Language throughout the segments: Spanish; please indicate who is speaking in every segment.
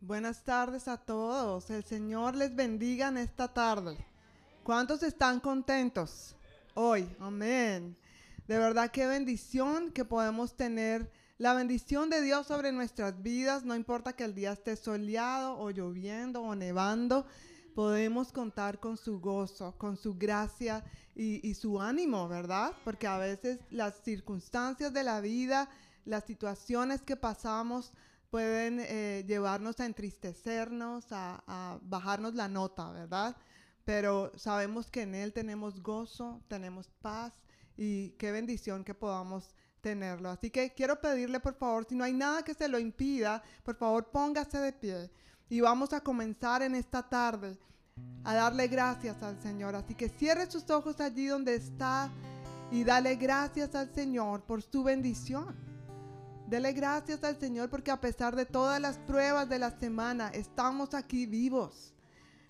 Speaker 1: Buenas tardes a todos. El Señor les bendiga en esta tarde. ¿Cuántos están contentos hoy? Amén. De verdad, qué bendición que podemos tener la bendición de Dios sobre nuestras vidas. No importa que el día esté soleado o lloviendo o nevando, podemos contar con su gozo, con su gracia y, y su ánimo, ¿verdad? Porque a veces las circunstancias de la vida, las situaciones que pasamos, pueden eh, llevarnos a entristecernos, a, a, bajarnos la nota, ¿verdad? Pero sabemos que en Él tenemos gozo, tenemos paz y qué bendición que podamos tenerlo. Así que quiero pedirle, por favor, si no hay nada que se lo impida, por favor póngase de pie y vamos a comenzar en esta tarde a darle gracias al Señor. Así que cierre sus ojos allí donde está y dale gracias al Señor por su bendición. Dele gracias al Señor porque a pesar de todas las pruebas de la semana, estamos aquí vivos,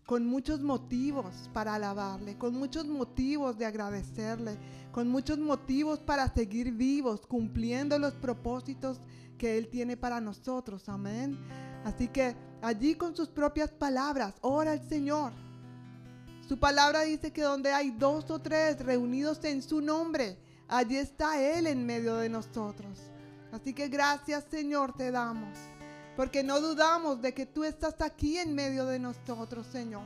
Speaker 1: con muchos motivos para alabarle, con muchos motivos de agradecerle, con muchos motivos para seguir vivos, cumpliendo los propósitos que Él tiene para nosotros. Amén. Así que allí con sus propias palabras, ora al Señor. Su palabra dice que donde hay dos o tres reunidos en su nombre, allí está Él en medio de nosotros. Así que gracias Señor te damos, porque no dudamos de que tú estás aquí en medio de nosotros, Señor.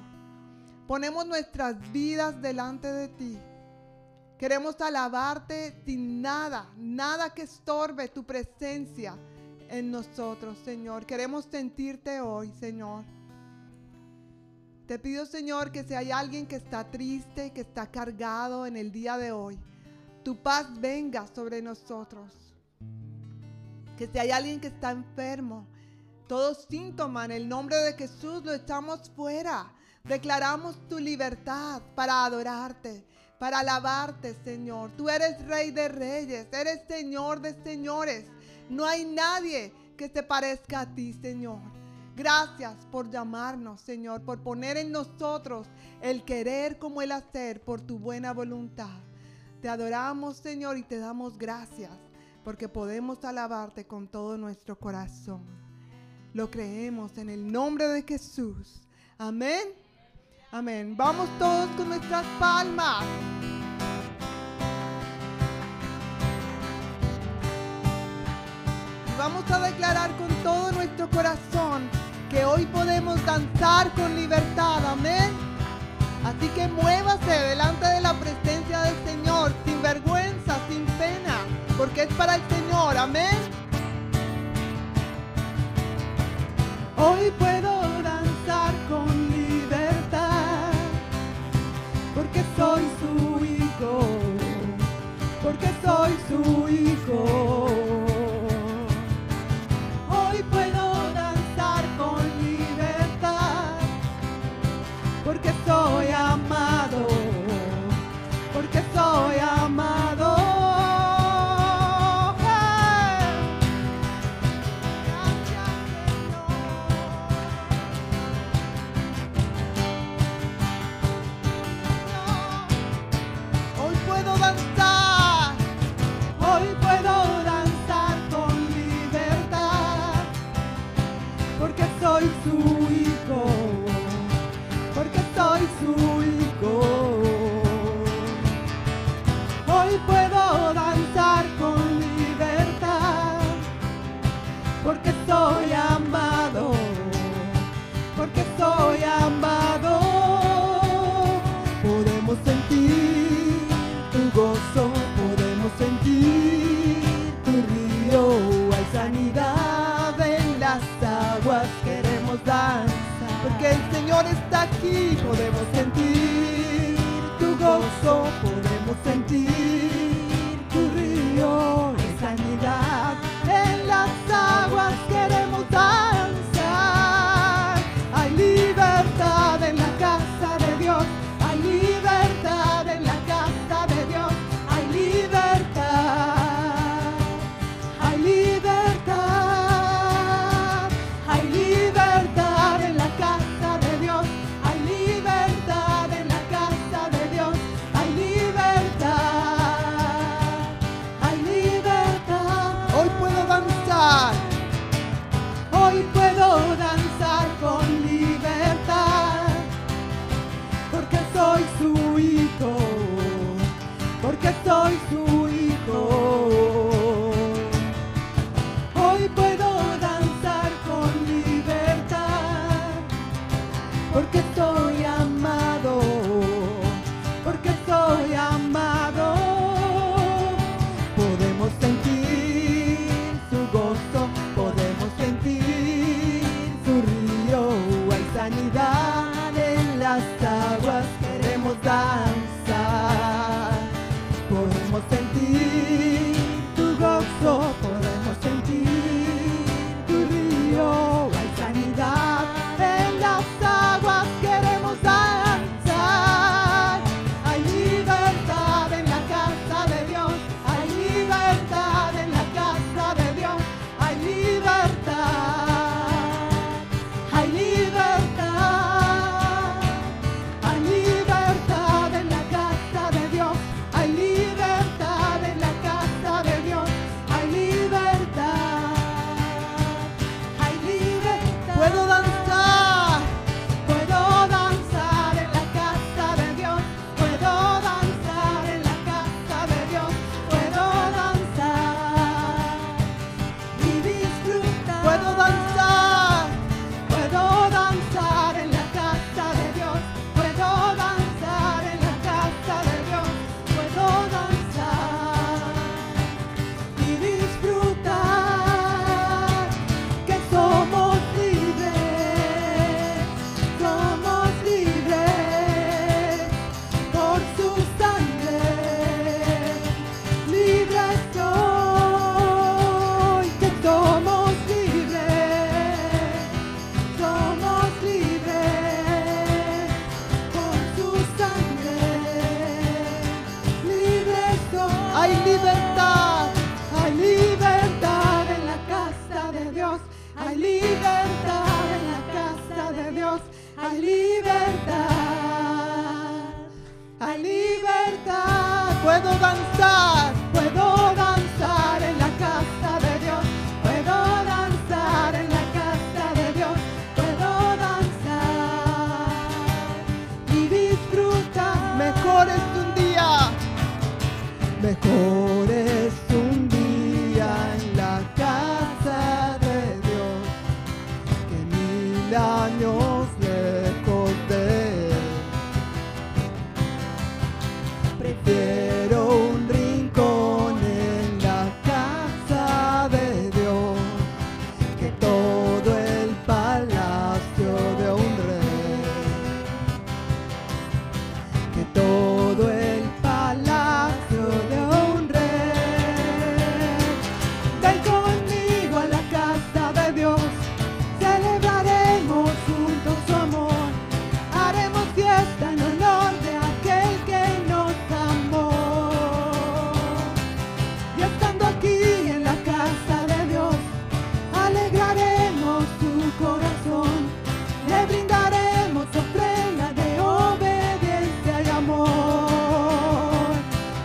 Speaker 1: Ponemos nuestras vidas delante de ti. Queremos alabarte sin nada, nada que estorbe tu presencia en nosotros, Señor. Queremos sentirte hoy, Señor. Te pido, Señor, que si hay alguien que está triste, que está cargado en el día de hoy, tu paz venga sobre nosotros que si hay alguien que está enfermo, todos síntomas en el nombre de Jesús lo echamos fuera. Declaramos tu libertad para adorarte, para alabarte, Señor. Tú eres rey de reyes, eres señor de señores. No hay nadie que se parezca a ti, Señor. Gracias por llamarnos, Señor, por poner en nosotros el querer como el hacer por tu buena voluntad. Te adoramos, Señor, y te damos gracias porque podemos alabarte con todo nuestro corazón. Lo creemos en el nombre de Jesús. Amén. Amén. Vamos todos con nuestras palmas. Y vamos a declarar con todo nuestro corazón que hoy podemos danzar con libertad. Amén. Así que muévase delante de la presencia del Señor sin vergüenza, sin pena porque es para el Señor, amén. Hoy puedo danzar con libertad, porque soy su hijo, porque soy su hijo. Hoy puedo danzar con libertad, porque soy amado, porque soy amado. soy su hijo, porque soy su hijo. Hoy puedo danzar con libertad, porque soy amado, porque soy amado. Podemos sentir tu gozo, podemos sentir tu río, hay sanidad en las aguas porque el Señor está aquí. Podemos sentir tu gozo, podemos sentir tu río de sanidad. En las aguas queremos danzar. Hay libertad en la casa de Dios. Hay libertad en la casa de Dios. Hay libertad. Hay libertad. libertad. mil años lejos de él. Prefiero un rincón en la casa de Dios que todo el palacio de un rey. Que todo el palacio de un rey. Ven conmigo a la casa de Dios, celebraremos juntos su amor, haremos fiesta en honor de aquel que nos amó. Y estando aquí en la casa de Dios, alegraremos su corazón, le brindaremos ofrenda de obediencia y amor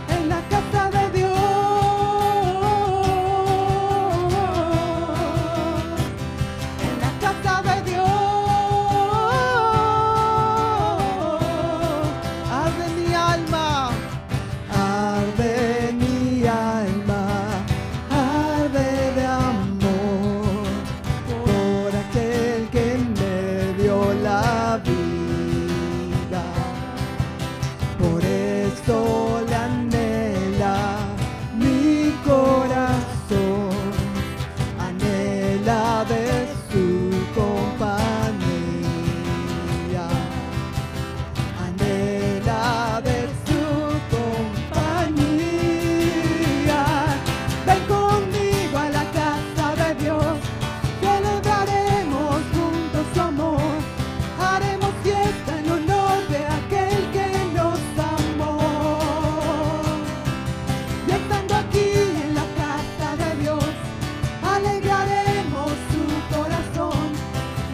Speaker 1: en la casa de Dios, en la casa de Dios, arde mi alma, arde mi alma, arde de amor por aquel que me dio la vida. Por esto la anhela mi corazón, anhela de su compañía, anhela de su compañía. Ven conmigo a la casa de Dios, celebraremos juntos su amor. Haremos fiesta en honor de aquel que nos amó. Y estando aquí en la casa de Dios, alegraremos su corazón.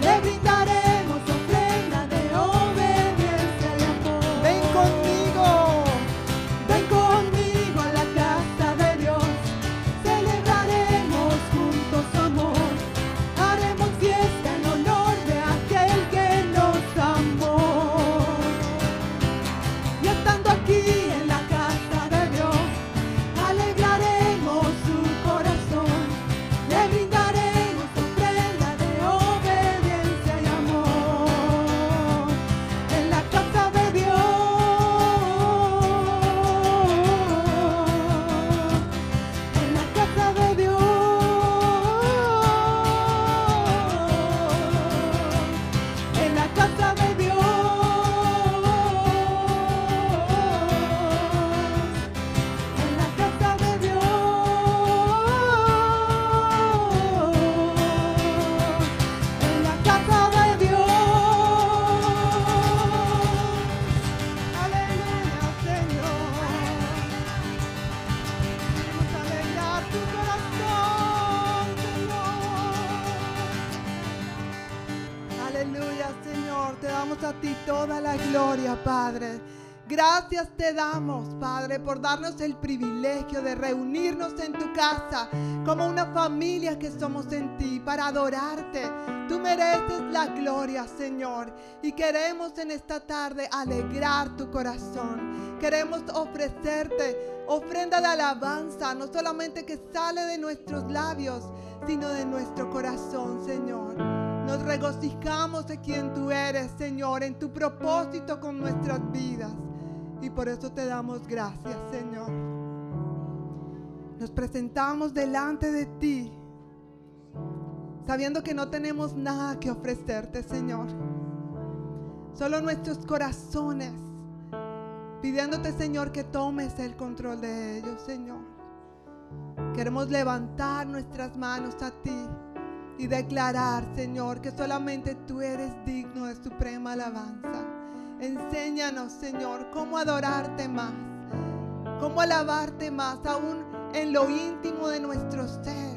Speaker 1: Le brindaremos ofrenda de obediencia y amor. Ven conmigo, ven conmigo a la casa de Dios. Celebraremos juntos su amor. Haremos fiesta en honor de aquel que nos amó. Y estando aquí en la casa de Dios, alegraremos su corazón. Le brindaremos ofrenda de obediencia y amor. En la casa de Dios en la casa de Dios, en la casa de Dios, en la casa de Dios, en la casa de Dios, aleluya Señor. Vamos a alegrar tu corazón, Señor. Aleluya, Señor. Te damos a ti toda la gloria, Padre. Gracias te damos, Padre, por darnos el privilegio de reunirnos en tu casa como una familia que somos en ti para adorarte. Tú mereces la gloria, Señor, y queremos en esta tarde alegrar tu corazón. Queremos ofrecerte ofrenda de alabanza, no solamente que sale de nuestros labios, sino de nuestro corazón, Señor. Nos regocijamos de quien tú eres, Señor, en tu propósito con nuestras vidas. Y por eso te damos gracias, Señor. Nos presentamos delante de ti, sabiendo que no tenemos nada que ofrecerte, Señor. Solo nuestros corazones, pidiéndote, Señor, que tomes el control de ellos, Señor. Queremos levantar nuestras manos a ti y declarar, Señor, que solamente tú eres digno de suprema alabanza. Enséñanos, Señor, cómo adorarte más, cómo alabarte más, aún en lo íntimo de nuestro ser.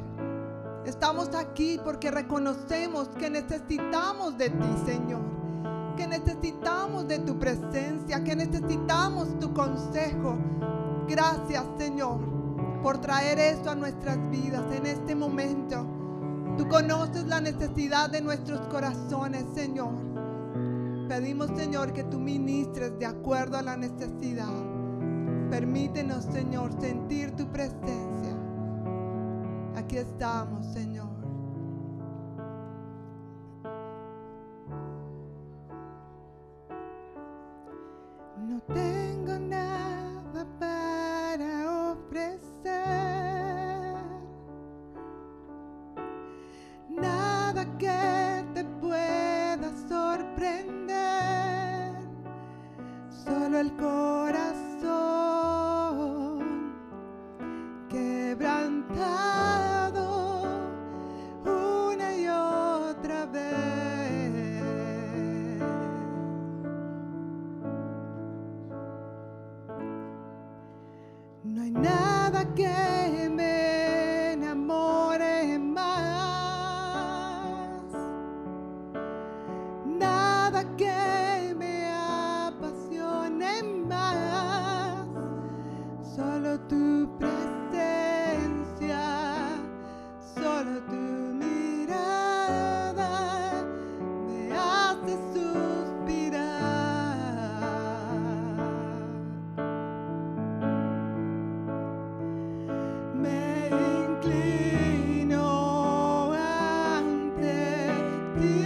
Speaker 1: Estamos aquí porque reconocemos que necesitamos de ti, Señor que necesitamos de tu presencia, que necesitamos tu consejo. Gracias, Señor, por traer esto a nuestras vidas en este momento. Tú conoces la necesidad de nuestros corazones, Señor. Pedimos, Señor, que tú ministres de acuerdo a la necesidad. Permítenos, Señor, sentir tu presencia. Aquí estamos, Señor. duro el corazón, quebrantado una y otra vez. No hay nada que me enamore más. Nada que me apasione más. Solo tu presencia, solo tu mirada me hace suspirar. Me inclino ante ti,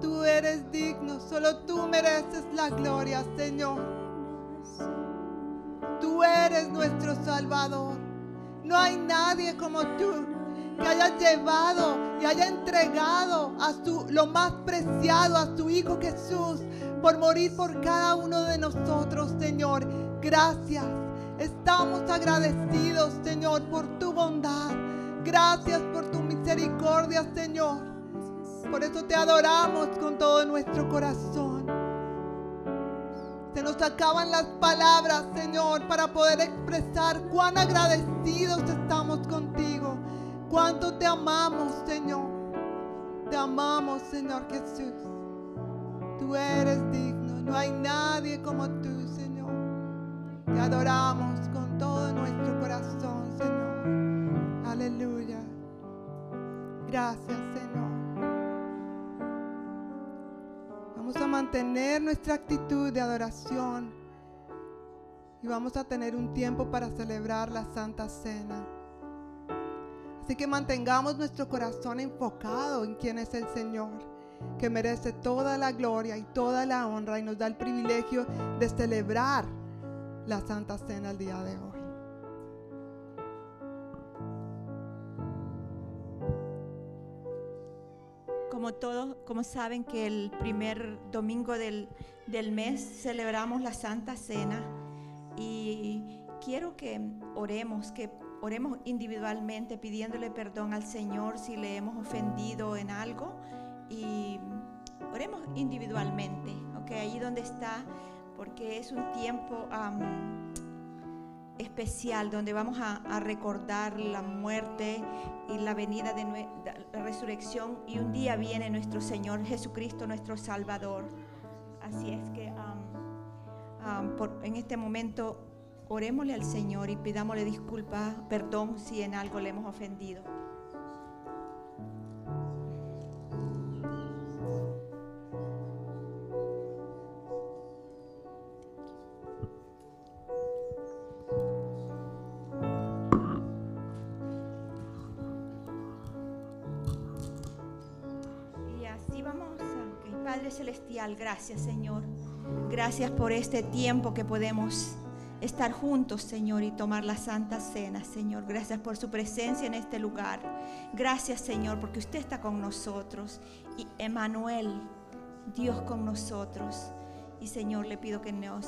Speaker 1: tú eres digno, solo tú mereces la gloria, Señor. Tú eres nuestro Salvador. No hay nadie como tú que haya llevado y haya entregado a su, lo más preciado, a su Hijo Jesús, por morir por cada uno de nosotros, Señor. Gracias. Estamos agradecidos, Señor, por tu bondad. Gracias por tu misericordia, Señor. Por eso te adoramos con todo nuestro corazón. Se nos acaban las palabras, Señor, para poder expresar cuán agradecidos estamos contigo. Cuánto te amamos, Señor. Te amamos, Señor Jesús. Tú eres digno. No hay nadie como tú, Señor. Te adoramos con todo nuestro corazón, Señor. Aleluya. Gracias, Señor. Vamos a mantener nuestra actitud de adoración y vamos a tener un tiempo para celebrar la Santa Cena. Así que mantengamos nuestro corazón enfocado en quien es el Señor, que merece toda la gloria y toda la honra y nos da el privilegio de celebrar la Santa Cena el día de hoy.
Speaker 2: Como todos, como saben que el primer domingo del, del mes celebramos la Santa Cena y quiero que oremos, que oremos individualmente pidiéndole perdón al Señor si le hemos ofendido en algo y oremos individualmente, ok, allí donde está, porque es un tiempo am, especial donde vamos a, a recordar la muerte y la venida de nue- la resurrección y un día viene nuestro Señor Jesucristo, nuestro Salvador. Así es que am, Am, por- en este momento orémosle al Señor y pidámosle disculpas, perdón si en algo le hemos ofendido. Y así vamos. a- ok. Padre Celestial, gracias Señor. Gracias por este tiempo que podemos estar juntos, Señor, y tomar la Santa Cena, Señor. Gracias por su presencia en este lugar. Gracias, Señor, porque usted está con nosotros. Y Emanuel, Dios con nosotros. Y Señor, le pido que nos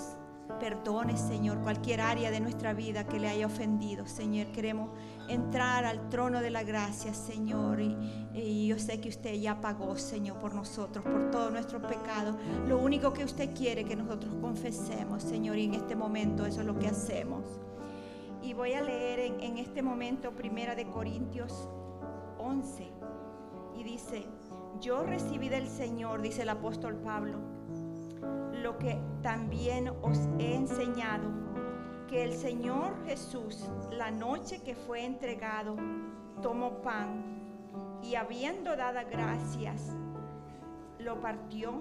Speaker 2: perdone, Señor, cualquier área de nuestra vida que le haya ofendido. Señor, queremos entrar al trono de la gracia, Señor. Y, y yo sé que usted ya pagó, Señor, por nosotros, por todos nuestros pecados. Lo único que usted quiere que nosotros confesemos, Señor, y en este momento eso es lo que hacemos. Y voy a leer en, en este momento Primera de Corintios 11 y dice, yo recibí del Señor, dice el apóstol Pablo, lo que también os he enseñado, que el Señor Jesús, la noche que fue entregado, tomó pan y habiendo dado gracias, lo partió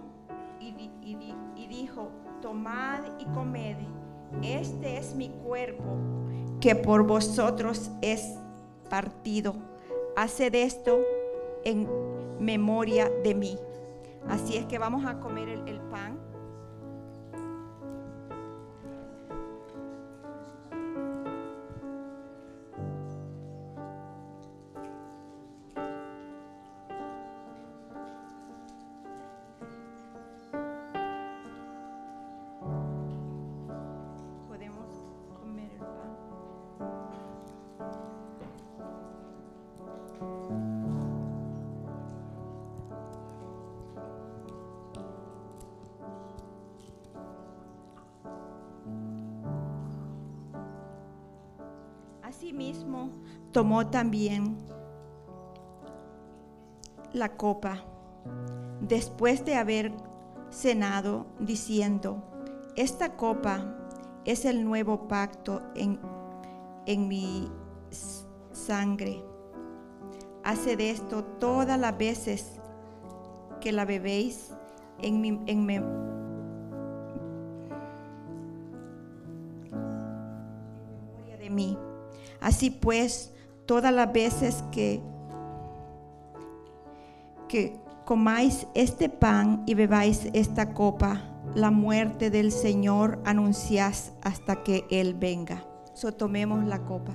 Speaker 2: y, di- y di- y dijo, tomad y comed, este es mi cuerpo que por vosotros es partido. Haced esto en memoria de mí. Así es que vamos a comer el, el pan. Podemos comer el pan. Asimismo, tomó también la copa después de haber cenado, diciendo, esta copa es el nuevo pacto en, en mi s- sangre. Haced esto todas las veces que la bebéis en mi, en me- memoria de mí. Así pues, todas las veces que, que comáis este pan y bebáis esta copa, la muerte del Señor anunciás hasta que Él venga. So tomemos la copa.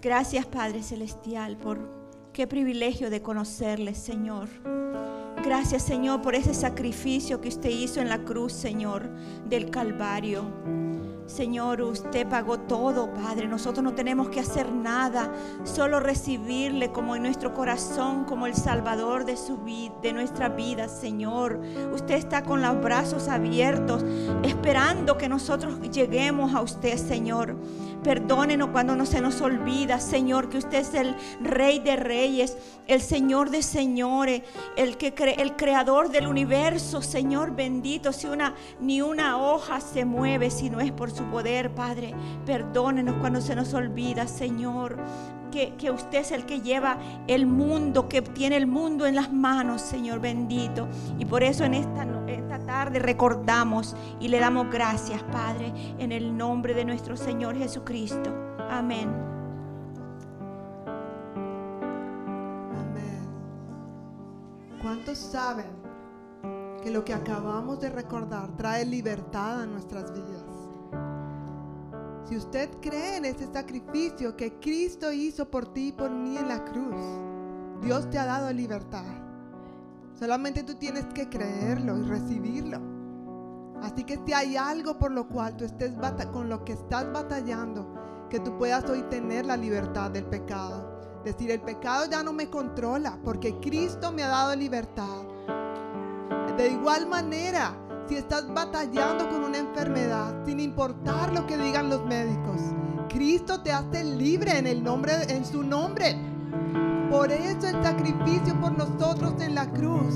Speaker 2: Gracias Padre Celestial por qué privilegio de conocerle, Señor. Gracias, Señor, por ese sacrificio que usted hizo en la cruz, Señor, del Calvario. Señor, usted pagó todo, Padre. Nosotros no tenemos que hacer nada, solo recibirle como en nuestro corazón, como el Salvador de, su vida, de nuestra vida, Señor. Usted está con los brazos abiertos, esperando que nosotros lleguemos a usted, Señor. Perdónenos cuando no se nos olvida, Señor, que usted es el Rey de Reyes, el Señor de Señores, el, que cre- el creador del universo, Señor bendito. Si una, ni una hoja se mueve, si no es por su poder, Padre. Perdónenos cuando se nos olvida, Señor. Que, que usted es el que lleva el mundo, que tiene el mundo en las manos, Señor bendito. Y por eso en esta, no- esta tarde recordamos y le damos gracias, Padre, en el nombre de nuestro Señor Jesucristo. Amén.
Speaker 1: Amén. ¿Cuántos saben que lo que acabamos de recordar trae libertad a nuestras vidas? Si usted cree en este sacrificio que Cristo hizo por ti y por mí en la cruz, Dios te ha dado libertad. Solamente tú tienes que creerlo y recibirlo. Así que si hay algo por lo cual tú estés bata- con lo que estás batallando, que tú puedas hoy tener la libertad del pecado. Decir, el pecado ya no me controla porque Cristo me ha dado libertad. De igual manera, si estás batallando con una enfermedad, sin importar lo que digan los médicos, Cristo te hace libre en el nombre en su nombre. Por eso el sacrificio por nosotros en la cruz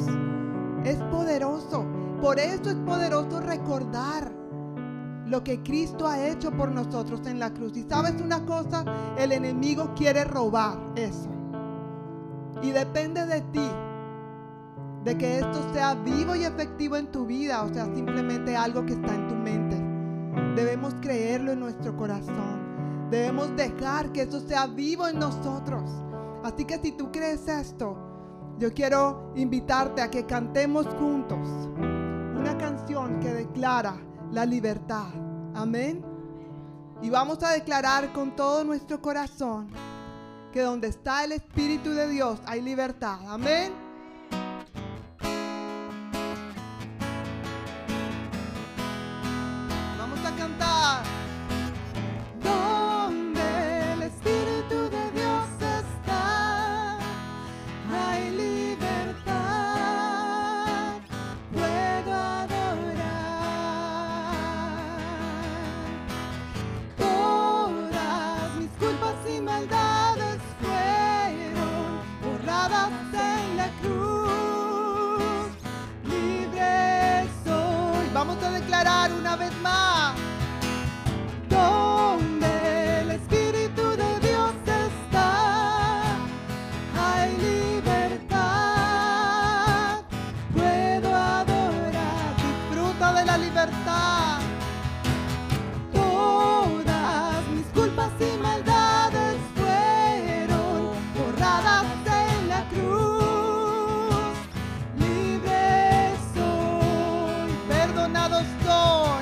Speaker 1: es poderoso. Por eso es poderoso recordar lo que Cristo ha hecho por nosotros en la cruz. Y sabes una cosa, el enemigo quiere robar eso. Y depende de ti, de que esto sea vivo y efectivo en tu vida, o sea, simplemente algo que está en tu mente. Debemos creerlo en nuestro corazón. Debemos dejar que eso sea vivo en nosotros. Así que si tú crees esto, yo quiero invitarte a que cantemos juntos una canción que declara la libertad. Amén. Y vamos a declarar con todo nuestro corazón que donde está el Espíritu de Dios hay libertad. Amén. Vamos a cantar. Donde el Espíritu de Dios está, hay libertad puedo adorar. Todas mis culpas y maldades fueron borradas en la cruz. Libre soy. Vamos a declarar una vez más. Donde el Espíritu de Dios está, hay libertad, puedo adorar, disfruta de la libertad. Todas mis culpas y maldades fueron borradas en la cruz. Libre soy, perdonado soy.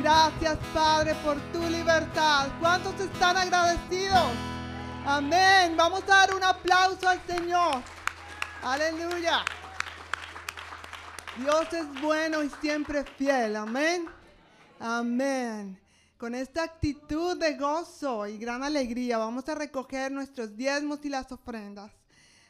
Speaker 1: Gracias, Padre, por tu libertad. ¿Cuántos están agradecidos? Amén. Vamos a dar un aplauso al Señor. Aleluya. Dios es bueno y siempre fiel. Amén. Amén. Con esta actitud de gozo y gran alegría vamos a recoger nuestros diezmos y las ofrendas.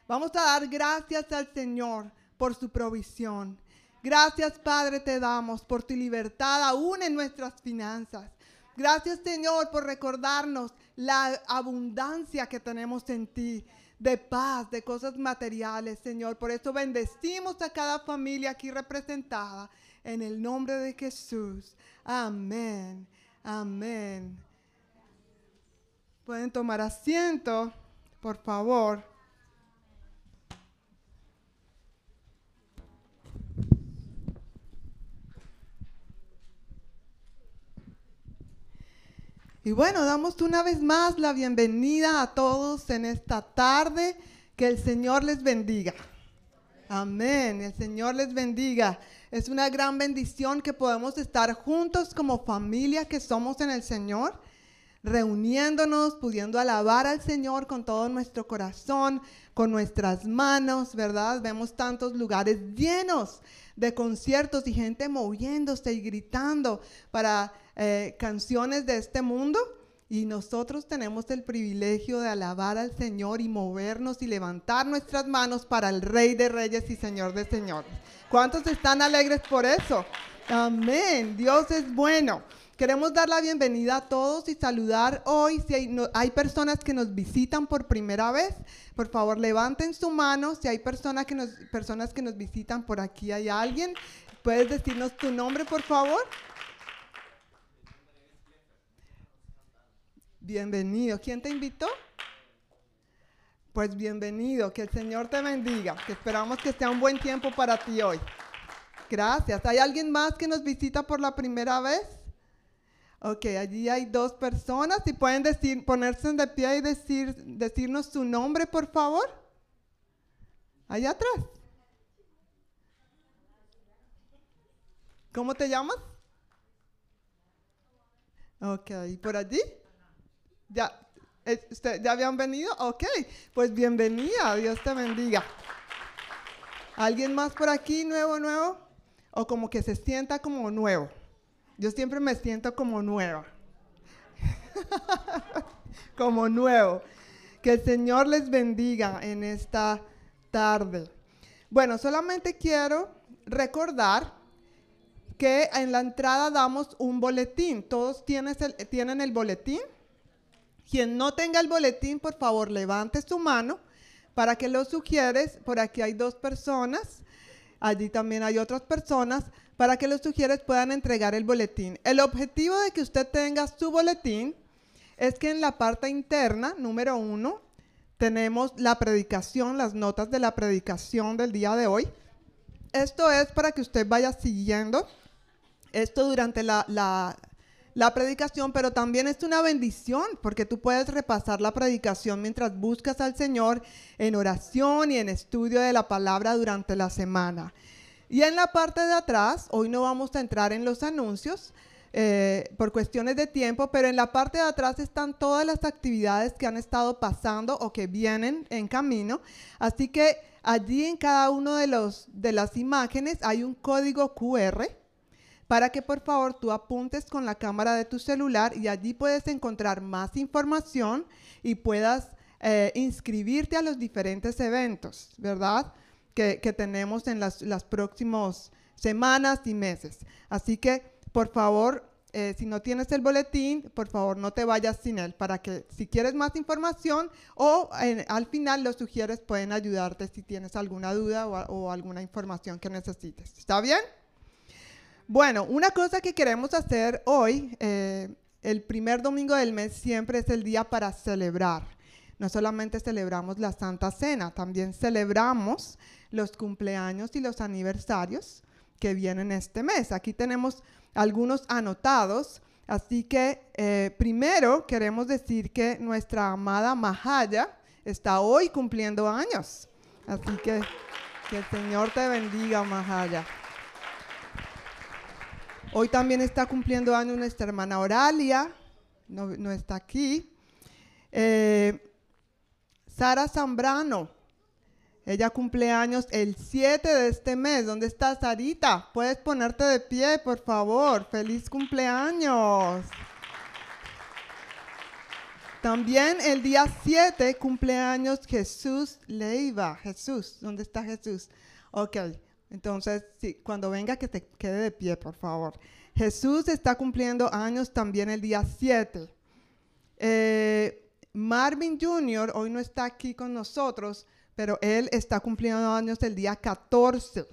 Speaker 1: Vamos a dar gracias al Señor por su provisión. Gracias Padre te damos por tu libertad aún en nuestras finanzas. Gracias Señor por recordarnos la abundancia que tenemos en ti de paz, de cosas materiales, Señor. Por eso bendecimos a cada familia aquí representada en el nombre de Jesús. Amén. Amén. Pueden tomar asiento, por favor. Y bueno, damos una vez más la bienvenida a todos en esta tarde. Que el Señor les bendiga. Amén. El Señor les bendiga. Es una gran bendición que podemos estar juntos como familia que somos en el Señor, reuniéndonos, pudiendo alabar al Señor con todo nuestro corazón, con nuestras manos, ¿verdad? Vemos tantos lugares llenos de conciertos y gente moviéndose y gritando para eh, canciones de este mundo y nosotros tenemos el privilegio de alabar al Señor y movernos y levantar nuestras manos para el Rey de Reyes y Señor de Señores. ¿Cuántos están alegres por eso? Amén, Dios es bueno. Queremos dar la bienvenida a todos y saludar hoy. Si hay, no, hay personas que nos visitan por primera vez, por favor levanten su mano. Si hay personas que nos, personas que nos visitan por aquí, hay alguien. ¿Puedes decirnos tu nombre, por favor? Bienvenido. ¿Quién te invitó? Pues bienvenido. Que el Señor te bendiga. Que esperamos que sea un buen tiempo para ti hoy. Gracias. ¿Hay alguien más que nos visita por la primera vez? Ok, allí hay dos personas y pueden decir, ponerse de pie y decir, decirnos su nombre, por favor. Allá atrás. ¿Cómo te llamas? Ok, ¿por allí? ¿Ya, este, ¿Ya habían venido? Ok, pues bienvenida, Dios te bendiga. ¿Alguien más por aquí, nuevo, nuevo? O como que se sienta como nuevo. Yo siempre me siento como nueva. como nuevo. Que el Señor les bendiga en esta tarde. Bueno, solamente quiero recordar que en la entrada damos un boletín. ¿Todos el, tienen el boletín? Quien no tenga el boletín, por favor, levante su mano para que lo sugieres. Por aquí hay dos personas, allí también hay otras personas, para que los sugieres puedan entregar el boletín. El objetivo de que usted tenga su boletín es que en la parte interna, número uno, tenemos la predicación, las notas de la predicación del día de hoy. Esto es para que usted vaya siguiendo esto durante la, la la predicación, pero también es una bendición porque tú puedes repasar la predicación mientras buscas al Señor en oración y en estudio de la palabra durante la semana. Y en la parte de atrás, hoy no vamos a entrar en los anuncios eh, por cuestiones de tiempo, pero en la parte de atrás están todas las actividades que han estado pasando o que vienen en camino. Así que allí en cada uno de, los, de las imágenes hay un código QR para que por favor tú apuntes con la cámara de tu celular y allí puedes encontrar más información y puedas eh, inscribirte a los diferentes eventos, ¿verdad? Que, que tenemos en las, las próximas semanas y meses. Así que, por favor, eh, si no tienes el boletín, por favor no te vayas sin él, para que si quieres más información o eh, al final los sugieres pueden ayudarte si tienes alguna duda o, o alguna información que necesites. ¿Está bien? Bueno, una cosa que queremos hacer hoy, eh, el primer domingo del mes siempre es el día para celebrar. No solamente celebramos la Santa Cena, también celebramos los cumpleaños y los aniversarios que vienen este mes. Aquí tenemos algunos anotados, así que eh, primero queremos decir que nuestra amada Mahaya está hoy cumpliendo años. Así que que el Señor te bendiga, Mahaya. Hoy también está cumpliendo año nuestra hermana Oralia, no, no está aquí. Eh, Sara Zambrano, ella cumple años el 7 de este mes. ¿Dónde está Sarita? Puedes ponerte de pie, por favor. Feliz cumpleaños. También el día 7 cumpleaños Jesús Leiva. Jesús, ¿dónde está Jesús? Ok, entonces sí, cuando venga que te quede de pie, por favor. Jesús está cumpliendo años también el día 7. Eh, Marvin Jr. hoy no está aquí con nosotros, pero él está cumpliendo años el día 14.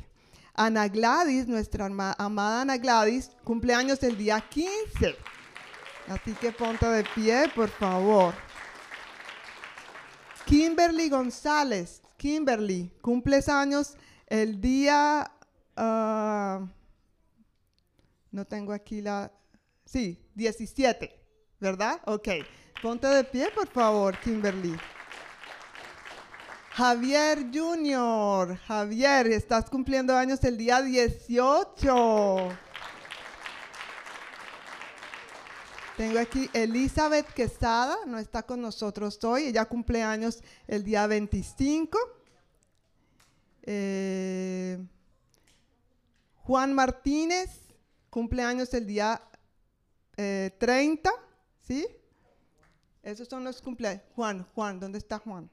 Speaker 1: Ana Gladys, nuestra ama- amada Ana Gladys, cumple años el día 15. Así que ponte de pie, por favor. Kimberly González, Kimberly, cumples años el día... ah, no tengo aquí la... Sí, 17, ¿verdad? Ok. Ponte de pie, por favor, Kimberly. Javier Junior, Javier, estás cumpliendo años el día 18. Tengo aquí Elizabeth Quesada, no está con nosotros hoy, ella cumple años el día 25. Eh, Juan Martínez cumple años el día eh, 30, ¿sí? Esos son los cumpleaños. Juan, Juan, ¿dónde está Juan?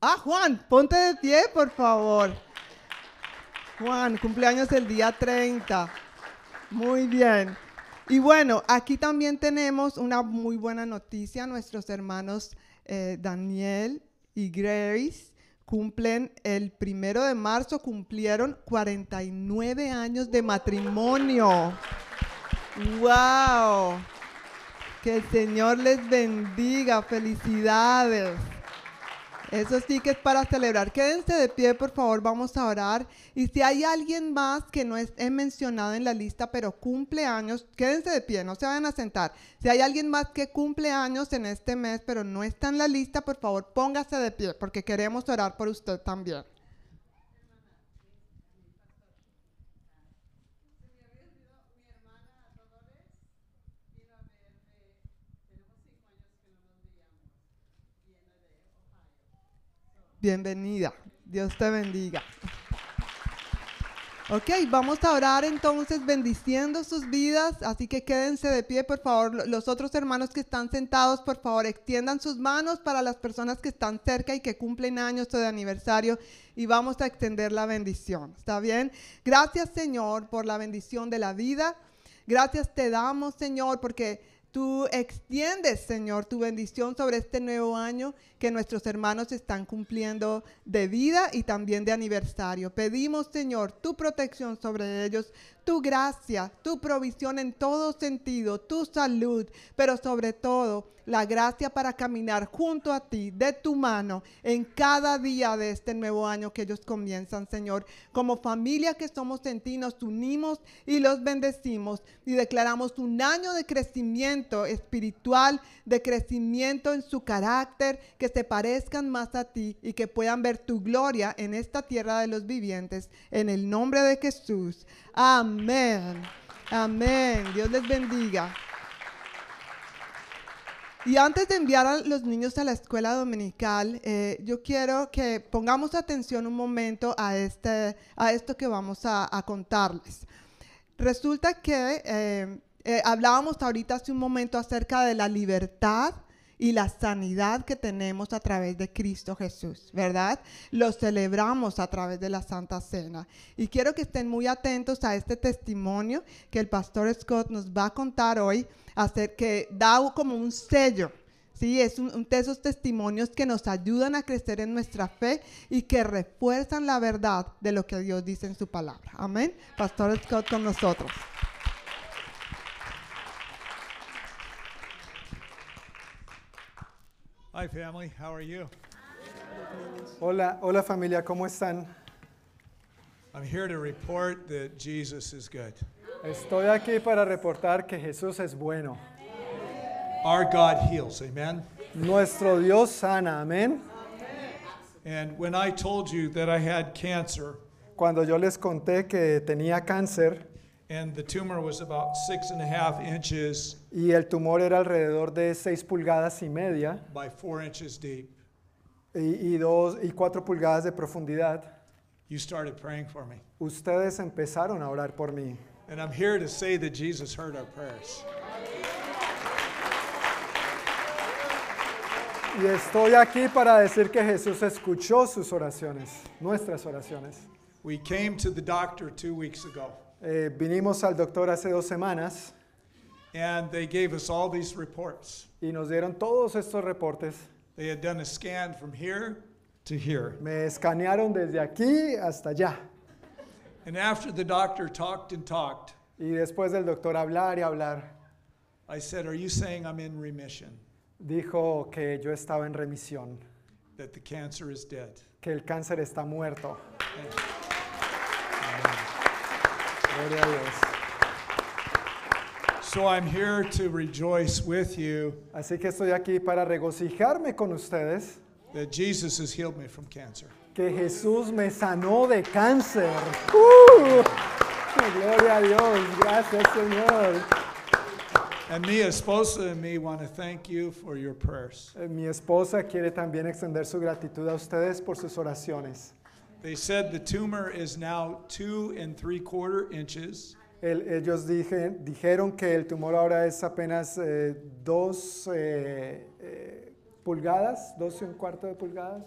Speaker 1: Ah, Juan, ponte de pie, por favor. Juan, cumpleaños el día 30. Muy bien. Y bueno, aquí también tenemos una muy buena noticia. Nuestros hermanos eh, Daniel y Grace cumplen el primero de marzo, cumplieron 49 años de matrimonio. ¡Wow! Que el Señor les bendiga. Felicidades. Eso sí que es para celebrar. Quédense de pie, por favor, vamos a orar. Y si hay alguien más que no es, he mencionado en la lista, pero cumple años, quédense de pie, no se vayan a sentar. Si hay alguien más que cumple años en este mes, pero no está en la lista, por favor, póngase de pie, porque queremos orar por usted también. Bienvenida. Dios te bendiga. Ok, vamos a orar entonces bendiciendo sus vidas, así que quédense de pie, por favor. Lo- Los otros hermanos que están sentados, por favor, extiendan sus manos para las personas que están cerca y que cumplen años o de aniversario y vamos a extender la bendición. ¿Está bien? Gracias, Señor, por la bendición de la vida. Gracias te damos, Señor, porque tú extiendes, Señor, tu bendición sobre este nuevo año que nuestros hermanos están cumpliendo de vida y también de aniversario. Pedimos, Señor, tu protección sobre ellos, tu gracia, tu provisión en todo sentido, tu salud, pero sobre todo la gracia para caminar junto a ti, de tu mano, en cada día de este nuevo año que ellos comienzan, Señor. Como familia que somos en ti, nos unimos y los bendecimos y declaramos un año de crecimiento espiritual, de crecimiento en su carácter, que se parezcan más a ti y que puedan ver tu gloria en esta tierra de los vivientes. En el nombre de Jesús. Amén. Amén. Dios les bendiga. Y antes de enviar a los niños a la escuela dominical, eh, yo quiero que pongamos atención un momento a, este, a esto que vamos a, a contarles. Resulta que eh, eh, hablábamos ahorita hace un momento acerca de la libertad y la sanidad que tenemos a través de Cristo Jesús, ¿verdad? Lo celebramos a través de la Santa Cena. Y quiero que estén muy atentos a este testimonio que el pastor Scott nos va a contar hoy, hacer que da u- como un sello. Sí, es un, un de esos testimonios que nos ayudan a crecer en nuestra fe y que refuerzan la verdad de lo que Dios dice en su palabra. Amén. Pastor Scott con nosotros.
Speaker 3: Hi, family. How are you?
Speaker 4: Hola, hola familia, ¿cómo están?
Speaker 3: I'm here to report that Jesus is good.
Speaker 4: Estoy aquí para reportar que Jesús es bueno.
Speaker 3: Our God heals. Amen.
Speaker 4: Nuestro Dios sana, amén.
Speaker 3: And when I told you that I had cancer,
Speaker 4: Cuando yo les conté que tenía cáncer,
Speaker 3: and the tumor was about six and a half inches
Speaker 4: y el tumor era alrededor de 6 pulgadas y media
Speaker 3: by four inches deep.
Speaker 4: y, y, dos, y 4 pulgadas de profundidad.
Speaker 3: You started praying for me.
Speaker 4: Ustedes empezaron a orar por mí.
Speaker 3: And I'm here to say that Jesus heard our prayers.
Speaker 4: Y estoy aquí para decir que Jesús escuchó sus oraciones, nuestras oraciones.
Speaker 3: We came to the doctor two weeks ago,
Speaker 4: Eh, vinimos al doctor hace dos semanas
Speaker 3: and they gave us all these reports.
Speaker 4: y nos dieron todos estos reportes.
Speaker 3: They had done a scan from here to here.
Speaker 4: Me escanearon desde aquí hasta allá.
Speaker 3: And after the doctor talked and talked,
Speaker 4: Y después del doctor hablar y hablar,
Speaker 3: I said, Are you saying I'm in remission?
Speaker 4: dijo que yo estaba en remisión,
Speaker 3: That the cancer is dead?
Speaker 4: que el cáncer está muerto.
Speaker 3: And
Speaker 4: Gloria a Dios.
Speaker 3: so I'm here to rejoice with you
Speaker 4: Así que estoy aquí para regocijarme con ustedes,
Speaker 3: that Jesus has healed me from cancer.
Speaker 4: que Jesús me sanó de cáncer. ¡Uh! Gloria a Dios, gracias Señor.
Speaker 3: And mi esposa and me want to thank you for your prayers.
Speaker 4: Eh, Mi esposa quiere también extender su gratitud a ustedes por sus oraciones.
Speaker 3: They said the tumor is now two and three quarter inches,
Speaker 4: El- ellos dije- dijeron que el tumor ahora es apenas eh, dos eh, eh, pulgadas, dos y un cuarto de pulgadas,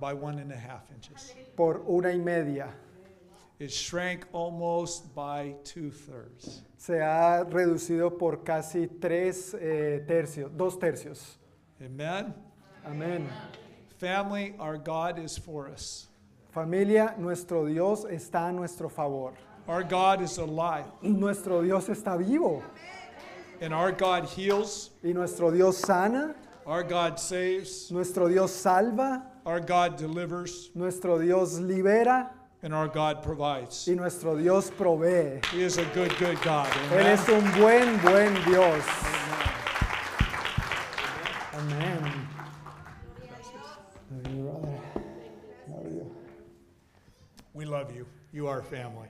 Speaker 3: by one and a half inches.
Speaker 4: por una y media.
Speaker 3: It shrank almost by two thirds.
Speaker 4: Se ha reducido por casi tres eh, tercios, dos tercios.
Speaker 3: Amen.
Speaker 4: Amén.
Speaker 3: Family, our God is for us.
Speaker 4: Familia, nuestro Dios está a nuestro favor.
Speaker 3: Our God is alive,
Speaker 4: Nuestro Dios está vivo.
Speaker 3: and our God heals,
Speaker 4: Y nuestro Dios sana,
Speaker 3: our God saves,
Speaker 4: nuestro Dios salva,
Speaker 3: our God delivers,
Speaker 4: nuestro Dios libera
Speaker 3: and our God provides.
Speaker 4: y nuestro Dios provee.
Speaker 3: He is a good, good God.
Speaker 4: Él
Speaker 3: Amen.
Speaker 4: es un buen, buen Dios. Amén. Love you, brother. Love you.
Speaker 3: We love you. You are family.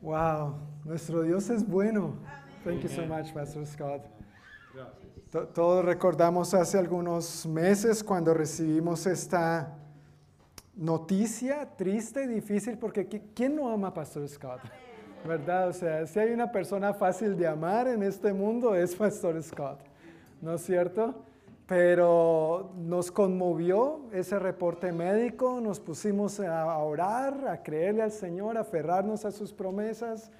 Speaker 4: Wow, nuestro Dios es bueno. Thank you so much, Pastor Scott. To- Todos recordamos hace algunos meses cuando recibimos esta noticia triste, difícil, porque qui- ¿quién no ama a Pastor Scott? ¿Verdad? O sea, si hay una persona fácil de amar en este mundo es Pastor Scott, ¿no es cierto? Pero nos conmovió ese reporte médico, nos pusimos a orar, a creerle al Señor, a aferrarnos a sus promesas.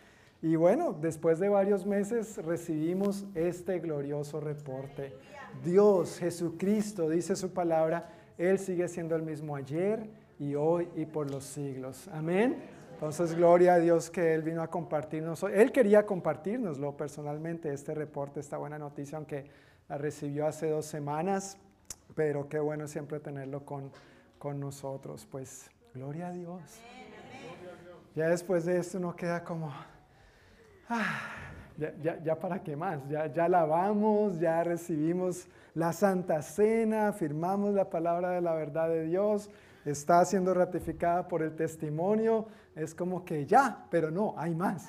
Speaker 4: Y bueno, después de varios meses recibimos este glorioso reporte. Dios, Jesucristo, dice su palabra, Él sigue siendo el mismo ayer y hoy y por los siglos. Amén. Entonces, gloria a Dios que Él vino a compartirnos. hoy. Él quería compartirnoslo personalmente, este reporte, esta buena noticia, aunque la recibió hace dos semanas, pero qué bueno siempre tenerlo con, con nosotros. Pues, gloria a Dios. Ya después de esto uno queda como, ya, ya- ya para qué más, ya, ya lavamos, ya recibimos la Santa Cena, firmamos la palabra de la verdad de Dios, está siendo ratificada por el testimonio, es como que ya, pero no, hay más,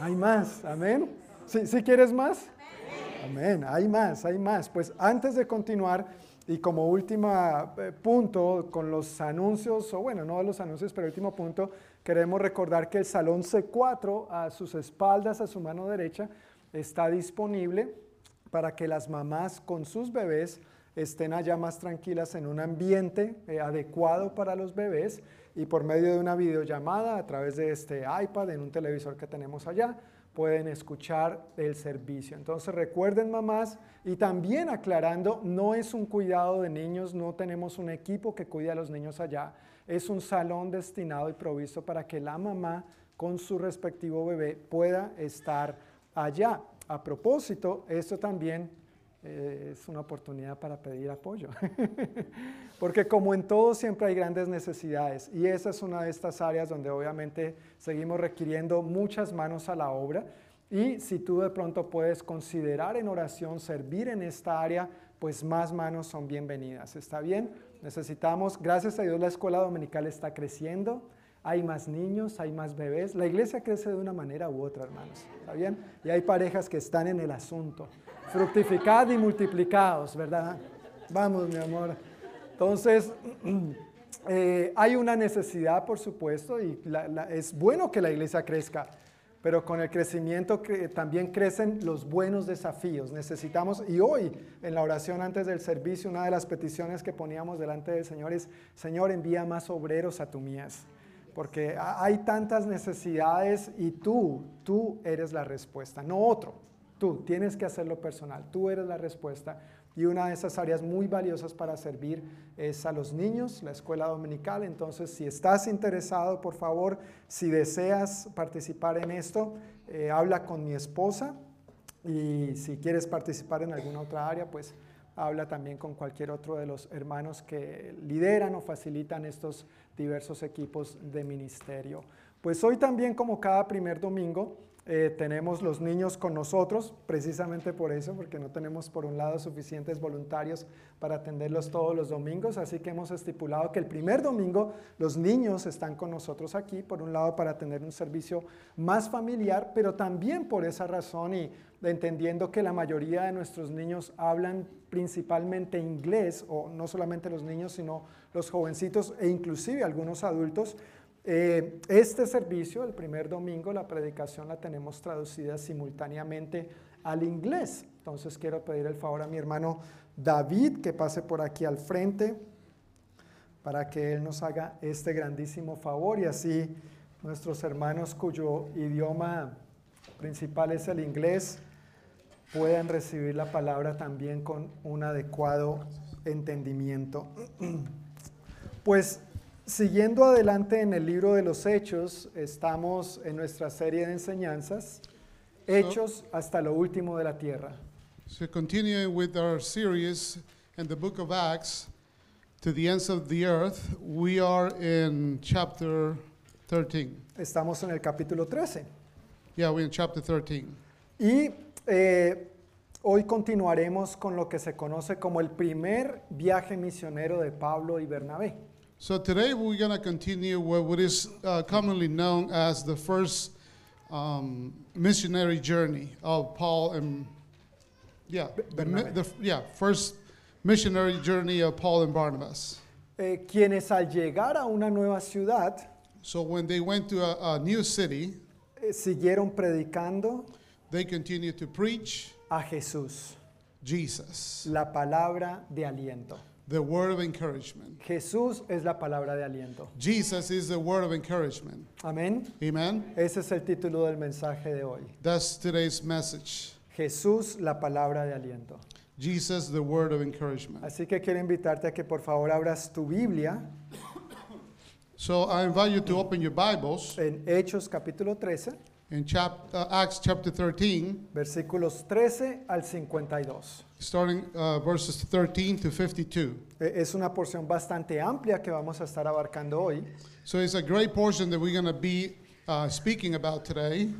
Speaker 4: hay más, amén. ¿Sí, sí quieres más? Amén, hay más, hay más. Pues antes de continuar y como último eh, punto con los anuncios, o bueno, no los anuncios, pero último punto, queremos recordar que el salón C4 a sus espaldas, a su mano derecha, está disponible para que las mamás con sus bebés estén allá más tranquilas en un ambiente eh, adecuado para los bebés y por medio de una videollamada a través de este iPad en un televisor que tenemos allá pueden escuchar el servicio. Entonces recuerden mamás y también aclarando, no es un cuidado de niños, no tenemos un equipo que cuide a los niños allá, es un salón destinado y provisto para que la mamá con su respectivo bebé pueda estar allá. A propósito, esto también eh, es una oportunidad para pedir apoyo. Porque como en todo siempre hay grandes necesidades y esa es una de estas áreas donde obviamente seguimos requiriendo muchas manos a la obra y si tú de pronto puedes considerar en oración servir en esta área, pues más manos son bienvenidas. ¿Está bien? Necesitamos, gracias a Dios la escuela dominical está creciendo. hay más niños, hay más bebés. La iglesia crece de una manera u otra, hermanos. ¿Está bien? Y hay parejas que están en el asunto. Fructificad y multiplicados, ¿verdad? Vamos, mi amor. Entonces, eh, hay una necesidad, por supuesto, y la- la- es bueno que la iglesia crezca, pero con el crecimiento cre- también crecen los buenos desafíos. Necesitamos, y hoy en la oración antes del servicio, una de las peticiones que poníamos delante del Señor es, Señor, envía más obreros a tu mies, porque ha- hay tantas necesidades y tú, tú eres la respuesta, no otro. Tú tienes que hacerlo personal, tú eres la respuesta. Y una de esas áreas muy valiosas para servir es a los niños, la escuela dominical. Entonces, si estás interesado, por favor, si deseas participar en esto, eh, habla con mi esposa. Y si quieres participar en alguna otra área, pues habla también con cualquier otro de los hermanos que lideran o facilitan estos diversos equipos de ministerio. Pues hoy también, como cada primer domingo, eh, tenemos los niños con nosotros, precisamente por eso, porque no tenemos por un lado suficientes voluntarios para atenderlos todos los domingos, así que hemos estipulado que el primer domingo los niños están con nosotros aquí, por un lado para tener un servicio más familiar, pero también por esa razón y entendiendo que la mayoría de nuestros niños hablan principalmente inglés, o no solamente los niños, sino los jovencitos e inclusive algunos adultos, eh, este servicio, el primer domingo, la predicación la tenemos traducida simultáneamente al inglés. Entonces quiero pedir el favor a mi hermano David que pase por aquí al frente para que él nos haga este grandísimo favor y así nuestros hermanos cuyo idioma principal es el inglés puedan recibir la palabra también con un adecuado entendimiento. Pues siguiendo adelante en el libro de los Hechos, estamos en nuestra serie de enseñanzas, Hechos hasta lo último de la tierra.
Speaker 5: So continuing with our series in the book of Acts to the ends of the earth, we are in chapter 13.
Speaker 4: Estamos en el capítulo 13
Speaker 5: Yeah, we're in chapter 13.
Speaker 4: y eh, hoy continuaremos con lo que se conoce como el primer viaje misionero de Pablo y Bernabé.
Speaker 5: So today we're going to continue with what is uh, commonly known as the first um, missionary journey of Paul and yeah, the, mi-
Speaker 4: Barnabas.
Speaker 5: the f- yeah, first missionary journey of Paul and Barnabas.
Speaker 4: Eh, quienes al llegar a una nueva ciudad
Speaker 5: So when they went to a, a new city,
Speaker 4: eh, siguieron predicando
Speaker 5: they continued to preach
Speaker 4: a Jesús
Speaker 5: Jesus.
Speaker 4: la palabra de aliento.
Speaker 5: the word of encouragement.
Speaker 4: Jesús es la palabra de aliento.
Speaker 5: Jesus is the word of encouragement.
Speaker 4: Amén.
Speaker 5: Amen.
Speaker 4: Ese es el título del mensaje de hoy.
Speaker 5: That's today's message.
Speaker 4: Jesús, la palabra de aliento.
Speaker 5: Jesus, the word of encouragement.
Speaker 4: Así que quiero invitarte a que por favor abras tu Biblia
Speaker 5: So I invite you to open your Bibles
Speaker 4: en Hechos capítulo 13,
Speaker 5: in chap- uh, Acts chapter 13,
Speaker 4: versículos 13 al 52.
Speaker 5: starting uh, verses 13 to 52.
Speaker 4: E- Es una porción bastante amplia que vamos a estar abarcando hoy,
Speaker 5: So it's a great portion that we're going to be uh, speaking about today,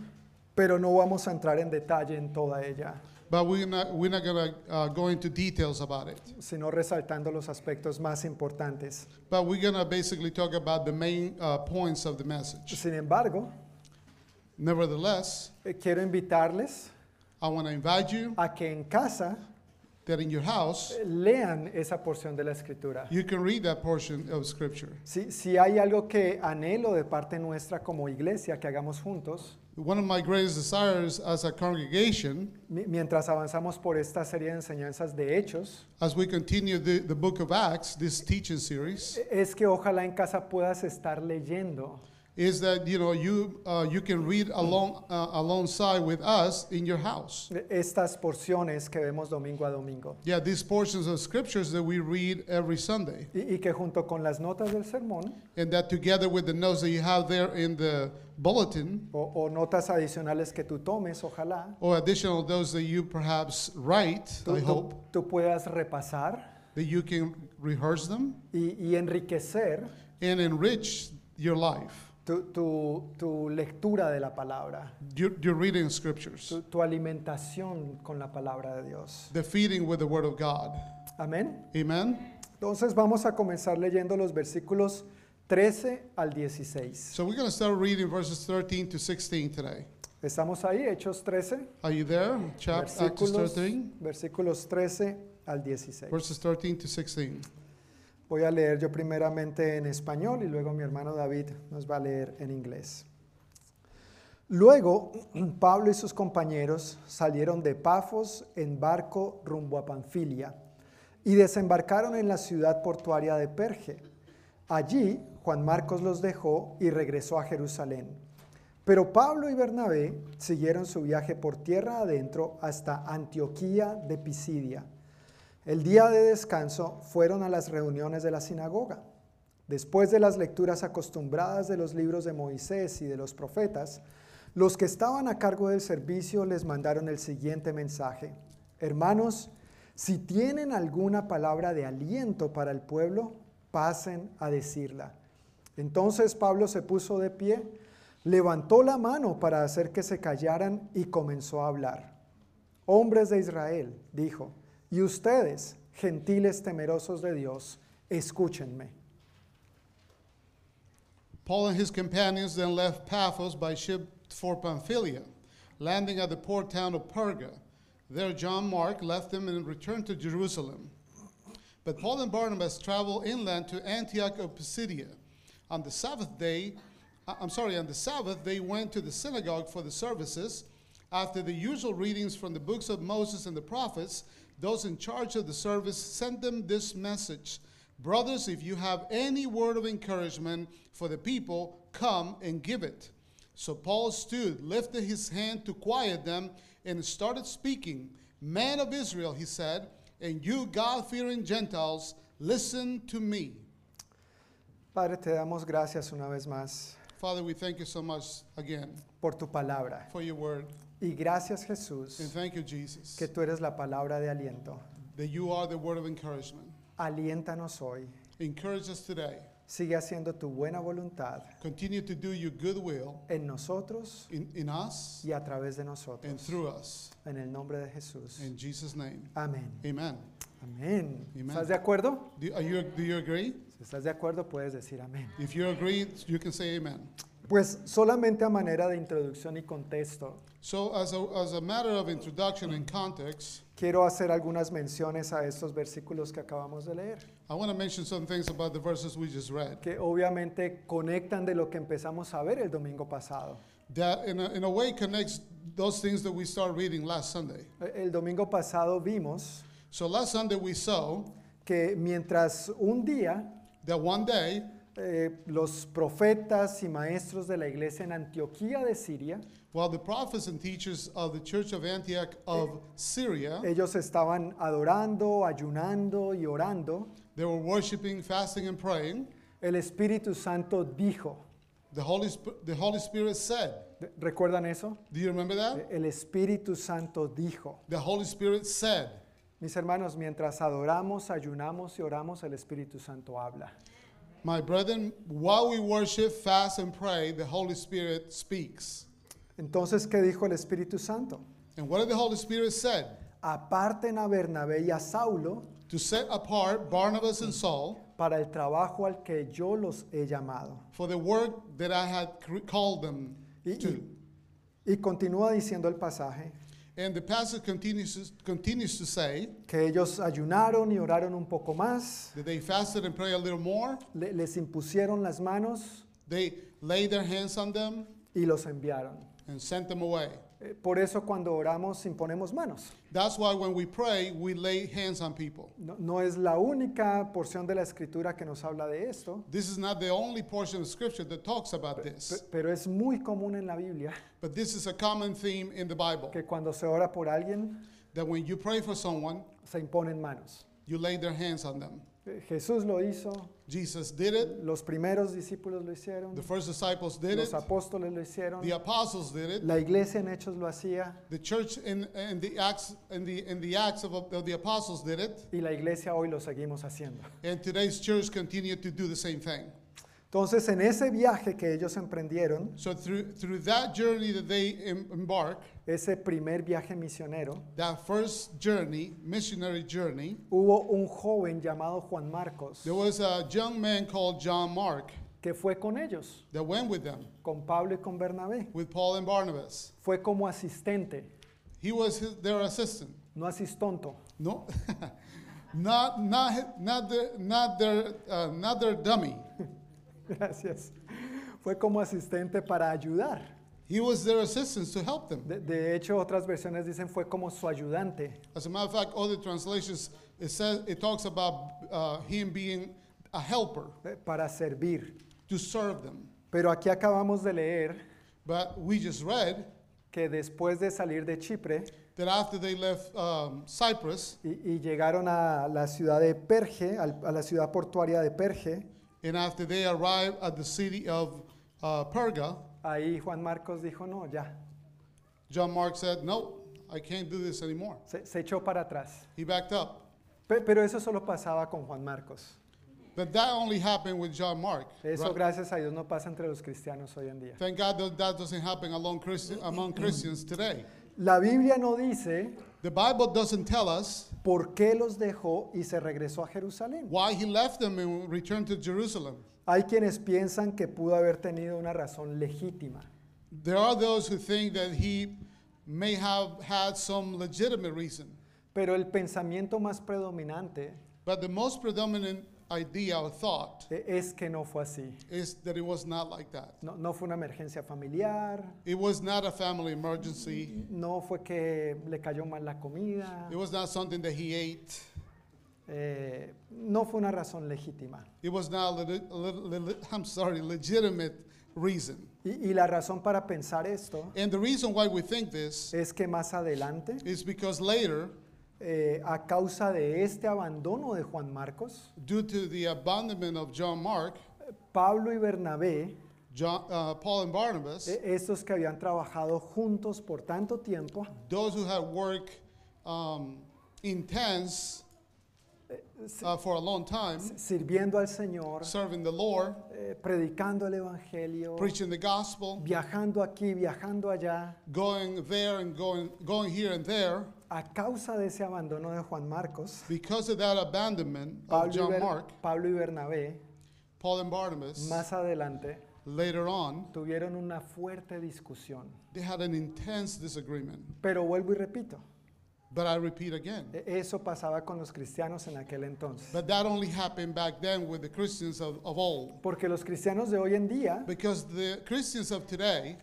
Speaker 4: pero no vamos a entrar en detalle en toda ella,
Speaker 5: but we're not, we're not going to uh, go into details about it.
Speaker 4: sino resaltando los aspectos más importantes.
Speaker 5: But we're going to basically talk about the main uh, points of the message.
Speaker 4: Sin embargo,
Speaker 5: Nevertheless,
Speaker 4: eh, quiero invitarles
Speaker 5: I want to invite you
Speaker 4: a que en casa
Speaker 5: that in your house
Speaker 4: eh, lean esa porción de la escritura.
Speaker 5: you can read that portion of scripture.
Speaker 4: Si, si hay algo que anhelo de parte nuestra como iglesia que hagamos juntos,
Speaker 5: One of my greatest desires as a congregation,
Speaker 4: mi- mientras avanzamos por esta serie de enseñanzas de hechos,
Speaker 5: as we continue the, the book of Acts, this teaching series,
Speaker 4: eh, es que ojalá en casa puedas estar leyendo
Speaker 5: is that you know you uh, you can read along uh, alongside with us in your house.
Speaker 4: eh, estas porciones que vemos domingo a domingo
Speaker 5: Yeah, these portions of scriptures that we read every Sunday,
Speaker 4: y, y que junto con las notas del sermón
Speaker 5: and that together with the notes that you have there in the bulletin
Speaker 4: o, o notas adicionales que tú tomes, ojalá,
Speaker 5: or additional those that you perhaps write,
Speaker 4: tú,
Speaker 5: I
Speaker 4: tú-
Speaker 5: hope
Speaker 4: tú puedas repasar
Speaker 5: that you can rehearse them
Speaker 4: y, y enriquecer
Speaker 5: and enrich your life.
Speaker 4: tu, tu- tu lectura de la palabra,
Speaker 5: You're, you're reading scriptures,
Speaker 4: tu, tu alimentación con la palabra de Dios.
Speaker 5: the feeding with the word of God.
Speaker 4: Amén.
Speaker 5: Amen.
Speaker 4: Entonces vamos a comenzar leyendo los versículos 13 al 16.
Speaker 5: So we're going to start reading verses 13 to 16 today.
Speaker 4: Estamos ahí, Hechos 13,
Speaker 5: Are you there? Chap- uh, Acts
Speaker 4: versículos,
Speaker 5: 13,
Speaker 4: versículos 13 al 16.
Speaker 5: verses 13 to 16.
Speaker 4: Voy a leer yo primeramente en español y luego mi hermano David nos va a leer en inglés. Luego Pablo y sus compañeros salieron de Pafos en barco rumbo a Panfilia y desembarcaron en la ciudad portuaria de Perge. Allí Juan Marcos los dejó y regresó a Jerusalén. Pero Pablo y Bernabé siguieron su viaje por tierra adentro hasta Antioquía de Pisidia. El día de descanso fueron a las reuniones de la sinagoga. Después de las lecturas acostumbradas de los libros de Moisés y de los profetas, los que estaban a cargo del servicio les mandaron el siguiente mensaje. Hermanos, si tienen alguna palabra de aliento para el pueblo, pasen a decirla. Entonces Pablo se puso de pie, levantó la mano para hacer que se callaran y comenzó a hablar. Hombres de Israel, dijo, y ustedes, gentiles temerosos de Dios, escúchenme.
Speaker 5: Paul and his companions then left Paphos by ship for Pamphylia, landing at the port town of Perga. There, John Mark left them and returned to Jerusalem. But Paul and Barnabas traveled inland to Antioch of Pisidia. On the Sabbath day, I- I'm sorry, on the Sabbath, they went to the synagogue for the services. After the usual readings from the books of Moses and the prophets, those in charge of the service sent them this message Brothers, if you have any word of encouragement for the people, come and give it. So Paul stood, lifted his hand to quiet them, and started speaking. Man of Israel, he said, and you God fearing Gentiles, listen to me.
Speaker 4: Padre, te damos gracias una vez más
Speaker 5: Father, we thank you so much again
Speaker 4: por tu palabra.
Speaker 5: for your word.
Speaker 4: Y gracias
Speaker 5: And
Speaker 4: Jesús,
Speaker 5: thank you, Jesus,
Speaker 4: que tú eres la palabra de aliento.
Speaker 5: that you are the word of encouragement.
Speaker 4: Aliéntanos hoy.
Speaker 5: Encourage us today.
Speaker 4: Sigue haciendo tu buena voluntad
Speaker 5: Continue to do your good will
Speaker 4: en nosotros
Speaker 5: in, in us
Speaker 4: y a través de
Speaker 5: and
Speaker 4: nosotros.
Speaker 5: through us.
Speaker 4: En el nombre de Jesús.
Speaker 5: In Jesus' name.
Speaker 4: Amén.
Speaker 5: Amen.
Speaker 4: Amén.
Speaker 5: Amen.
Speaker 4: ¿Estás de acuerdo?
Speaker 5: Do, are you, do you agree?
Speaker 4: Si estás de acuerdo, puedes decir amén.
Speaker 5: If you agree, you can say amen.
Speaker 4: Pues solamente a manera de introducción y contexto,
Speaker 5: So, as a, as a matter of introduction and context,
Speaker 4: quiero hacer algunas menciones a estos versículos que acabamos de leer,
Speaker 5: I want to mention some things about the verses we just read
Speaker 4: que obviamente conectan de lo que empezamos a ver el domingo pasado.
Speaker 5: that, in a, in a way, connects those things that we started reading last Sunday.
Speaker 4: Eh, El domingo pasado vimos
Speaker 5: So, last Sunday, we saw
Speaker 4: que mientras un día
Speaker 5: that one day
Speaker 4: eh, los profetas y maestros de la iglesia en Antioquía de Siria,
Speaker 5: While the prophets and teachers of the church of Antioch of Syria,
Speaker 4: ellos estaban adorando, ayunando y orando,
Speaker 5: they were worshiping, fasting, and praying,
Speaker 4: el Espíritu Santo dijo,
Speaker 5: the Holy, Sp- the Holy Spirit said,
Speaker 4: ¿recuerdan eso?
Speaker 5: Do you remember that?
Speaker 4: El Espíritu Santo dijo.
Speaker 5: The Holy Spirit said.
Speaker 4: Mis hermanos, mientras adoramos, ayunamos y oramos, el Espíritu Santo habla.
Speaker 5: My brethren, while we worship, fast, and pray, the Holy Spirit speaks.
Speaker 4: Entonces, ¿qué dijo el Espíritu Santo?
Speaker 5: And what did the Holy Spirit said?
Speaker 4: Aparten a Bernabé y a Saulo
Speaker 5: To set apart Barnabas and Saul
Speaker 4: para el trabajo al que yo los he llamado.
Speaker 5: for the work that I had cr- called them
Speaker 4: Y,
Speaker 5: to.
Speaker 4: y- y continúa diciendo el pasaje
Speaker 5: And the passage continues, continues to say
Speaker 4: que ellos ayunaron y oraron un poco más,
Speaker 5: that they fasted and prayed a little more.
Speaker 4: le- les impusieron las manos
Speaker 5: They laid their hands on them
Speaker 4: y los enviaron.
Speaker 5: and sent them away.
Speaker 4: Eh, Por eso cuando oramos imponemos manos.
Speaker 5: That's why when we pray, we lay hands on people.
Speaker 4: No- no es la única porción de la escritura que nos habla de esto.
Speaker 5: This is not the only portion of scripture that talks about
Speaker 4: Pe-
Speaker 5: this,
Speaker 4: Pero es muy común en la Biblia
Speaker 5: but this is a common theme in the Bible
Speaker 4: que cuando se ora por alguien
Speaker 5: that when you pray for someone,
Speaker 4: se imponen manos.
Speaker 5: you lay their hands on them.
Speaker 4: Eh, Jesús lo hizo,
Speaker 5: Jesus did it,
Speaker 4: los primeros discípulos lo hicieron,
Speaker 5: the first disciples did it,
Speaker 4: los apóstoles lo hicieron,
Speaker 5: the apostles did it,
Speaker 4: la iglesia en Hechos lo hacía
Speaker 5: the church in, in the acts in the in the acts of, of the apostles did it,
Speaker 4: y la iglesia hoy lo seguimos haciendo.
Speaker 5: and today's church continued to do the same thing.
Speaker 4: Entonces, en ese viaje que ellos emprendieron,
Speaker 5: So through through that journey that they em- embark,
Speaker 4: ese primer viaje misionero,
Speaker 5: that first journey, missionary journey,
Speaker 4: hubo un joven llamado Juan Marcos
Speaker 5: there was a young man called John Mark
Speaker 4: que que fue con ellos,
Speaker 5: that went with them,
Speaker 4: con Pablo y con Bernabé.
Speaker 5: with Paul and Barnabas.
Speaker 4: Fue como asistente,
Speaker 5: He was his, their assistant.
Speaker 4: no asistonto,
Speaker 5: No, not not not their not their uh, not their dummy.
Speaker 4: gracias. Fue como asistente para ayudar.
Speaker 5: He was their assistant to help them.
Speaker 4: De, de hecho, otras versiones dicen fue como su ayudante.
Speaker 5: As a matter of fact, other translations it says it talks about uh, him being a helper
Speaker 4: eh, para servir.
Speaker 5: to serve them.
Speaker 4: Pero aquí acabamos de leer
Speaker 5: But we just read
Speaker 4: que después de salir de Chipre
Speaker 5: that after they left um, Cyprus
Speaker 4: y, y llegaron a la ciudad de Perge, al- a la ciudad portuaria de Perge,
Speaker 5: and after they arrived at the city of uh, Perga,
Speaker 4: ahí Juan Marcos dijo, no, ya,
Speaker 5: John Mark said, "No, I can't do this anymore."
Speaker 4: se, se echó para atrás.
Speaker 5: He backed up.
Speaker 4: Pe- pero eso solo pasaba con Juan Marcos.
Speaker 5: But that only happened with John Mark.
Speaker 4: Eso
Speaker 5: right?
Speaker 4: gracias a Dios no pasa entre los cristianos hoy en día.
Speaker 5: Thank God that that doesn't happen among, Christi- among Christians today.
Speaker 4: La Biblia no dice
Speaker 5: The Bible doesn't tell us
Speaker 4: por qué los dejó y se regresó a Jerusalén.
Speaker 5: why he left them and returned to Jerusalem.
Speaker 4: Hay quienes piensan que pudo haber tenido una razón legítima.
Speaker 5: There are those who think that he may have had some legitimate reason,
Speaker 4: Pero el pensamiento más predominante
Speaker 5: but the most predominant idea or thought
Speaker 4: eh, es que no fue así.
Speaker 5: is that it was not like that.
Speaker 4: No, no fue una emergencia familiar,
Speaker 5: It was not a family emergency.
Speaker 4: no fue que le cayó mal la comida,
Speaker 5: It was not something that he ate.
Speaker 4: eh, no fue una razón legítima.
Speaker 5: It was not a le- le- le- I'm sorry, legitimate reason.
Speaker 4: Y, y la razón para pensar esto
Speaker 5: And the reason why we think this
Speaker 4: es que más adelante,
Speaker 5: is because later
Speaker 4: eh, a causa de este abandono de Juan Marcos,
Speaker 5: due to the abandonment of John Mark,
Speaker 4: Pablo y Bernabé,
Speaker 5: John, uh, Paul and Barnabas,
Speaker 4: eh, estos que habían trabajado juntos por tanto tiempo,
Speaker 5: those who had worked um, intense
Speaker 4: si-
Speaker 5: uh, for a long time,
Speaker 4: sirviendo al Señor,
Speaker 5: serving the Lord,
Speaker 4: eh, predicando el Evangelio,
Speaker 5: preaching the gospel,
Speaker 4: viajando aquí, viajando allá,
Speaker 5: going there and going, going here and there,
Speaker 4: a causa de ese abandono de Juan Marcos,
Speaker 5: because of that abandonment of
Speaker 4: Pablo y,
Speaker 5: John
Speaker 4: Ber-
Speaker 5: Mark,
Speaker 4: Pablo y Bernabé
Speaker 5: Paul and Barnabas,
Speaker 4: más adelante
Speaker 5: later on,
Speaker 4: tuvieron una fuerte discusión.
Speaker 5: they had an intense disagreement.
Speaker 4: Pero vuelvo y repito,
Speaker 5: But I repeat again,
Speaker 4: e- eso pasaba con los cristianos en aquel entonces.
Speaker 5: but that only happened back then with the Christians of, of old.
Speaker 4: Porque los cristianos de hoy en día
Speaker 5: Because the Christians of today,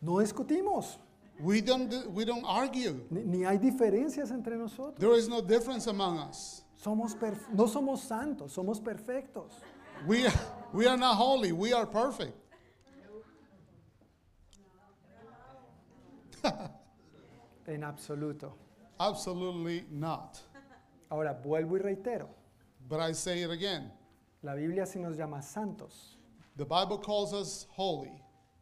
Speaker 4: no discutimos,
Speaker 5: We don't, we don't argue.
Speaker 4: ni, ni hay diferencias entre nosotros.
Speaker 5: There is no difference among us.
Speaker 4: Somos perf- no somos santos, somos perfectos.
Speaker 5: We, we are not holy. We are perfect.
Speaker 4: En absoluto.
Speaker 5: Absolutely not.
Speaker 4: Ahora, vuelvo y reitero,
Speaker 5: But I say it again
Speaker 4: la Biblia sí nos llama santos,
Speaker 5: the Bible calls us holy,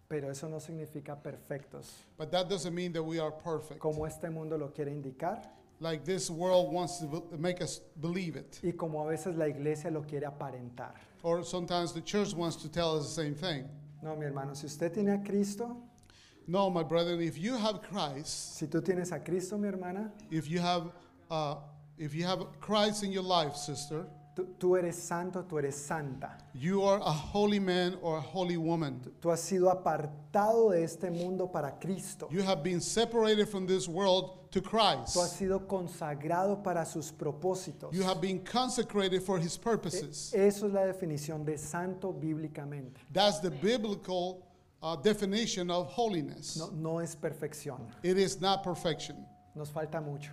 Speaker 4: pero eso no significa perfectos.
Speaker 5: but that doesn't mean that we are perfect,
Speaker 4: como este mundo lo quiere indicar
Speaker 5: like this world wants to be- make us believe it.
Speaker 4: y como a veces la iglesia lo quiere aparentar.
Speaker 5: Or sometimes the church wants to tell us the same thing.
Speaker 4: No, mi hermano, si usted tiene a Cristo,
Speaker 5: No, my brethren, if you have Christ,
Speaker 4: si tú tienes a Cristo, mi hermana,
Speaker 5: if you have, uh, if you have Christ in your life, sister,
Speaker 4: tú, tú eres santo, tú eres santa.
Speaker 5: you are a holy man or a holy woman.
Speaker 4: Tú has sido apartado de este mundo para Cristo.
Speaker 5: You have been separated from this world to
Speaker 4: Tú has
Speaker 5: Christ.
Speaker 4: sido consagrado para sus propósitos. E,
Speaker 5: You have been consecrated for his purposes.
Speaker 4: Eso es la definición de santo bíblicamente.
Speaker 5: That's the biblical uh, definition of
Speaker 4: No,
Speaker 5: holiness.
Speaker 4: no es perfección.
Speaker 5: It is not perfection.
Speaker 4: Nos falta mucho.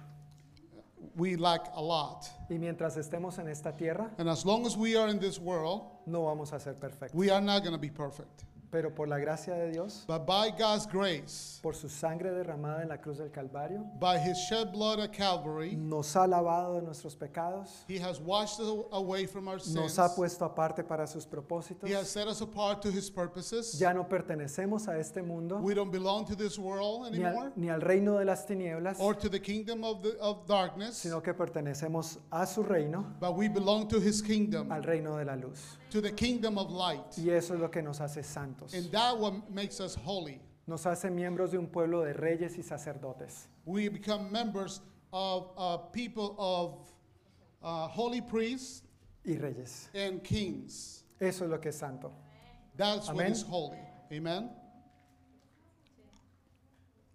Speaker 5: We lack a lot.
Speaker 4: Y mientras estemos en esta tierra,
Speaker 5: And as long as we are in this world,
Speaker 4: no vamos a ser perfectos.
Speaker 5: we are not going to be perfect.
Speaker 4: Pero por la gracia de Dios,
Speaker 5: But by God's grace,
Speaker 4: por su sangre derramada en la cruz del Calvario,
Speaker 5: by his shed blood at Calvary,
Speaker 4: nos ha lavado de nuestros pecados,
Speaker 5: he has washed us away from our sins.
Speaker 4: nos ha puesto aparte para sus
Speaker 5: He has
Speaker 4: propósitos.
Speaker 5: set us apart to his purposes.
Speaker 4: Ya no pertenecemos a este mundo,
Speaker 5: We don't belong to this world
Speaker 4: ni
Speaker 5: anymore
Speaker 4: al, ni al reino de las tinieblas,
Speaker 5: or to the kingdom of, the, of darkness.
Speaker 4: sino que pertenecemos a su reino,
Speaker 5: But we belong to his kingdom,
Speaker 4: al reino de la luz.
Speaker 5: to the kingdom of light.
Speaker 4: Y eso es lo que nos hace santos.
Speaker 5: And that what makes us holy.
Speaker 4: Nos hace miembros de un pueblo de reyes y sacerdotes.
Speaker 5: We become members of uh, people of uh, holy priests
Speaker 4: Y reyes.
Speaker 5: and kings.
Speaker 4: Eso es lo que es santo.
Speaker 5: That's what
Speaker 4: Amen.
Speaker 5: is holy. Amen?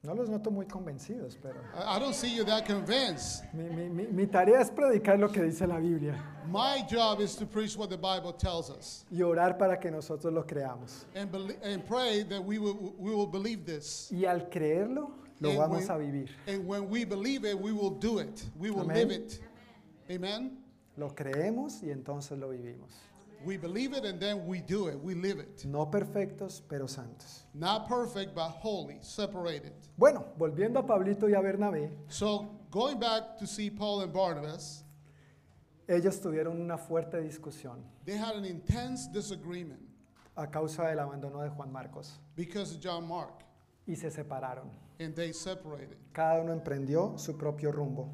Speaker 4: No los noto muy convencidos, pero
Speaker 5: I I don't see you that convinced.
Speaker 4: mi, mi- mi- mi tarea es predicar lo que dice la Biblia
Speaker 5: My job is to preach what the Bible tells us
Speaker 4: y orar para que nosotros lo creamos.
Speaker 5: and, belie- and pray that we will, we will believe this.
Speaker 4: Y al creerlo, lo
Speaker 5: And
Speaker 4: vamos
Speaker 5: when-
Speaker 4: a vivir.
Speaker 5: And when we believe it, we will do it. We will
Speaker 4: Amen.
Speaker 5: live it. Amen?
Speaker 4: Lo creemos y entonces lo vivimos.
Speaker 5: We believe it and then we do it. We live it.
Speaker 4: No perfectos, pero santos.
Speaker 5: Not perfect, but holy, separated.
Speaker 4: Bueno, volviendo a Pablito y a Bernabé,
Speaker 5: So, going back to see Paul and Barnabas,
Speaker 4: ellos tuvieron una fuerte discusión
Speaker 5: they had an intense disagreement
Speaker 4: a causa del abandono de Juan Marcos
Speaker 5: because of John Mark,
Speaker 4: y se separaron.
Speaker 5: and they separated.
Speaker 4: Cada uno emprendió su propio rumbo.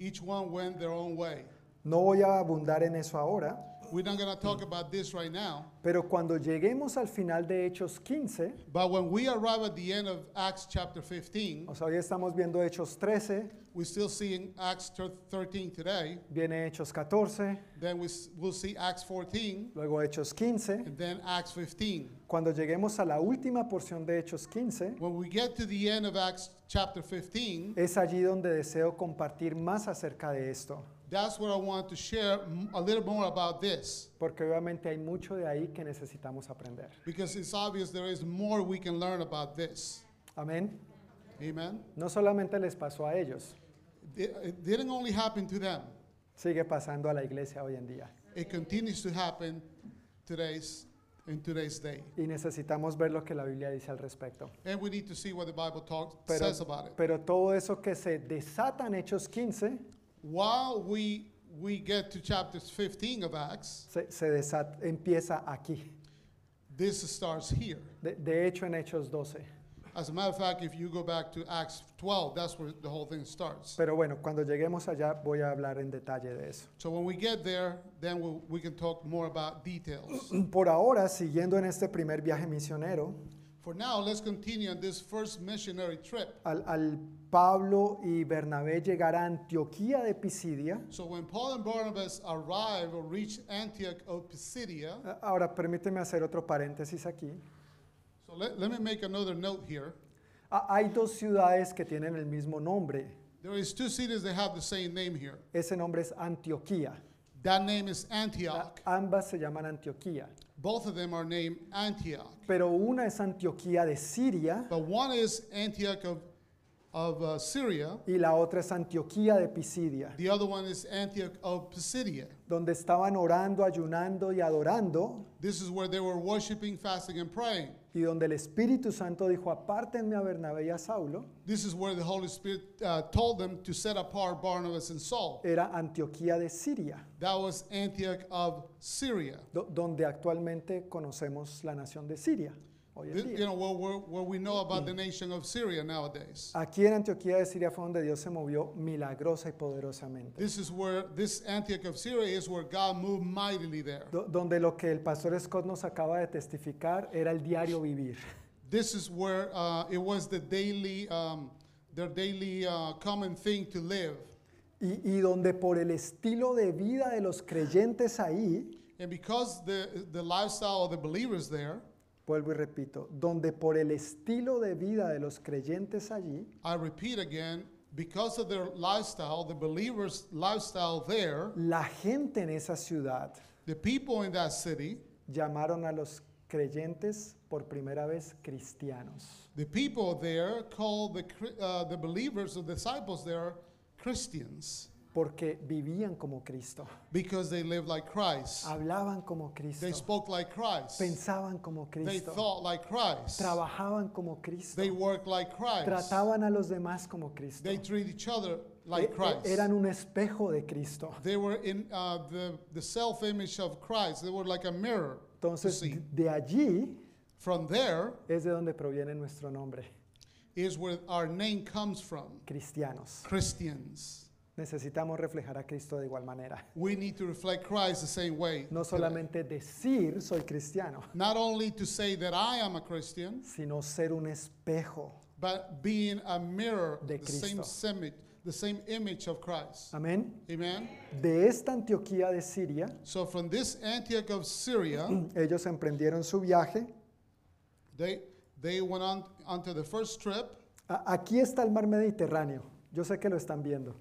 Speaker 5: Each one went their own way.
Speaker 4: No voy a abundar en eso ahora,
Speaker 5: We're not going to talk about this right now,
Speaker 4: pero cuando lleguemos al final de Hechos 15,
Speaker 5: but when we arrive at the end of Acts chapter 15,
Speaker 4: o sea, hoy estamos viendo Hechos 13,
Speaker 5: we're still seeing Acts thir- 13 today,
Speaker 4: viene Hechos 14,
Speaker 5: then we s- we'll see Acts 14,
Speaker 4: luego Hechos 15.
Speaker 5: and then Acts 15.
Speaker 4: Cuando lleguemos a la última porción de Hechos 15,
Speaker 5: When we get to the end of Acts chapter 15,
Speaker 4: es allí donde deseo compartir más acerca de esto,
Speaker 5: That's what I want to share m- a little more about this
Speaker 4: porque obviamente hay mucho de ahí que necesitamos aprender.
Speaker 5: because it's obvious there is more we can learn about this.
Speaker 4: Amén.
Speaker 5: Amen.
Speaker 4: No solamente les pasó a ellos,
Speaker 5: It it didn't only happen to them,
Speaker 4: sigue pasando a la iglesia hoy en día.
Speaker 5: it continues to happen today's in today's day.
Speaker 4: Y necesitamos ver lo que la Biblia dice al respecto.
Speaker 5: And we need to see what the Bible talks
Speaker 4: Pero,
Speaker 5: says about it.
Speaker 4: pero todo eso que se desata en Hechos 15,
Speaker 5: While we we get to chapters 15 of Acts,
Speaker 4: se, se desata- empieza aquí.
Speaker 5: this starts here.
Speaker 4: De, de hecho, en Hechos 12.
Speaker 5: As a matter of fact, if you go back to Acts 12, that's where the whole thing starts.
Speaker 4: Pero bueno, cuando lleguemos allá voy a hablar en detalle de eso.
Speaker 5: So when we get there, then we we can talk more about details.
Speaker 4: Por ahora, siguiendo en este primer viaje misionero,
Speaker 5: For now, let's continue on this first missionary trip.
Speaker 4: al, al Pablo y Bernabé llegar a Antioquía de Pisidia.
Speaker 5: So when Paul and Barnabas arrived or reached Antioch of Pisidia,
Speaker 4: A- eh, Ahora, permíteme hacer otro paréntesis aquí.
Speaker 5: so let, let me make another note here.
Speaker 4: A- Ah, hay dos ciudades que tienen el mismo nombre.
Speaker 5: There is two cities that have the same name here.
Speaker 4: Ese nombre es Antioquía.
Speaker 5: That name is
Speaker 4: A-
Speaker 5: Antioch.
Speaker 4: ambas se llaman Antioquía.
Speaker 5: Both of them are named Antioch.
Speaker 4: Pero una es Antioquía de Siria
Speaker 5: But one is Antioch of, of uh, Syria.
Speaker 4: y la otra es Antioquía de Pisidia,
Speaker 5: The other one is Antioch of Pisidia.
Speaker 4: donde estaban orando, ayunando y adorando
Speaker 5: This is where they were worshiping, fasting, and praying.
Speaker 4: y donde el Espíritu Santo dijo, apártenme a Bernabé y a Saulo,
Speaker 5: This is where the Holy Spirit uh, told them to set apart Barnabas and Saul.
Speaker 4: era Antioquía de Siria,
Speaker 5: That was Antioch of Syria.
Speaker 4: do- donde actualmente conocemos la nación de Siria hoy
Speaker 5: Th-
Speaker 4: en
Speaker 5: you
Speaker 4: día.
Speaker 5: know, what, we're- what we know about the nation of Syria nowadays.
Speaker 4: Aquí en Antioquía de Siria fue donde Dios se movió milagrosa y poderosamente.
Speaker 5: This is where, this Antioch of Syria is where God moved mightily there.
Speaker 4: Do- donde lo que el pastor Scott nos acaba de testificar era el diario vivir.
Speaker 5: This is where uh, it was the daily, um, their daily uh, common thing to live.
Speaker 4: Y, y donde por el estilo de vida de los creyentes ahí,
Speaker 5: And because the, the lifestyle of the believers there,
Speaker 4: vuelvo y repito, donde por el estilo de vida de los creyentes allí,
Speaker 5: I repeat again, because of their lifestyle, the believers' lifestyle there,
Speaker 4: la gente en esa ciudad
Speaker 5: the people in that city,
Speaker 4: llamaron a los creyentes por primera vez cristianos.
Speaker 5: the people there called the, Chri- uh, the believers or disciples there Christians.
Speaker 4: Porque vivían como Cristo,
Speaker 5: Because they lived like Christ.
Speaker 4: hablaban como
Speaker 5: They
Speaker 4: Cristo,
Speaker 5: spoke like Christ.
Speaker 4: pensaban como
Speaker 5: They
Speaker 4: Cristo,
Speaker 5: thought like Christ.
Speaker 4: trabajaban como Cristo,
Speaker 5: They worked like Christ.
Speaker 4: trataban a los demás como Cristo.
Speaker 5: They treat each other
Speaker 4: E-
Speaker 5: like
Speaker 4: e-
Speaker 5: Christ.
Speaker 4: Eran un espejo de Cristo.
Speaker 5: They were in uh, the, the self image of Christ. They were like a mirror to
Speaker 4: Entonces,
Speaker 5: see.
Speaker 4: de- de allí
Speaker 5: From there
Speaker 4: es de donde proviene nuestro nombre,
Speaker 5: is where our name comes from
Speaker 4: cristianos.
Speaker 5: Christians.
Speaker 4: Necesitamos reflejar a Cristo de igual manera.
Speaker 5: We need to reflect Christ the same way.
Speaker 4: No
Speaker 5: today.
Speaker 4: solamente decir soy cristiano,
Speaker 5: Not only to say that I am a Christian,
Speaker 4: sino ser un espejo
Speaker 5: but being a mirror,
Speaker 4: De
Speaker 5: the same
Speaker 4: Cristo.
Speaker 5: image, the same image of Christ.
Speaker 4: Amén.
Speaker 5: Amen.
Speaker 4: De esta Antioquía de Siria,
Speaker 5: So from this Antioch of Syria,
Speaker 4: ellos emprendieron su viaje.
Speaker 5: they they went on onto the first trip.
Speaker 4: A- aquí está el mar Mediterráneo. Yo sé que lo están viendo.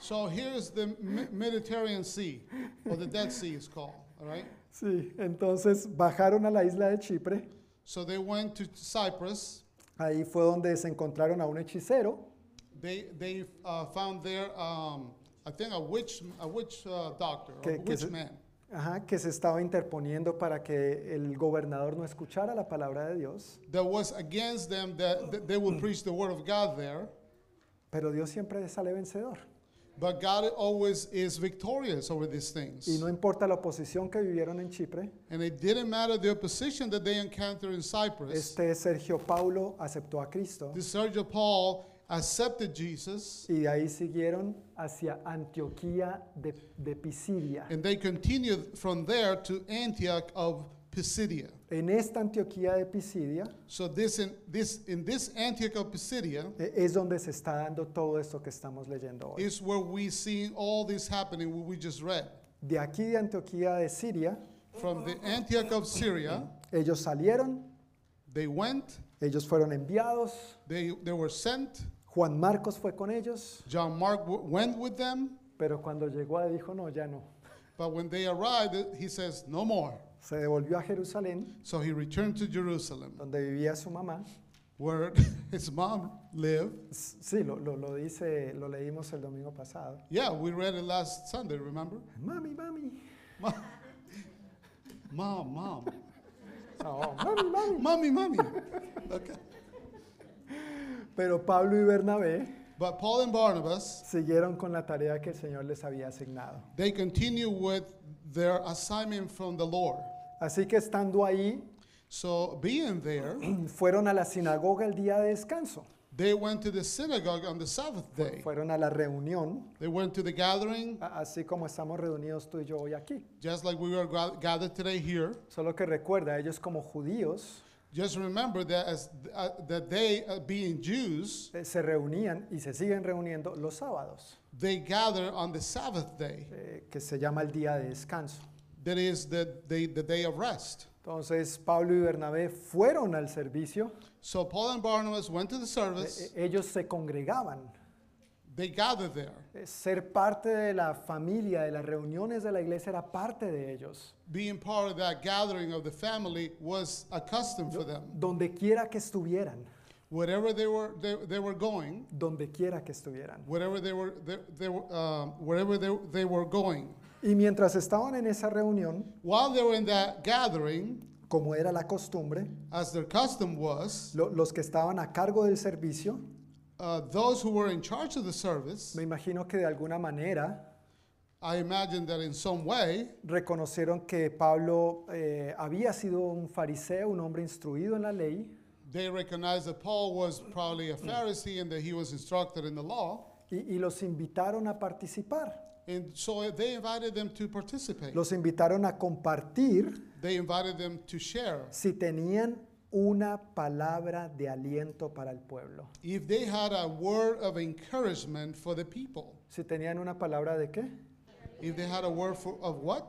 Speaker 5: So here's the Mi- Mediterranean Sea, or the Dead Sea is called. All right.
Speaker 4: Sí, entonces bajaron a la isla de Chipre.
Speaker 5: So they went to Cyprus.
Speaker 4: Ahí fue donde se encontraron a un hechicero
Speaker 5: They they uh, found there, um, I think, a witch a witch uh, doctor, or
Speaker 4: Que-
Speaker 5: a
Speaker 4: que
Speaker 5: witch
Speaker 4: se-
Speaker 5: man.
Speaker 4: ajá, que se estaba interponiendo para que el gobernador no escuchara la palabra de Dios.
Speaker 5: That was against them that, that they would preach the word of God there,
Speaker 4: Pero Dios siempre sale vencedor.
Speaker 5: but God always is victorious over these things.
Speaker 4: Y no importa la oposición que vivieron en Chipre,
Speaker 5: And it didn't matter the opposition that they encountered in Cyprus.
Speaker 4: este Sergio Paulo aceptó a Cristo
Speaker 5: The Sergio Paul accepted Jesus,
Speaker 4: y de ahí siguieron hacia Antioquía de, de Pisidia.
Speaker 5: and they continued from there to Antioch of Pisidia.
Speaker 4: En esta Antioquía de Pisidia
Speaker 5: So this in this in this Antioch of Pisidia
Speaker 4: eh, es donde se está dando todo esto que estamos leyendo hoy.
Speaker 5: is where we see all this happening what we just read.
Speaker 4: De aquí de Antioquía de Siria,
Speaker 5: From the Antioch of Syria,
Speaker 4: ellos salieron,
Speaker 5: they went,
Speaker 4: ellos fueron enviados,
Speaker 5: they, they were sent.
Speaker 4: Juan Marcos fue con ellos,
Speaker 5: John Mark w- went with them,
Speaker 4: pero cuando llegó dijo, no, ya no.
Speaker 5: but when they arrived, it- he says, No more.
Speaker 4: Se devolvió a Jerusalén,
Speaker 5: So he returned to Jerusalem,
Speaker 4: donde vivía su mamá.
Speaker 5: where his mom lived.
Speaker 4: S- Sí, lo, lo, lo dice, lo leímos el domingo pasado.
Speaker 5: Yeah, we read it last Sunday, remember?
Speaker 4: Mami, mami.
Speaker 5: Mom, mom, mom.
Speaker 4: No, mami, mami.
Speaker 5: mommy, mommy. Okay.
Speaker 4: Pero Pablo y Bernabé
Speaker 5: But Paul and Barnabas,
Speaker 4: siguieron con la tarea que el Señor les había asignado.
Speaker 5: they continue with their assignment from the Lord.
Speaker 4: Así que estando ahí,
Speaker 5: So being there,
Speaker 4: fueron a la sinagoga el día de descanso.
Speaker 5: they went to the synagogue on the Sabbath day.
Speaker 4: Fueron a la reunión,
Speaker 5: They went to the gathering,
Speaker 4: a- así como estamos reunidos tú y yo hoy aquí.
Speaker 5: just like we were gra- gathered today here.
Speaker 4: Solo que recuerda, ellos como judíos
Speaker 5: Just remember that as uh, that they, uh, being Jews,
Speaker 4: eh, se reunían y se siguen reuniendo los sábados,
Speaker 5: they gather on the Sabbath day.
Speaker 4: eh, que se llama el día de descanso.
Speaker 5: That is the day, the day of rest.
Speaker 4: Entonces Pablo y Bernabé fueron al servicio,
Speaker 5: So Paul and Barnabas went to the
Speaker 4: eh,
Speaker 5: service.
Speaker 4: eh, ellos se congregaban.
Speaker 5: They gathered there.
Speaker 4: Eh, Ser parte de la familia, de las reuniones de la iglesia, era parte de ellos.
Speaker 5: Being part of that gathering of the family was a custom for them.
Speaker 4: Donde quiera que estuvieran,
Speaker 5: Wherever they were, they, they were going.
Speaker 4: donde quiera que estuvieran.
Speaker 5: Wherever they were, they, they were um, wherever they, they were going.
Speaker 4: Y mientras estaban en esa reunión,
Speaker 5: While they were in that gathering,
Speaker 4: como era la costumbre,
Speaker 5: as their custom was,
Speaker 4: lo- los que estaban a cargo del servicio,
Speaker 5: uh, those who were in charge of the service,
Speaker 4: me imagino que de alguna manera
Speaker 5: I imagine that in some way,
Speaker 4: reconocieron que Pablo eh, había sido un fariseo, un hombre instruido en la ley,
Speaker 5: they recognized that Paul was probably a Pharisee and that he was instructed in the law.
Speaker 4: y, y los invitaron a participar,
Speaker 5: And so they invited them to participate.
Speaker 4: los invitaron a compartir
Speaker 5: They invited them to share.
Speaker 4: si tenían una palabra de aliento para el pueblo.
Speaker 5: If they had a word of encouragement for the people,
Speaker 4: Si tenían una palabra de qué?
Speaker 5: if they had a word for, of what?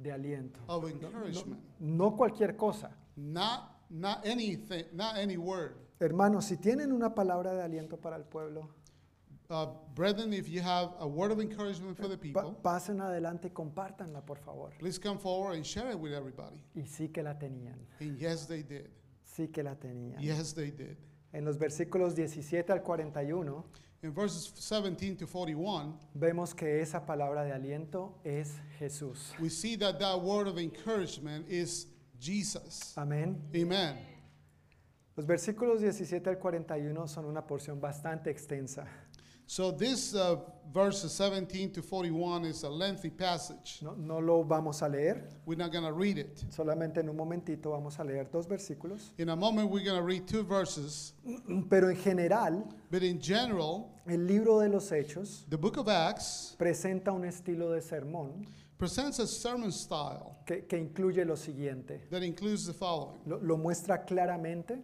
Speaker 4: De aliento.
Speaker 5: Of encouragement.
Speaker 4: No cualquier cosa.
Speaker 5: Not, not anything, not any word.
Speaker 4: Hermanos, si tienen una palabra de aliento para el pueblo,
Speaker 5: Uh, brethren, if you have a word of encouragement for the
Speaker 4: Pa-
Speaker 5: people,
Speaker 4: pasen adelante y compártanla, por favor.
Speaker 5: please come forward and share it with everybody.
Speaker 4: Y sí que la tenían,
Speaker 5: And yes, they did.
Speaker 4: sí que la tenían.
Speaker 5: Yes, they did.
Speaker 4: En los versículos 17 al 41
Speaker 5: In verses 17 to 41,
Speaker 4: vemos que esa palabra de aliento es Jesús.
Speaker 5: we see that that word of encouragement is Jesus.
Speaker 4: Amén.
Speaker 5: Amen.
Speaker 4: Los versículos 17 al 41 son una porción bastante extensa.
Speaker 5: So this uh, verses 17 to 41 is a lengthy passage.
Speaker 4: No, no lo vamos a leer,
Speaker 5: We're not going to read it.
Speaker 4: solamente en un momentito vamos a leer dos versículos.
Speaker 5: In a moment, we're going to read two verses.
Speaker 4: Pero en general,
Speaker 5: But in general,
Speaker 4: el libro de los Hechos
Speaker 5: the book of Acts
Speaker 4: presenta un estilo de sermón
Speaker 5: presents a sermon style
Speaker 4: que, que incluye lo siguiente.
Speaker 5: that includes the following.
Speaker 4: Lo- lo muestra claramente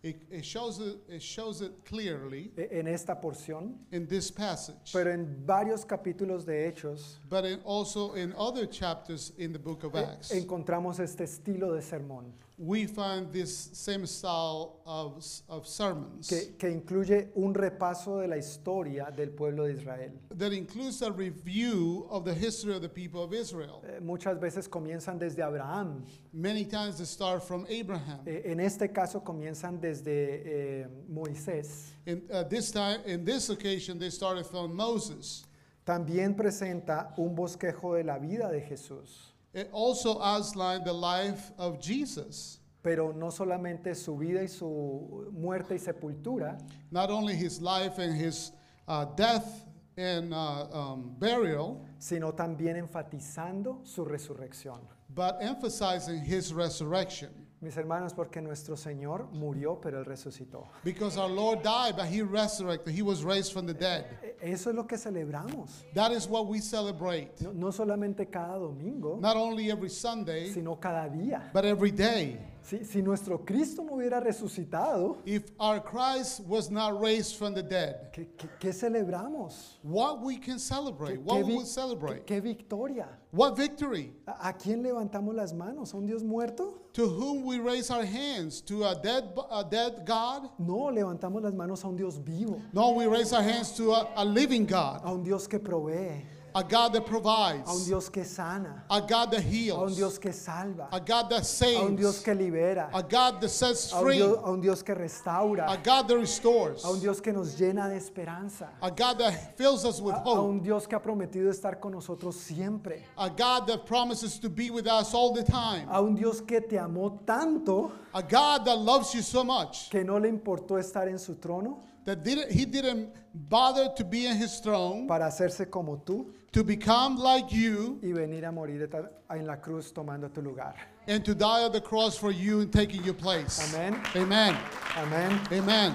Speaker 5: It, it, shows it, it shows it clearly
Speaker 4: e- en esta porción,
Speaker 5: in this passage,
Speaker 4: pero en varios capítulos de Hechos
Speaker 5: but in, also in other chapters in the book of
Speaker 4: e-
Speaker 5: Acts.
Speaker 4: encontramos este estilo de sermón
Speaker 5: we find this same style of, s- of sermons
Speaker 4: que, que incluye un repaso de la historia del pueblo de Israel.
Speaker 5: that includes a review of the history of the people of Israel.
Speaker 4: Eh, muchas veces comienzan desde Abraham,
Speaker 5: Many times they start from Abraham.
Speaker 4: eh, en este caso comienzan desde eh, Moisés.
Speaker 5: In, uh, this time, in this occasion, they started from Moses.
Speaker 4: También presenta un bosquejo de la vida de Jesús,
Speaker 5: It also outlined the life of Jesus,
Speaker 4: pero no solamente su vida y su muerte y sepultura,
Speaker 5: not only his life and his uh, death and uh, um, burial,
Speaker 4: sino también enfatizando su resurrección.
Speaker 5: but emphasizing his resurrection.
Speaker 4: Mis hermanos, porque nuestro Señor murió, pero Él resucitó.
Speaker 5: Because our Lord died, but he resurrected, he was raised from the dead.
Speaker 4: E- Eso es lo que celebramos,
Speaker 5: That is what we celebrate,
Speaker 4: no, no solamente cada domingo,
Speaker 5: not only every Sunday,
Speaker 4: sino cada día.
Speaker 5: but every day.
Speaker 4: Si, si nuestro Cristo no hubiera resucitado,
Speaker 5: If our Christ was not raised from the dead,
Speaker 4: ¿qué, qué- qué celebramos?
Speaker 5: what we can
Speaker 4: ¿Qué-
Speaker 5: celebrate,
Speaker 4: qué
Speaker 5: what we
Speaker 4: vi-
Speaker 5: will celebrate,
Speaker 4: qué- qué victoria?
Speaker 5: what victory,
Speaker 4: ¿A, a quién levantamos las manos? ¿A un Dios muerto?
Speaker 5: to whom we raise our hands, to a dead, b- a dead God?
Speaker 4: No, levantamos las manos a un Dios vivo,
Speaker 5: No, we raise our hands to a, a living God,
Speaker 4: a un Dios que provee,
Speaker 5: a God that
Speaker 4: a un
Speaker 5: provides,
Speaker 4: Dios que sana,
Speaker 5: a God that
Speaker 4: a un Dios
Speaker 5: heals,
Speaker 4: que salva,
Speaker 5: a God that
Speaker 4: a un Dios
Speaker 5: saves,
Speaker 4: que libera,
Speaker 5: a God that sets
Speaker 4: a un,
Speaker 5: free,
Speaker 4: Dios, a un Dios que restaura,
Speaker 5: a God that restores,
Speaker 4: a un Dios que nos llena de esperanza,
Speaker 5: a God that fills us with
Speaker 4: a, a
Speaker 5: hope.
Speaker 4: un Dios que ha prometido estar con nosotros siempre,
Speaker 5: A God that promises to be with us all the time.
Speaker 4: a un Dios que te amó tanto
Speaker 5: A God that loves you so much
Speaker 4: que no le importó estar en su trono
Speaker 5: that didn't, he didn't bother to be in his throne,
Speaker 4: para hacerse como tú
Speaker 5: to become like you,
Speaker 4: y venir a morir eta- en la cruz tomando tu lugar.
Speaker 5: and to die on the cross for you and taking your place.
Speaker 4: Amen.
Speaker 5: Amen.
Speaker 4: Amén.
Speaker 5: Amen.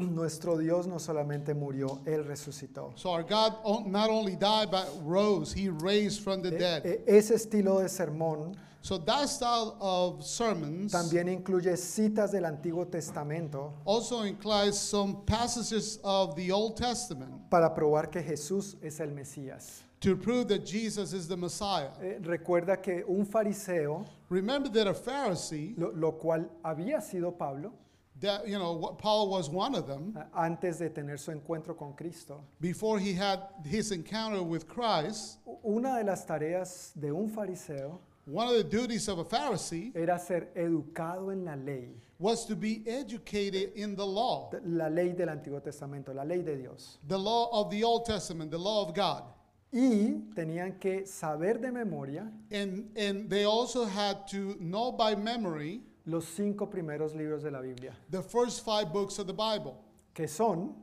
Speaker 4: Nuestro Dios no solamente murió, Él resucitó.
Speaker 5: So our God on- not only died, but rose. He raised from the dead.
Speaker 4: E- Ese estilo de sermón
Speaker 5: So that style of sermons
Speaker 4: también incluye citas del Antiguo Testamento
Speaker 5: also includes some passages of the Old Testament
Speaker 4: para probar que Jesús es el Mesías.
Speaker 5: to prove that Jesus is the Messiah.
Speaker 4: Eh, recuerda que un fariseo,
Speaker 5: Remember that a Pharisee
Speaker 4: lo, lo cual había sido Pablo
Speaker 5: that you know what paul was one of them
Speaker 4: a- antes de tener su encuentro con Cristo,
Speaker 5: before he had his encounter with christ
Speaker 4: u- una de las tareas de un fariseo
Speaker 5: one of the duties of a pharisee
Speaker 4: era ser educado en la ley,
Speaker 5: was to be educated in the law
Speaker 4: de- la ley del Antiguo Testamento, la ley de Dios.
Speaker 5: the law of the old testament the law of god
Speaker 4: Y tenían que saber de memoria
Speaker 5: and and they also had to know by memory
Speaker 4: los cinco primeros libros de la Biblia,
Speaker 5: the first five books of the bible
Speaker 4: que son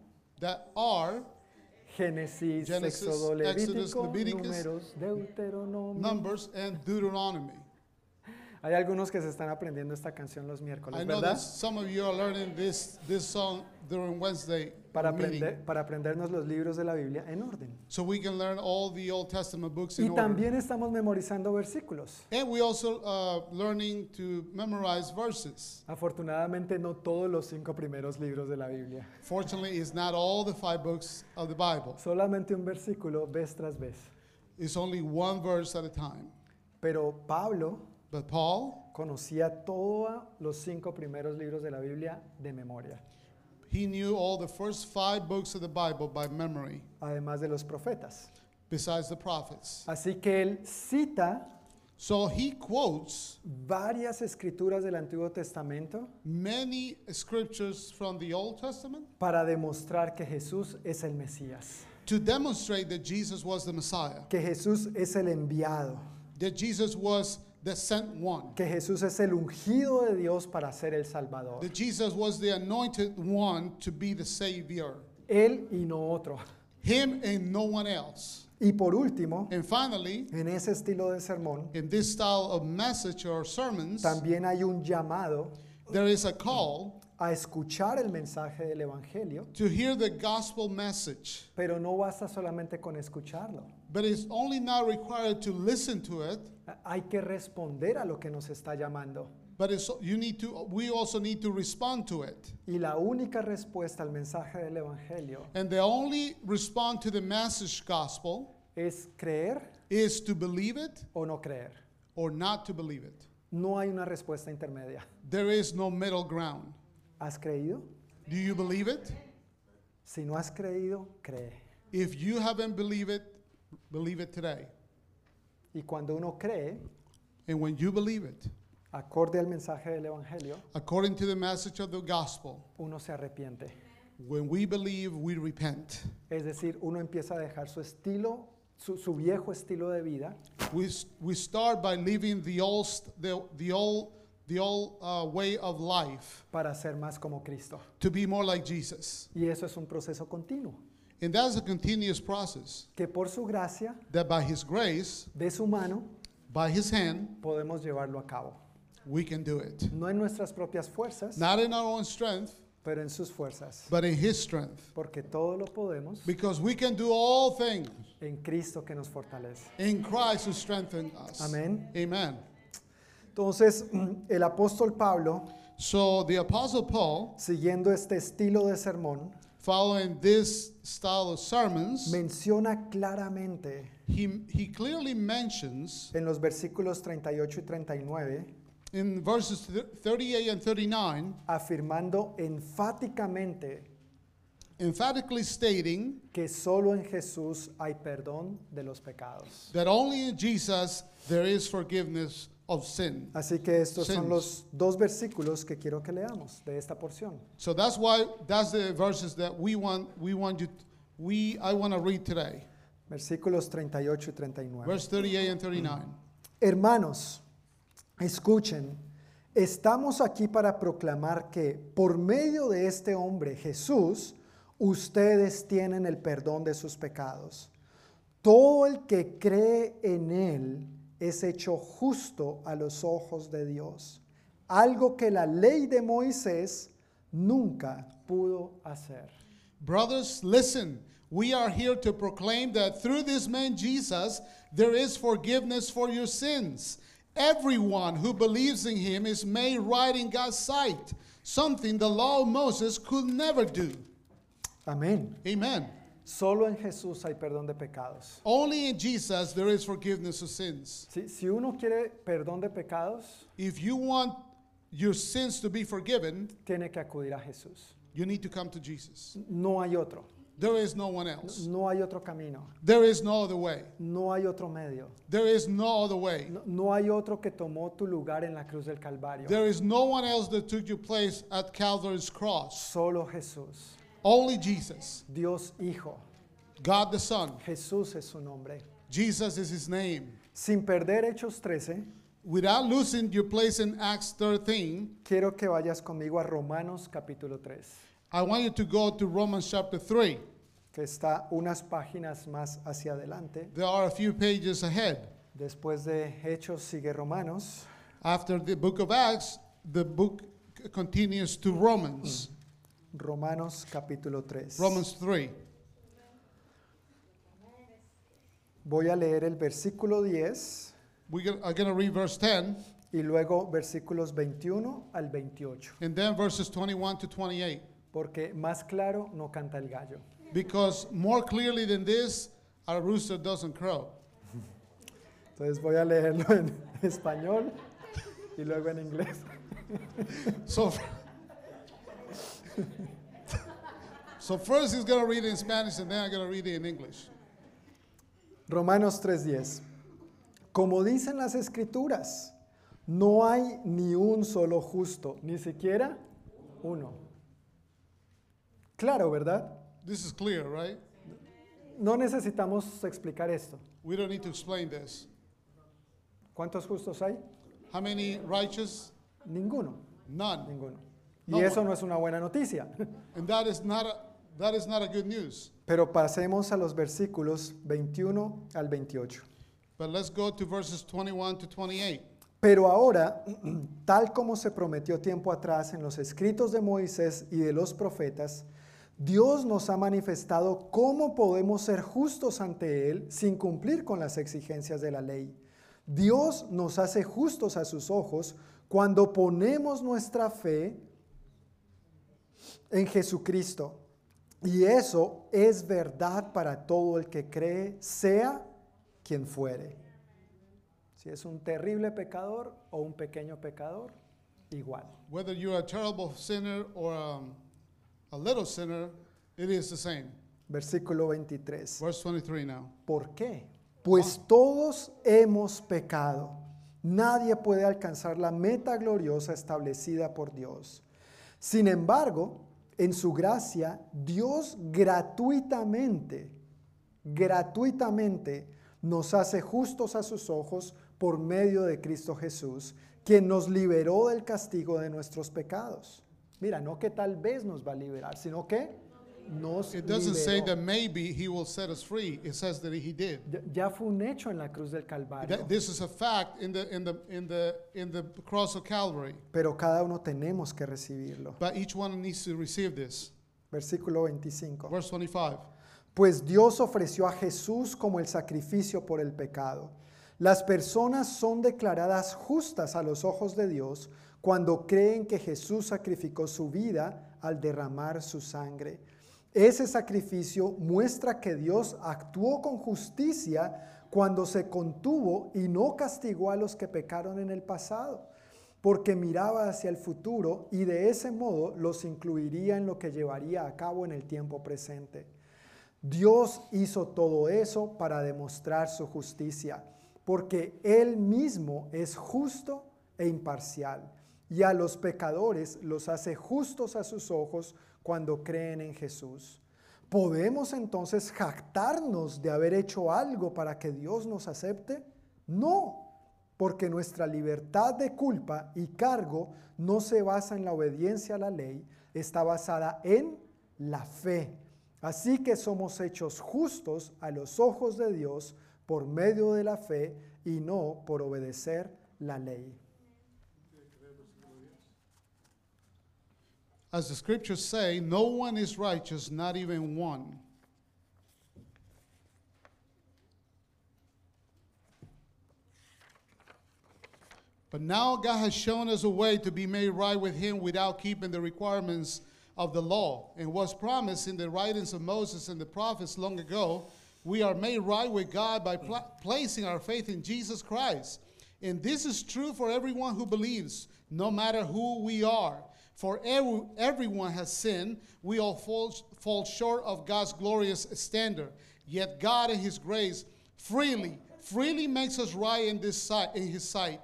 Speaker 5: that are
Speaker 4: Génesis,
Speaker 5: Génesis,
Speaker 4: Éxodo,
Speaker 5: Exodus,
Speaker 4: Levítico,
Speaker 5: Levíticos,
Speaker 4: Números, Deuteronomio.
Speaker 5: numbers and deuteronomy
Speaker 4: Hay algunos que se están aprendiendo esta canción los miércoles,
Speaker 5: i know that
Speaker 4: ¿verdad?
Speaker 5: some of you are learning this this song during wednesday
Speaker 4: Para,
Speaker 5: meeting,
Speaker 4: aprender, para aprendernos los libros de la Biblia en orden.
Speaker 5: so we can learn all the old testament books
Speaker 4: Y
Speaker 5: in order
Speaker 4: también estamos memorizando versículos.
Speaker 5: And we also uh, learning to memorize verses.
Speaker 4: Afortunadamente no todos los cinco primeros libros de la Biblia.
Speaker 5: Fortunately, it's not all the five books of the Bible.
Speaker 4: Solamente un versículo vez tras vez.
Speaker 5: It's only one verse at a time.
Speaker 4: Pero Pablo
Speaker 5: But Paul,
Speaker 4: conocía todos los cinco primeros libros de la Biblia de memoria,
Speaker 5: he knew all the first five books of the Bible by memory,
Speaker 4: además de los profetas.
Speaker 5: besides the prophets.
Speaker 4: Así que él cita
Speaker 5: So he quotes
Speaker 4: varias escrituras del Antiguo Testamento
Speaker 5: many scriptures from the Old Testament
Speaker 4: para demostrar que Jesús es el Mesías,
Speaker 5: to demonstrate that Jesus was the Messiah,
Speaker 4: que Jesús es el enviado,
Speaker 5: that Jesus was the sent one,
Speaker 4: que Jesús es el ungido de Dios para ser el Salvador.
Speaker 5: that Jesus was the anointed one to be the Savior.
Speaker 4: Él y no otro.
Speaker 5: Him and no one else.
Speaker 4: Y por último,
Speaker 5: And finally,
Speaker 4: en ese estilo de sermón,
Speaker 5: in this style of message or sermons,
Speaker 4: también hay un llamado
Speaker 5: there is a call
Speaker 4: a escuchar el mensaje del Evangelio,
Speaker 5: to hear the gospel message,
Speaker 4: pero no basta solamente con escucharlo.
Speaker 5: but it's only not required to listen to it,
Speaker 4: A- Hay que responder a lo que nos está llamando.
Speaker 5: But it's, you need to, we also need to respond to it.
Speaker 4: Y la única respuesta al mensaje del Evangelio
Speaker 5: And the only respond to the message gospel
Speaker 4: es creer
Speaker 5: is to believe it
Speaker 4: o no creer.
Speaker 5: or not to believe it.
Speaker 4: No hay una respuesta intermedia.
Speaker 5: There is no middle ground.
Speaker 4: ¿Has creído?
Speaker 5: Do you believe it?
Speaker 4: Si no has creído, cree.
Speaker 5: If you haven't believed it, believe it today.
Speaker 4: Y cuando uno cree,
Speaker 5: And when you believe it,
Speaker 4: acorde al mensaje del Evangelio,
Speaker 5: according to the message of the gospel,
Speaker 4: uno se arrepiente.
Speaker 5: when we believe, we repent.
Speaker 4: Es decir, uno empieza a dejar su estilo, su, su viejo estilo de vida,
Speaker 5: We, s- we start by leaving the old, st- the, the old, the old uh, way of life
Speaker 4: para ser más como Cristo.
Speaker 5: to be more like Jesus.
Speaker 4: Y eso es un proceso continuo,
Speaker 5: And that's a continuous process
Speaker 4: que por su gracia,
Speaker 5: that by His grace,
Speaker 4: de su mano,
Speaker 5: by His hand,
Speaker 4: podemos llevarlo a cabo.
Speaker 5: we can do it.
Speaker 4: No en nuestras propias fuerzas,
Speaker 5: Not in our own strength,
Speaker 4: pero en sus fuerzas.
Speaker 5: but in His strength.
Speaker 4: Porque todo lo podemos
Speaker 5: Because we can do all things
Speaker 4: en Cristo que nos fortalece.
Speaker 5: in Christ who strengthens us.
Speaker 4: Amén.
Speaker 5: Amen.
Speaker 4: Entonces, mm, el apóstol Pablo,
Speaker 5: So the Apostle Paul,
Speaker 4: siguiendo este estilo de sermón,
Speaker 5: following this style of sermons,
Speaker 4: menciona claramente
Speaker 5: he, he clearly mentions
Speaker 4: en los versículos 38 y 39,
Speaker 5: in verses thir- 38 and 39,
Speaker 4: afirmando enfáticamente
Speaker 5: emphatically stating
Speaker 4: que solo en Jesús hay perdón de los pecados.
Speaker 5: that only in Jesus there is forgiveness of sin.
Speaker 4: Así que estos son
Speaker 5: Sins.
Speaker 4: los dos versículos que quiero que leamos de esta porción.
Speaker 5: So that's why that's the verses that we want we want you we I want to read today.
Speaker 4: Versículos 38 y 39.
Speaker 5: Verse 38 and 39.
Speaker 4: Hermanos, escuchen, estamos aquí para proclamar que por medio de este hombre, Jesús, ustedes tienen el perdón de sus pecados. Todo el que cree en Él es hecho justo a los ojos de Dios, algo que la ley de Moisés nunca pudo hacer.
Speaker 5: Brothers, listen. We are here to proclaim that through this man Jesus, there is forgiveness for your sins. Everyone who believes in him is made right in God's sight, something the law of Moses could never do.
Speaker 4: Amén.
Speaker 5: Amen.
Speaker 4: Solo en Jesús hay perdón de pecados.
Speaker 5: Only in Jesus there is forgiveness of sins.
Speaker 4: Si, si uno quiere perdón de pecados,
Speaker 5: If you want your sins to be forgiven,
Speaker 4: tiene que acudir a Jesús.
Speaker 5: you need to come to Jesus.
Speaker 4: No hay otro.
Speaker 5: There is no one else.
Speaker 4: No hay otro camino.
Speaker 5: There is no other way.
Speaker 4: No hay otro medio.
Speaker 5: There is no other way.
Speaker 4: No, no hay otro que tomó tu lugar en la cruz del Calvario.
Speaker 5: There is no one else that took your place at Calvary's cross.
Speaker 4: Solo Jesús.
Speaker 5: Only Jesus,
Speaker 4: Dios Hijo.
Speaker 5: God the Son.
Speaker 4: Jesús es su nombre.
Speaker 5: Jesus is his name.
Speaker 4: Sin perder Hechos 13,
Speaker 5: Without losing your place in Acts 13,
Speaker 4: quiero que vayas conmigo a Romanos capítulo 3,
Speaker 5: I want you to go to Romans chapter 3.
Speaker 4: que está unas páginas más hacia adelante.
Speaker 5: There are a few pages ahead.
Speaker 4: Después de Hechos sigue Romanos.
Speaker 5: After the book of Acts, the book c- continues to Romans,
Speaker 4: Romanos capítulo 3.
Speaker 5: Romans 3.
Speaker 4: Voy a leer el versículo 10
Speaker 5: We're going to read verse 10
Speaker 4: y luego versículos 21 al 28.
Speaker 5: and then verses 21 to 28.
Speaker 4: Porque más claro no canta el gallo.
Speaker 5: Because more clearly than this, a rooster doesn't crow.
Speaker 4: Entonces voy a leerlo en español y luego en inglés.
Speaker 5: So, so first he's going to read it in Spanish and then I'm going to read it in English.
Speaker 4: Romanos 3:10. Como dicen las escrituras, no hay ni un solo justo, ni siquiera uno. Claro, ¿verdad?
Speaker 5: This is clear, right?
Speaker 4: No necesitamos explicar esto.
Speaker 5: We don't need to explain this.
Speaker 4: ¿Cuántos justos hay?
Speaker 5: How many righteous?
Speaker 4: Ninguno,
Speaker 5: None.
Speaker 4: ninguno. Y
Speaker 5: No,
Speaker 4: eso
Speaker 5: bueno.
Speaker 4: no es una buena noticia.
Speaker 5: And that is not a, that is not a good news.
Speaker 4: Pero pasemos a los versículos 21 al 28.
Speaker 5: But let's go to verses 21 to 28.
Speaker 4: Pero ahora, tal como se prometió tiempo atrás en los escritos de Moisés y de los profetas, Dios nos ha manifestado cómo podemos ser justos ante Él sin cumplir con las exigencias de la ley. Dios nos hace justos a sus ojos Cuando ponemos nuestra fe en Jesucristo, y eso es verdad para todo el que cree, sea quien fuere. Si es un terrible pecador o un pequeño pecador, igual.
Speaker 5: Whether you're a terrible sinner or um, a little sinner, it is the same.
Speaker 4: Versículo 23.
Speaker 5: Verse 23 now.
Speaker 4: ¿Por qué? Pues todos hemos pecado. Nadie puede alcanzar la meta gloriosa establecida por Dios. Sin embargo, en su gracia, Dios gratuitamente, gratuitamente nos hace justos a sus ojos por medio de Cristo Jesús, quien nos liberó del castigo de nuestros pecados. Mira, no que tal vez nos va a liberar, sino que nos
Speaker 5: It doesn't say
Speaker 4: liberó.
Speaker 5: that maybe he will set us free. It says that he did.
Speaker 4: Ya- Ya fue un hecho en la cruz del Calvario.
Speaker 5: That- this is a fact in the in the in the in the cross of Calvary.
Speaker 4: Pero cada uno tenemos que recibirlo.
Speaker 5: But each one needs to receive this.
Speaker 4: Versículo 25.
Speaker 5: Verse 25.
Speaker 4: Pues Dios ofreció a Jesús como el sacrificio por el pecado. Las personas son declaradas justas a los ojos de Dios cuando creen que Jesús sacrificó su vida al derramar su sangre. Ese sacrificio muestra que Dios actuó con justicia cuando se contuvo y no castigó a los que pecaron en el pasado, porque miraba hacia el futuro y de ese modo los incluiría en lo que llevaría a cabo en el tiempo presente. Dios hizo todo eso para demostrar su justicia, porque Él mismo es justo e imparcial, y a los pecadores los hace justos a sus ojos cuando creen en Jesús. ¿Podemos entonces jactarnos de haber hecho algo para que Dios nos acepte? No, porque nuestra libertad de culpa y cargo no se basa en la obediencia a la ley, está basada en la fe. Así que somos hechos justos a los ojos de Dios por medio de la fe y no por obedecer la ley.
Speaker 5: As the scriptures say, no one is righteous, not even one. But now God has shown us a way to be made right with Him without keeping the requirements of the law. And was promised in the writings of Moses and the prophets long ago, we are made right with God by pla- placing our faith in Jesus Christ. And this is true for everyone who believes, no matter who we are. For every, everyone has sinned. We all fall, fall short of God's glorious standard. Yet God, in His grace, freely, freely makes us right in, this sight, in His sight.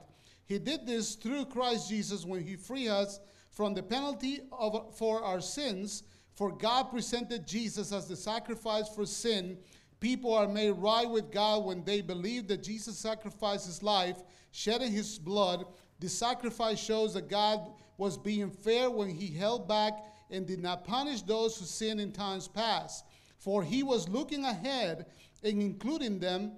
Speaker 5: He did this through Christ Jesus when he freed us from the penalty of, for our sins. For God presented Jesus as the sacrifice for sin. People are made right with God when they believe that Jesus sacrificed his life, shedding his blood. The sacrifice shows that God was being fair when he held back and did not punish those who sinned in times past. For he was looking ahead and including them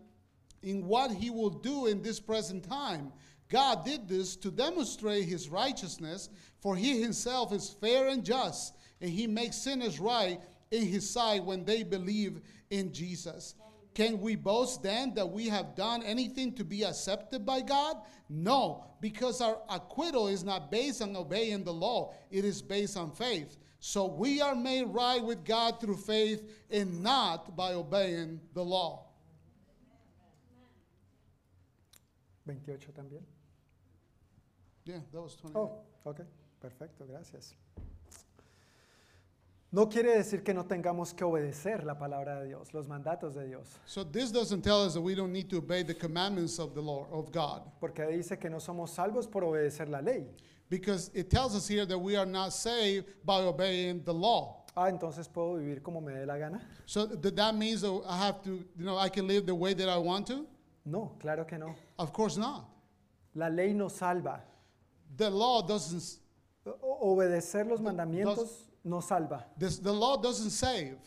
Speaker 5: in what he will do in this present time. God did this to demonstrate his righteousness, for he himself is fair and just, and he makes sinners right in his sight when they believe in Jesus. Can we boast then that we have done anything to be accepted by God? No, because our acquittal is not based on obeying the law, it is based on faith. So we are made right with God through faith and not by obeying the law.
Speaker 4: 28 también.
Speaker 5: Yeah, that was 20.
Speaker 4: Oh, ok, perfecto, gracias. No quiere decir que no tengamos que obedecer la palabra de Dios, los mandatos de Dios,
Speaker 5: So this doesn't tell us that we don't need to obey the commandments of the Lord of God,
Speaker 4: porque dice que no somos salvos por obedecer la ley.
Speaker 5: because it tells us here that we are not saved by obeying the law.
Speaker 4: Ah, entonces puedo vivir como me dé la gana.
Speaker 5: So th- that means that I have to, you know, I can live the way that I want to.
Speaker 4: No, claro que no.
Speaker 5: Of course not.
Speaker 4: La ley nos salva.
Speaker 5: The law doesn't. s-
Speaker 4: O- Obedecer los mandamientos nos salva.
Speaker 5: This, the law doesn't save.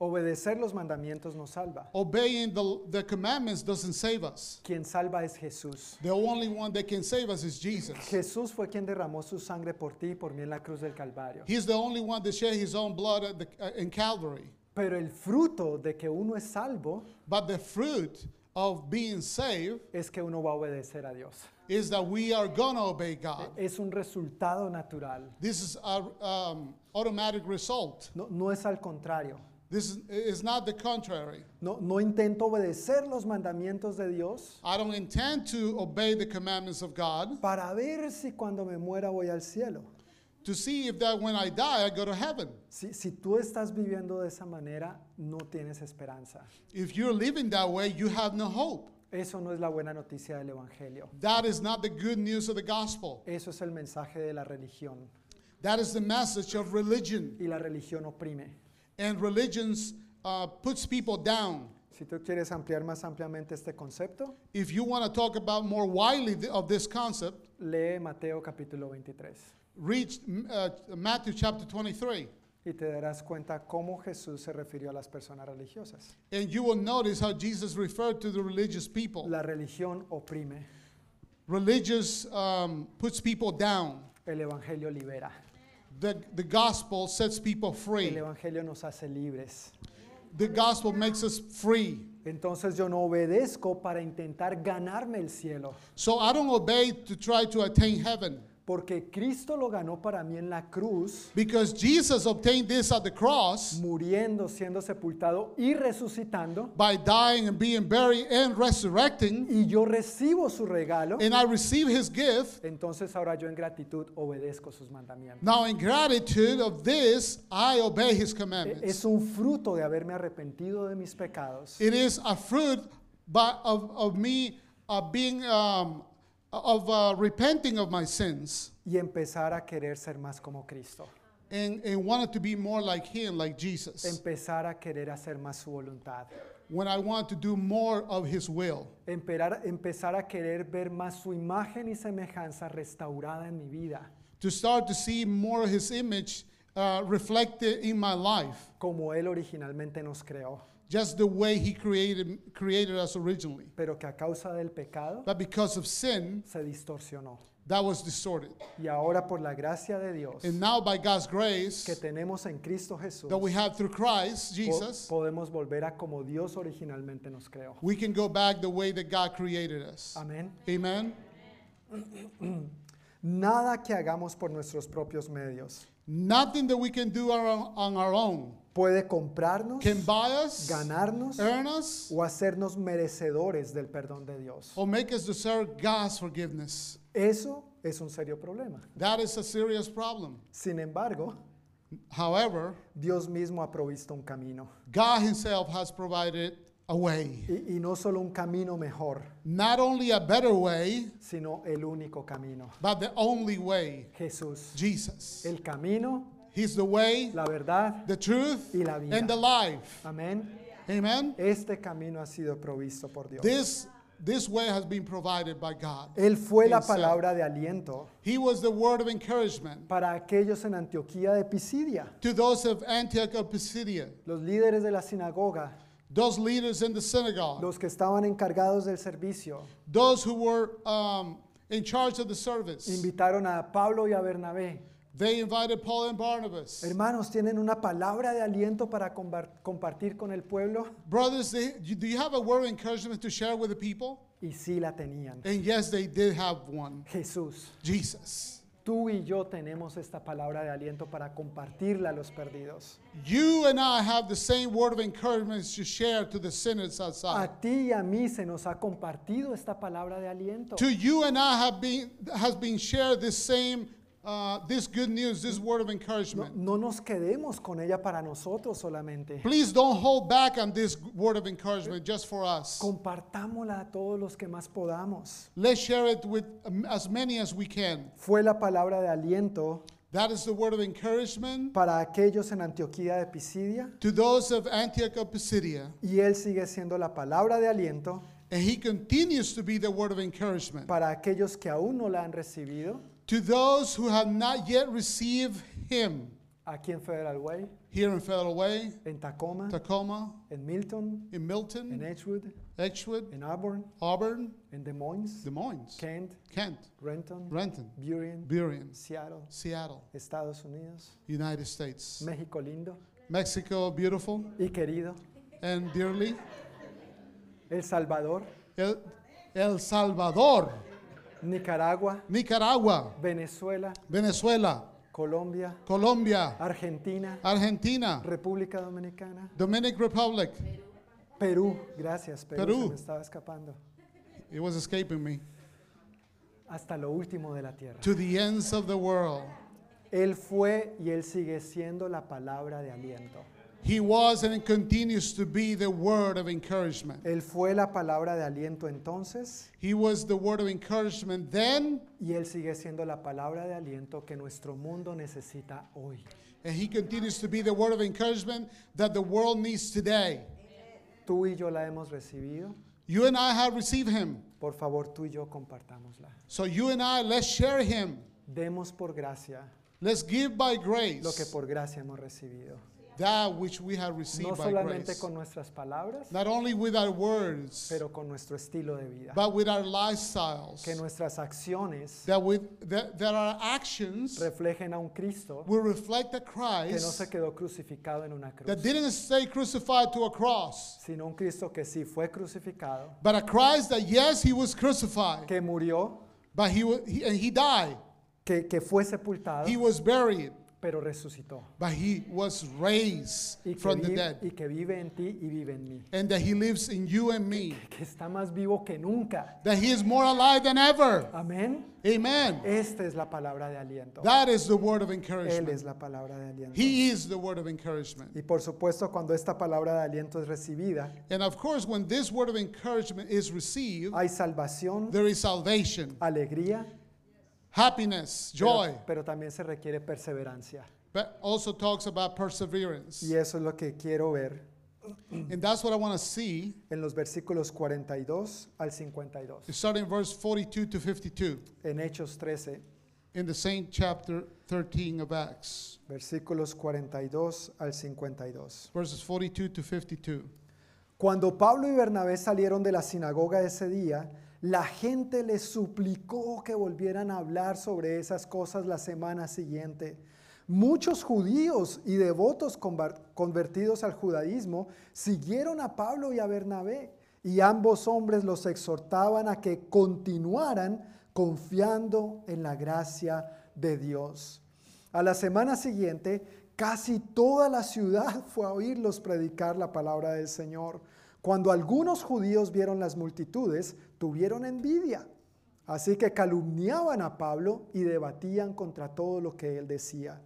Speaker 4: Obedecer los mandamientos nos salva.
Speaker 5: Obeying the, the commandments doesn't save us.
Speaker 4: Quien salva es Jesús.
Speaker 5: The only one that can save us is Jesus.
Speaker 4: Jesús fue quien derramó su sangre por ti y por mí en la cruz del Calvario.
Speaker 5: He's the only one that shed his own blood at the, uh, in Calvary.
Speaker 4: Pero el fruto de que uno es salvo
Speaker 5: But the fruit of being saved
Speaker 4: es que uno va a obedecer a Dios.
Speaker 5: is that we are going to obey God.
Speaker 4: Es un resultado natural.
Speaker 5: This is our um, automatic result.
Speaker 4: No, no es al contrario.
Speaker 5: This is, is not the contrary.
Speaker 4: No, no intento obedecer los mandamientos de Dios
Speaker 5: I don't intend to obey the commandments of God
Speaker 4: para ver si cuando me muera voy al cielo.
Speaker 5: to see if that when I die I go to heaven.
Speaker 4: Si, si tú estás viviendo de esa manera, no tienes esperanza.
Speaker 5: If you're living that way, you have no hope.
Speaker 4: Eso no es la buena noticia del Evangelio.
Speaker 5: That is not the good news of the gospel.
Speaker 4: Eso es el mensaje de la religión.
Speaker 5: That is the message of religion.
Speaker 4: Y la religión oprime.
Speaker 5: And religion uh, puts people down.
Speaker 4: Si tú quieres ampliar más ampliamente este concepto,
Speaker 5: If you want to talk about more widely th- of this concept,
Speaker 4: lee Mateo capítulo 23
Speaker 5: read uh, Matthew chapter 23.
Speaker 4: y te darás cuenta cómo Jesús se refirió a las personas religiosas.
Speaker 5: And you will notice how Jesus referred to the religious people.
Speaker 4: La religión oprime,
Speaker 5: Religious um, puts people down.
Speaker 4: el Evangelio libera,
Speaker 5: The, the gospel sets people
Speaker 4: el
Speaker 5: free.
Speaker 4: Evangelio nos hace libres.
Speaker 5: The gospel makes us free.
Speaker 4: Entonces yo no obedezco para intentar ganarme el cielo,
Speaker 5: So I don't obey to try to attain heaven
Speaker 4: porque Cristo lo ganó para mí en la cruz,
Speaker 5: because Jesus obtained this at the cross
Speaker 4: muriendo, siendo sepultado y resucitando,
Speaker 5: by dying and being buried and resurrecting.
Speaker 4: y yo recibo su regalo.
Speaker 5: And I receive his gift.
Speaker 4: Entonces ahora yo en gratitud obedezco sus mandamientos.
Speaker 5: Now, in gratitude of this, I obey his
Speaker 4: E-
Speaker 5: commandments.
Speaker 4: Es un fruto de haberme arrepentido de mis pecados
Speaker 5: It is a fruit by, of, of me uh, being, um, of uh, repenting of my sins
Speaker 4: y empezar a querer ser más como Cristo,
Speaker 5: and, and wanted to be more like him, like Jesus.
Speaker 4: empezar a querer hacer más su voluntad,
Speaker 5: When I want to do more of his will,
Speaker 4: emperar- empezar a querer ver más su imagen y semejanza restaurada en mi vida,
Speaker 5: to start to see more of his image uh, reflected in my life,
Speaker 4: como Él originalmente nos creó,
Speaker 5: just the way he created, created us originally.
Speaker 4: pero que a causa del pecado
Speaker 5: But because of sin,
Speaker 4: se distorsionó.
Speaker 5: that was distorted.
Speaker 4: Y ahora por la gracia de Dios
Speaker 5: And now, by God's
Speaker 4: que
Speaker 5: grace
Speaker 4: tenemos en Cristo Jesús,
Speaker 5: that we have through Christ
Speaker 4: po-
Speaker 5: Jesus,
Speaker 4: podemos volver a como Dios originalmente nos creó.
Speaker 5: we can go back the way that God created us.
Speaker 4: Amén.
Speaker 5: Amen.
Speaker 4: Nada que hagamos por nuestros propios medios
Speaker 5: Nothing that we can do on on our own
Speaker 4: puede comprarnos,
Speaker 5: can buy us,
Speaker 4: ganarnos
Speaker 5: earn us, Oh.
Speaker 4: o hacernos merecedores del perdón de Dios.
Speaker 5: or make us deserve God's forgiveness.
Speaker 4: Eso es un serio problema.
Speaker 5: That is a serious problem.
Speaker 4: Sin embargo,
Speaker 5: However,
Speaker 4: Dios mismo ha provisto un camino.
Speaker 5: God Himself has provided a way,
Speaker 4: Y, y no solo un camino mejor,
Speaker 5: not only a better way,
Speaker 4: sino el único camino.
Speaker 5: but the only way
Speaker 4: Jesús.
Speaker 5: Jesus.
Speaker 4: El camino,
Speaker 5: He's the way,
Speaker 4: la verdad.
Speaker 5: the truth,
Speaker 4: Y la vida.
Speaker 5: and the life.
Speaker 4: Amén.
Speaker 5: Amen.
Speaker 4: Este camino ha sido provisto por Dios.
Speaker 5: This this way has been provided by God.
Speaker 4: Él fue la
Speaker 5: Himself.
Speaker 4: palabra de aliento
Speaker 5: He was the word of encouragement
Speaker 4: para aquellos en Antioquía de Pisidia.
Speaker 5: to those of Antioch of Pisidia,
Speaker 4: los líderes de la sinagoga,
Speaker 5: those leaders in the synagogue,
Speaker 4: los que estaban encargados del servicio,
Speaker 5: those who were um, in charge of the service.
Speaker 4: invitaron a Pablo y a Bernabé.
Speaker 5: They invited Paul and Barnabas.
Speaker 4: Hermanos, ¿tienen una palabra de aliento para combar- compartir con el pueblo?
Speaker 5: Brothers, they, you- do you have a word of encouragement to share with the people?
Speaker 4: Y sí la tenían.
Speaker 5: And yes, they did have one
Speaker 4: Jesús,
Speaker 5: Jesus.
Speaker 4: tú y yo tenemos esta palabra de aliento para compartirla a los perdidos.
Speaker 5: You and I have the same word of encouragement to share to the sinners outside.
Speaker 4: A ti y a mí se nos ha compartido esta palabra de aliento.
Speaker 5: To you and I have been, has been shared this same, uh, this good news, this word of
Speaker 4: No,
Speaker 5: encouragement.
Speaker 4: no nos quedemos con ella para nosotros solamente.
Speaker 5: Please don't hold back on this word of encouragement just for us.
Speaker 4: Compartámosla a todos los que más podamos.
Speaker 5: Let's share it with um, as many as we can.
Speaker 4: Fue la palabra de aliento
Speaker 5: That is the word of encouragement
Speaker 4: para aquellos en Antioquía de Pisidia,
Speaker 5: to those of Antioch of Pisidia.
Speaker 4: y él sigue siendo la palabra de aliento
Speaker 5: And he continues to be the word of encouragement
Speaker 4: para aquellos que aún no la han recibido
Speaker 5: to those who have not yet received him
Speaker 4: aquí en Federal Way,
Speaker 5: here in Federal Way,
Speaker 4: en Tacoma,
Speaker 5: Tacoma,
Speaker 4: en Milton,
Speaker 5: in
Speaker 4: en
Speaker 5: Milton,
Speaker 4: Edgewood,
Speaker 5: Edgewood,
Speaker 4: en Auburn,
Speaker 5: Auburn,
Speaker 4: en Des Moines,
Speaker 5: Des Moines,
Speaker 4: Kent,
Speaker 5: Kent,
Speaker 4: Renton,
Speaker 5: Renton,
Speaker 4: Burien,
Speaker 5: Burien,
Speaker 4: Seattle,
Speaker 5: Seattle,
Speaker 4: Estados Unidos,
Speaker 5: United States,
Speaker 4: México lindo
Speaker 5: Mexico, beautiful
Speaker 4: y querido,
Speaker 5: and dearly.
Speaker 4: El Salvador,
Speaker 5: El, El Salvador,
Speaker 4: Nicaragua,
Speaker 5: Nicaragua,
Speaker 4: Venezuela,
Speaker 5: Venezuela,
Speaker 4: Colombia,
Speaker 5: Colombia,
Speaker 4: Argentina,
Speaker 5: Argentina,
Speaker 4: República Dominicana,
Speaker 5: Dominican Republic.
Speaker 4: Perú. Gracias, Perú. se
Speaker 5: Perú.
Speaker 4: me estaba escapando.
Speaker 5: It was escaping me.
Speaker 4: Hasta lo último de la tierra.
Speaker 5: To the ends of the world.
Speaker 4: Él fue y él sigue siendo la palabra de aliento.
Speaker 5: He was and continues to be the word of encouragement.
Speaker 4: Él fue la palabra de aliento entonces
Speaker 5: He was the word of encouragement then,
Speaker 4: y él sigue siendo la palabra de aliento que nuestro mundo necesita hoy.
Speaker 5: and he continues to be the word of encouragement that the world needs today.
Speaker 4: Tú y yo la hemos recibido.
Speaker 5: You and I have received him.
Speaker 4: Por favor, tú y yo compartámosla.
Speaker 5: So you and I, let's share him.
Speaker 4: Demos por gracia
Speaker 5: Let's give by
Speaker 4: lo que
Speaker 5: grace
Speaker 4: por gracia hemos recibido.
Speaker 5: that which we have
Speaker 4: No
Speaker 5: received by
Speaker 4: solamente
Speaker 5: grace.
Speaker 4: con nuestras palabras,
Speaker 5: Not only with our words,
Speaker 4: pero con nuestro estilo de vida.
Speaker 5: but with our lifestyles.
Speaker 4: Que nuestras acciones
Speaker 5: That, with, that, that our actions
Speaker 4: reflejen a un Cristo
Speaker 5: will reflect a
Speaker 4: que no
Speaker 5: Christ
Speaker 4: se quedó crucificado en una cruz,
Speaker 5: that didn't stay crucified to a cross,
Speaker 4: sino un Cristo que sí fue crucificado,
Speaker 5: but a Christ that, yes, he was crucified,
Speaker 4: que murió,
Speaker 5: but he, wa- he, and he died.
Speaker 4: que, que fue sepultado,
Speaker 5: He was buried,
Speaker 4: pero resucitó.
Speaker 5: but he was raised
Speaker 4: Y que,
Speaker 5: from the
Speaker 4: vi-
Speaker 5: dead.
Speaker 4: y que vive en ti y vive en mí.
Speaker 5: And that he lives in you and me.
Speaker 4: Que está más vivo que nunca.
Speaker 5: That he is more alive than
Speaker 4: Ah.
Speaker 5: ever.
Speaker 4: Amén.
Speaker 5: Amen.
Speaker 4: Esta es la palabra de aliento.
Speaker 5: That is the word of
Speaker 4: Él
Speaker 5: encouragement.
Speaker 4: es la palabra de aliento.
Speaker 5: He is the word of encouragement.
Speaker 4: Y por supuesto, cuando esta palabra de aliento es recibida,
Speaker 5: And of course, when this word of encouragement is received,
Speaker 4: hay salvación,
Speaker 5: there is salvation,
Speaker 4: alegría,
Speaker 5: happiness, joy.
Speaker 4: Pero, pero también se requiere perseverancia.
Speaker 5: But also talks about perseverance.
Speaker 4: Y eso es lo que quiero ver
Speaker 5: And that's what I want to see,
Speaker 4: en los versículos 42 al 52.
Speaker 5: starting verse 42 to 52
Speaker 4: En Hechos 13,
Speaker 5: in the same chapter 13 of Acts,
Speaker 4: versículos 42 al 52.
Speaker 5: verses 42 to 52.
Speaker 4: Cuando Pablo y Bernabé salieron de la sinagoga ese día, la gente les suplicó que volvieran a hablar sobre esas cosas la semana siguiente. Muchos judíos y devotos conver- convertidos al judaísmo siguieron a Pablo y a Bernabé, y ambos hombres los exhortaban a que continuaran confiando en la gracia de Dios. A la semana siguiente, casi toda la ciudad fue a oírlos predicar la palabra del Señor. Cuando algunos judíos vieron las multitudes, tuvieron envidia. Así que calumniaban a Pablo y debatían contra todo lo que él decía.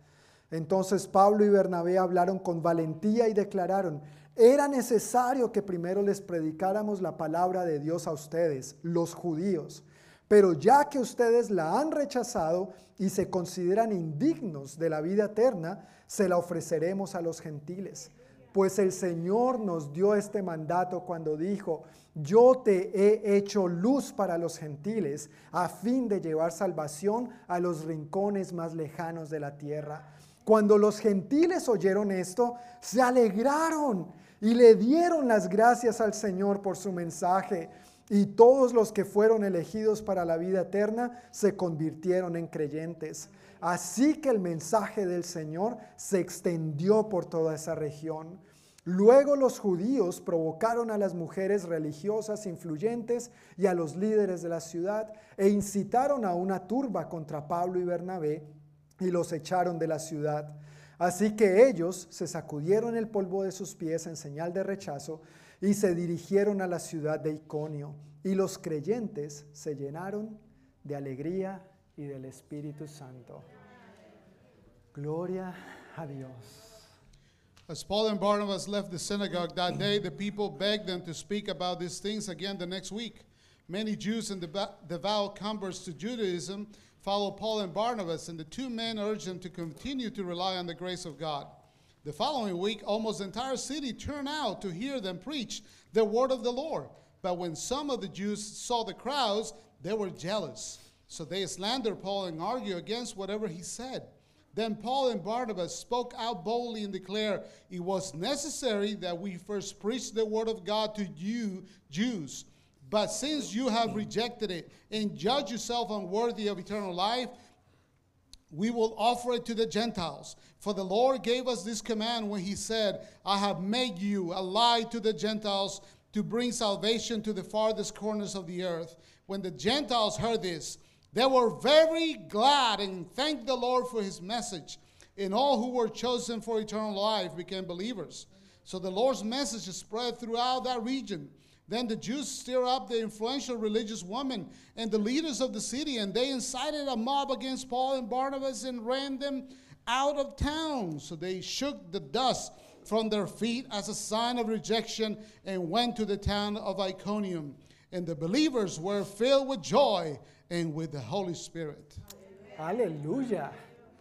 Speaker 4: Entonces Pablo y Bernabé hablaron con valentía y declararon, era necesario que primero les predicáramos la palabra de Dios a ustedes, los judíos. Pero ya que ustedes la han rechazado y se consideran indignos de la vida eterna, se la ofreceremos a los gentiles. Pues el Señor nos dio este mandato cuando dijo, yo te he hecho luz para los gentiles, a fin de llevar salvación a los rincones más lejanos de la tierra. Cuando los gentiles oyeron esto, se alegraron y le dieron las gracias al Señor por su mensaje. Y todos los que fueron elegidos para la vida eterna se convirtieron en creyentes. Así que el mensaje del Señor se extendió por toda esa región. Luego los judíos provocaron a las mujeres religiosas influyentes y a los líderes de la ciudad e incitaron a una turba contra Pablo y Bernabé y los echaron de la ciudad. Así que ellos se sacudieron el polvo de sus pies en señal de rechazo y se dirigieron a la ciudad de Iconio. Y los creyentes se llenaron de alegría y del Espíritu Santo. Gloria a Dios.
Speaker 5: As Paul and Barnabas left the synagogue that day, the people begged them to speak about these things again the next week. Many Jews and deva- devout converts to Judaism followed Paul and Barnabas, and the two men urged them to continue to rely on the grace of God. The following week, almost the entire city turned out to hear them preach the word of the Lord. But when some of the Jews saw the crowds, they were jealous. So they slandered Paul and argued against whatever he said. Then Paul and Barnabas spoke out boldly and declared, It was necessary that we first preach the word of God to you, Jews. But since you have rejected it and judge yourself unworthy of eternal life, we will offer it to the Gentiles. For the Lord gave us this command when he said, I have made you a light to the Gentiles to bring salvation to the farthest corners of the earth. When the Gentiles heard this, they were very glad and thanked the Lord for his message. And all who were chosen for eternal life became believers. So the Lord's message spread throughout that region. Then the Jews stirred up the influential religious women and the leaders of the city, and they incited a mob against Paul and Barnabas and ran them out of town. So they shook the dust from their feet as a sign of rejection and went to the town of Iconium. And the believers were filled with joy and with the Holy Spirit.
Speaker 4: Aleluya,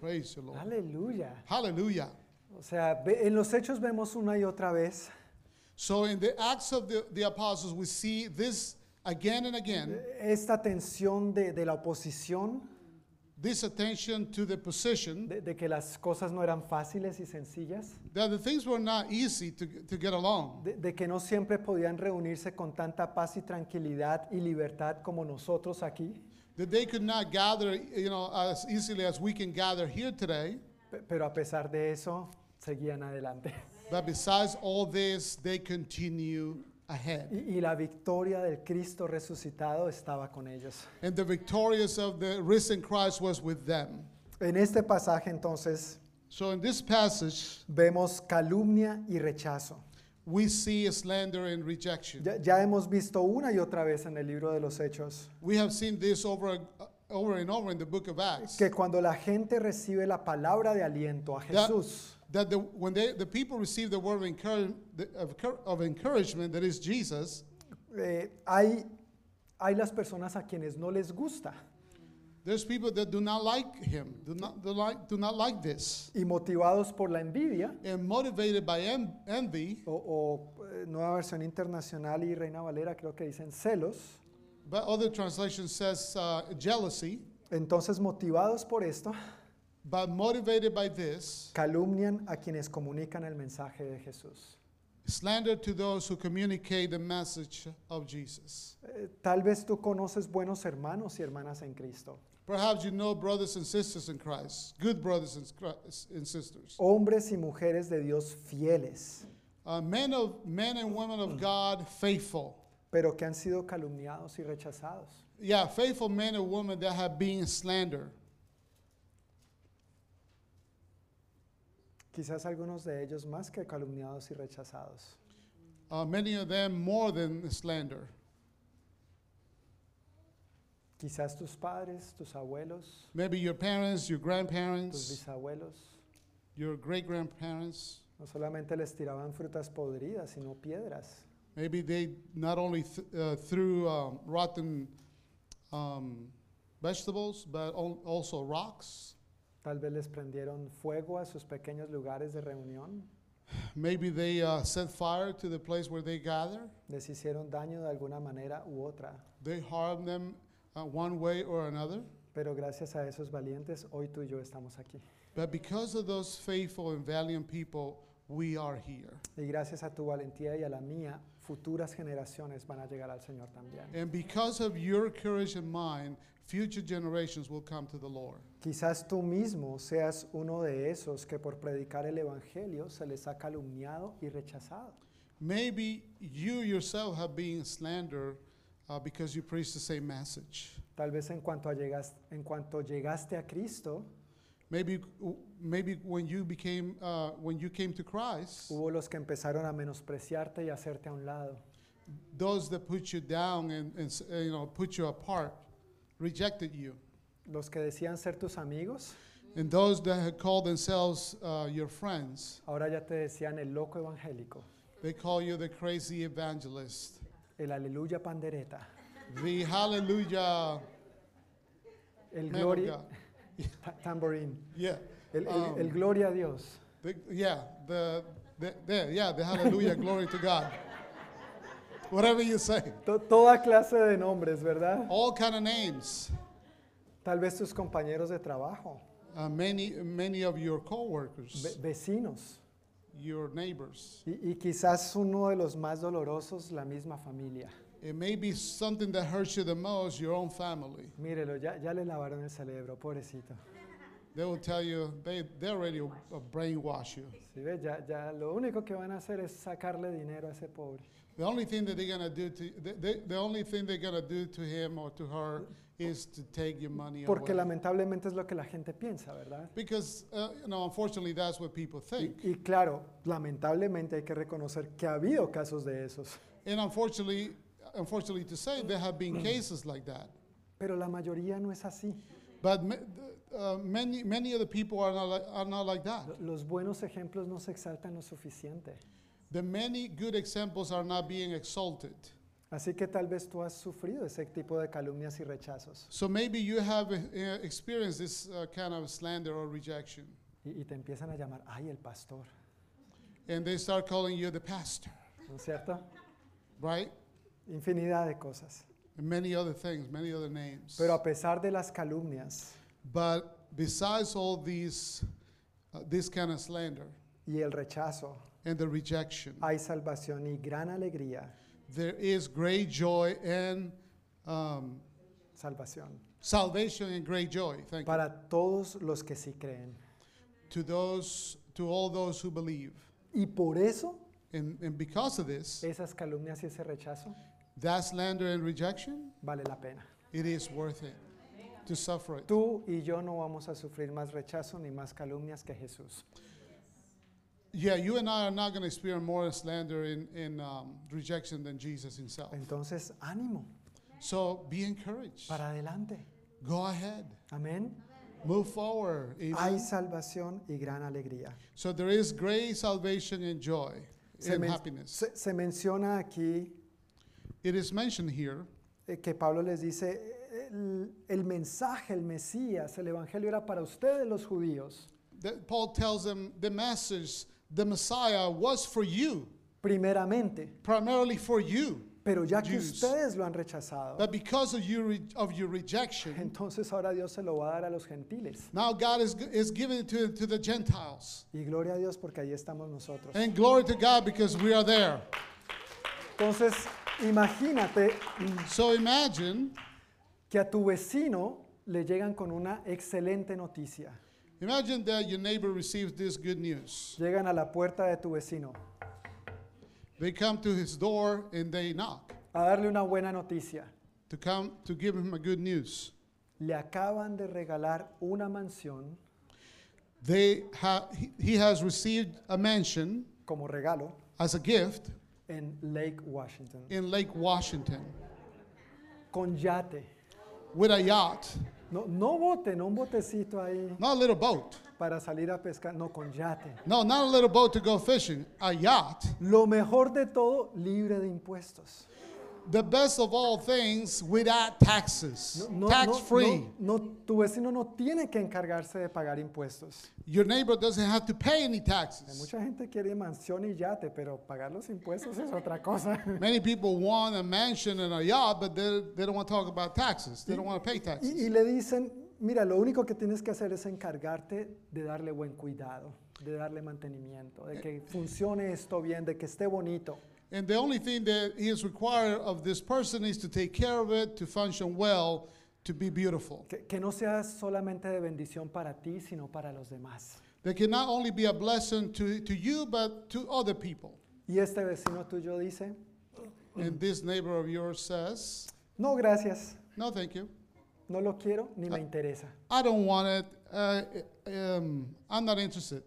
Speaker 5: Praise the Lord.
Speaker 4: aleluya.
Speaker 5: Hallelujah.
Speaker 4: O sea, ve- en los hechos vemos una y otra vez
Speaker 5: So in the Acts of the, the Apostles, we see this again and again
Speaker 4: esta tensión de, de la oposición,
Speaker 5: this attention to the position
Speaker 4: de, de que las cosas no eran fáciles y sencillas,
Speaker 5: that the things were not easy to, to get along.
Speaker 4: de, de que no siempre podían reunirse con tanta paz y tranquilidad y libertad como nosotros aquí.
Speaker 5: That they could not gather, you know, as easily as we can gather here today.
Speaker 4: Pe- Pero a pesar de eso, seguían adelante.
Speaker 5: But besides all this, they continue ahead.
Speaker 4: Y, y la victoria del Cristo resucitado estaba con ellos.
Speaker 5: And the victorious of the risen Christ was with them.
Speaker 4: En este pasaje entonces
Speaker 5: So in this passage,
Speaker 4: vemos calumnia y rechazo.
Speaker 5: we see slander and rejection.
Speaker 4: Ya, ya hemos visto una y otra vez en el libro de los Hechos
Speaker 5: We have seen this over, over and over in the book of Acts.
Speaker 4: que cuando la gente recibe la palabra de aliento a
Speaker 5: Ya-
Speaker 4: Jesús,
Speaker 5: That the, when they, the people receive the word of, encourage, the- of, cour- of encouragement, that is Jesus,
Speaker 4: eh, hay, hay las personas a quienes no les gusta
Speaker 5: there's people that do not like him, do not, do like, do not like this.
Speaker 4: y motivados por la envidia
Speaker 5: And motivated by en- envy,
Speaker 4: o, o, eh, nueva versión internacional y Reina Valera creo que dicen celos.
Speaker 5: but other translation says uh, jealousy,
Speaker 4: Entonces motivados por esto,
Speaker 5: but motivated by this,
Speaker 4: calumnian a quienes comunican el mensaje de Jesús.
Speaker 5: slander to those who communicate the message of Jesus.
Speaker 4: Eh, tal vez tú conoces buenos hermanos y hermanas en Cristo,
Speaker 5: Perhaps you know brothers and sisters in Christ, good brothers and, scri- and sisters,
Speaker 4: hombres y mujeres de Dios fieles,
Speaker 5: uh, men, of, men and women of God, faithful.
Speaker 4: pero que han sido calumniados y rechazados.
Speaker 5: Yeah, faithful men and women that have been slandered.
Speaker 4: Quizás algunos de ellos más que calumniados y rechazados.
Speaker 5: Uh, many of them more than slander.
Speaker 4: Quizás tus padres, tus abuelos,
Speaker 5: Maybe your parents, your
Speaker 4: tus
Speaker 5: grandparents,
Speaker 4: bisabuelos,
Speaker 5: your great grandparents.
Speaker 4: no solamente les tiraban frutas podridas, sino piedras.
Speaker 5: Maybe they not only th- uh, threw um, rotten um, vegetables, but al- also rocks.
Speaker 4: Tal vez les prendieron fuego a sus pequeños lugares de reunión,
Speaker 5: Maybe they uh, set fire to the place where they gather.
Speaker 4: les hicieron daño de alguna manera u otra.
Speaker 5: They harm them uh, one way or another.
Speaker 4: Pero gracias a esos valientes, hoy tú y yo estamos aquí.
Speaker 5: But because of those faithful and valiant people, we are here.
Speaker 4: Y gracias a tu valentía y a la mía, futuras generaciones van a llegar al Señor también.
Speaker 5: And because of your courage and mine, future generations will come to the Lord.
Speaker 4: Quizás tú mismo seas uno de esos que por predicar el Evangelio se les ha calumniado y rechazado.
Speaker 5: Maybe you yourself have been slandered uh, because you preach the same message.
Speaker 4: Tal vez en cuanto, a llegas- en cuanto llegaste a Cristo,
Speaker 5: Maybe, maybe when you became, uh, when you came to Christ,
Speaker 4: hubo los que empezaron a menospreciarte y a hacerte a un lado.
Speaker 5: those that put you down and, and s- uh, you know put you apart, rejected you,
Speaker 4: Los que decían ser tus amigos,
Speaker 5: and those that had called themselves uh, your friends,
Speaker 4: ahora ya te decían el loco evangélico,
Speaker 5: they call you the crazy evangelist,
Speaker 4: el aleluya pandereta,
Speaker 5: the hallelujah
Speaker 4: el
Speaker 5: man of
Speaker 4: gloria
Speaker 5: God.
Speaker 4: ta- tamborín,
Speaker 5: Yeah.
Speaker 4: el- el- el
Speaker 5: Um,
Speaker 4: gloria a Dios.
Speaker 5: The, yeah, the, the, the yeah, the hallelujah, glory to God. Whatever you say,
Speaker 4: To- toda clase de nombres, ¿verdad?
Speaker 5: all kind of names.
Speaker 4: Tal vez tus compañeros de trabajo,
Speaker 5: Uh, many, many of your
Speaker 4: ve-
Speaker 5: coworkers,
Speaker 4: vecinos
Speaker 5: your neighbors.
Speaker 4: y, y quizás uno de los más dolorosos, la misma familia.
Speaker 5: It may be something that hurts you the most, your own family.
Speaker 4: Mírelo, ya, ya le lavaron el cerebro, pobrecito.
Speaker 5: They will tell you, they, they already will brainwash you.
Speaker 4: ¿Sí ve? Ya, ya lo único que van a hacer es sacarle dinero a ese pobre.
Speaker 5: The only thing that they're gonna do to, the, the, the only thing they're gonna do to him or to her is to take your money
Speaker 4: Porque
Speaker 5: away.
Speaker 4: lamentablemente es lo que la gente piensa, ¿verdad?
Speaker 5: Because, uh, you know, unfortunately, that's what people think.
Speaker 4: Y claro, lamentablemente hay que reconocer que ha habido casos de esos,
Speaker 5: And unfortunately, unfortunately to say, there have been cases like that.
Speaker 4: pero la mayoría no es así.
Speaker 5: But ma- uh, many, many of the people are not, like, are not like that.
Speaker 4: Lo- Los buenos ejemplos no se exaltan lo suficiente.
Speaker 5: The many good examples are not being exalted.
Speaker 4: Así que tal vez tú has sufrido ese tipo de calumnias y rechazos
Speaker 5: So maybe you have uh, experienced this uh, kind of slander or rejection,
Speaker 4: y, y te empiezan a llamar, ay, el pastor,
Speaker 5: and they start calling you the pastor,
Speaker 4: ¿no es cierto?
Speaker 5: right?
Speaker 4: Infinidad de cosas.
Speaker 5: And many other things, many other names.
Speaker 4: Pero a pesar de las calumnias
Speaker 5: But besides all these, uh, this kind of slander
Speaker 4: y el rechazo,
Speaker 5: and the rejection,
Speaker 4: hay salvación y gran alegría,
Speaker 5: there is great joy and um,
Speaker 4: salvación,
Speaker 5: salvation and great joy. Thank you.
Speaker 4: para todos los que sí creen.
Speaker 5: To those, to all those who believe.
Speaker 4: Y por eso
Speaker 5: And, and because of this,
Speaker 4: esas calumnias y ese rechazo
Speaker 5: that slander and rejection,
Speaker 4: vale la pena.
Speaker 5: it is worth it to suffer it.
Speaker 4: Tú y yo no vamos a sufrir más rechazo ni más calumnias que Jesús.
Speaker 5: Yeah, you and I are not going to experience more slander and, and um, rejection than Jesus himself.
Speaker 4: Entonces, ánimo,
Speaker 5: So be encouraged.
Speaker 4: para adelante.
Speaker 5: Go ahead.
Speaker 4: Amén.
Speaker 5: Move forward.
Speaker 4: Hay
Speaker 5: Amen.
Speaker 4: salvación y gran alegría.
Speaker 5: So there is great salvation and joy
Speaker 4: Se,
Speaker 5: and
Speaker 4: men-
Speaker 5: happiness.
Speaker 4: se- se menciona aquí
Speaker 5: It is mentioned here
Speaker 4: eh, que Pablo les dice, el, el mensaje, el Mesías, el Evangelio era para ustedes los judíos,
Speaker 5: that Paul tells them the message, the Messiah was for you,
Speaker 4: primeramente,
Speaker 5: primarily for you.
Speaker 4: pero ya que
Speaker 5: Jews.
Speaker 4: ustedes lo han rechazado,
Speaker 5: But because of your, re- of your rejection,
Speaker 4: entonces ahora Dios se lo va a dar a los gentiles.
Speaker 5: now God is, is giving it to, to the Gentiles.
Speaker 4: Y gloria a Dios porque ahí estamos nosotros.
Speaker 5: And glory to God because we are there.
Speaker 4: Entonces, imagínate
Speaker 5: So imagine,
Speaker 4: que a tu vecino le llegan con una excelente noticia.
Speaker 5: imagine that your neighbor receives this good news.
Speaker 4: Llegan a la puerta de tu vecino
Speaker 5: They come to his door and they knock
Speaker 4: a darle una buena noticia.
Speaker 5: to come to give him a good news.
Speaker 4: Le acaban de regalar una mansión
Speaker 5: They ha- he- he has received a mansion
Speaker 4: como regalo
Speaker 5: as a gift
Speaker 4: en Lake Washington,
Speaker 5: in Lake Washington
Speaker 4: con yate.
Speaker 5: with a yacht,
Speaker 4: No, no bote, no un botecito ahí
Speaker 5: not a little boat.
Speaker 4: para salir a pescar, no, con yate.
Speaker 5: No, not a little boat to go fishing, a yacht.
Speaker 4: Lo mejor de todo, libre de impuestos.
Speaker 5: The best of all things without taxes,
Speaker 4: No, no,
Speaker 5: tax free.
Speaker 4: no, no, tu vecino no tiene que encargarse de pagar impuestos.
Speaker 5: Your neighbor doesn't have to pay any
Speaker 4: Hay
Speaker 5: taxes.
Speaker 4: Mucha gente quiere mansión y yate, pero pagar los impuestos es otra cosa.
Speaker 5: Many people want a mansion and a yacht, but they, they don't want to talk about taxes. They don't want to pay
Speaker 4: Y, y
Speaker 5: taxes.
Speaker 4: le dicen, mira, lo único que tienes que hacer es encargarte de darle buen cuidado, de darle mantenimiento, de que funcione esto bien, de que esté bonito.
Speaker 5: And the only thing that is required of this person is to take care of it, to function well, to be beautiful.
Speaker 4: Que, que no sea solamente de bendición para ti, sino para los demás.
Speaker 5: They can not only be a blessing to, to you, but to other people.
Speaker 4: Y este vecino tuyo dice,
Speaker 5: And this neighbor of yours says,
Speaker 4: no, gracias,
Speaker 5: No, thank you.
Speaker 4: no lo quiero ni me interesa.
Speaker 5: I don't want it. Uh, um, I'm not interested.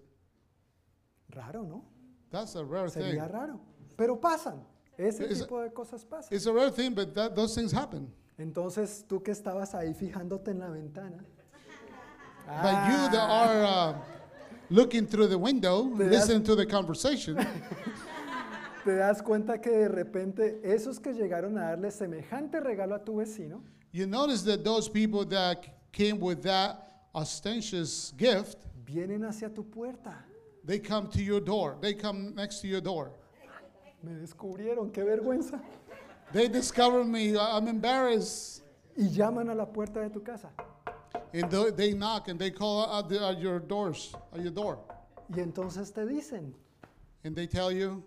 Speaker 4: Raro, ¿no?
Speaker 5: That's a rare thing.
Speaker 4: Sería raro. Pero pasan. Ese
Speaker 5: Esa-
Speaker 4: tipo de cosas pasan.
Speaker 5: It's a rare thing, but that, those things happen.
Speaker 4: Entonces tú que estabas ahí fijándote en la ventana.
Speaker 5: But you that are uh, looking through the window,
Speaker 4: Ah. Te
Speaker 5: listening to the conversation,
Speaker 4: te das cuenta que de repente esos que llegaron a darle semejante regalo a tu vecino
Speaker 5: you notice that those people that came with that ostentatious gift,
Speaker 4: vienen hacia tu puerta.
Speaker 5: they come to your door. They come next to your door.
Speaker 4: Me descubrieron, qué vergüenza.
Speaker 5: They discover me. I- I'm embarrassed.
Speaker 4: Y llaman a la puerta de tu casa.
Speaker 5: And tho- they knock and they call at, the, at your doors, at your door,
Speaker 4: Y entonces te dicen,
Speaker 5: and they tell you,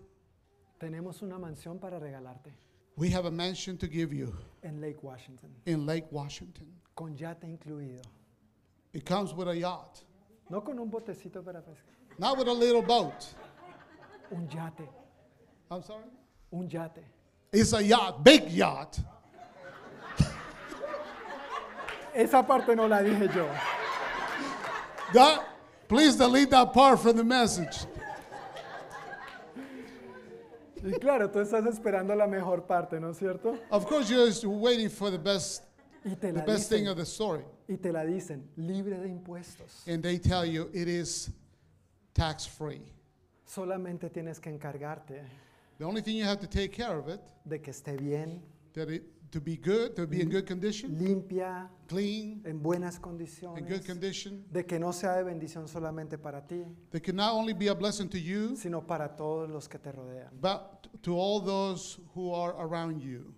Speaker 4: tenemos una mansión para regalarte
Speaker 5: "We have a mansion to give you
Speaker 4: en Lake Washington,
Speaker 5: in Lake Washington.
Speaker 4: con yate incluido.
Speaker 5: It comes with a yacht.
Speaker 4: No con un botecito para pescar,
Speaker 5: not with a little boat.
Speaker 4: un yate,
Speaker 5: I'm sorry?
Speaker 4: un yate.
Speaker 5: It's a yacht, big yacht.
Speaker 4: Esa parte no la dije yo.
Speaker 5: That, please delete that part from the message.
Speaker 4: Y claro, tú estás esperando la mejor parte, ¿no es cierto?
Speaker 5: Of course, you're just waiting for the best,
Speaker 4: Y te
Speaker 5: the
Speaker 4: la
Speaker 5: best thing
Speaker 4: dicen,
Speaker 5: of the story.
Speaker 4: y te la dicen, libre de impuestos.
Speaker 5: And they tell you it is tax free.
Speaker 4: Solamente tienes que encargarte
Speaker 5: The only thing you have to take care of it,
Speaker 4: de que esté bien,
Speaker 5: that it to be good, to be in good condition,
Speaker 4: limpia,
Speaker 5: clean,
Speaker 4: en buenas
Speaker 5: in good
Speaker 4: condiciones,
Speaker 5: condition,
Speaker 4: de que no sea de bendición solamente para ti,
Speaker 5: that can not only be a blessing to you,
Speaker 4: sino para todos los que te rodean.
Speaker 5: but to all those who are around you.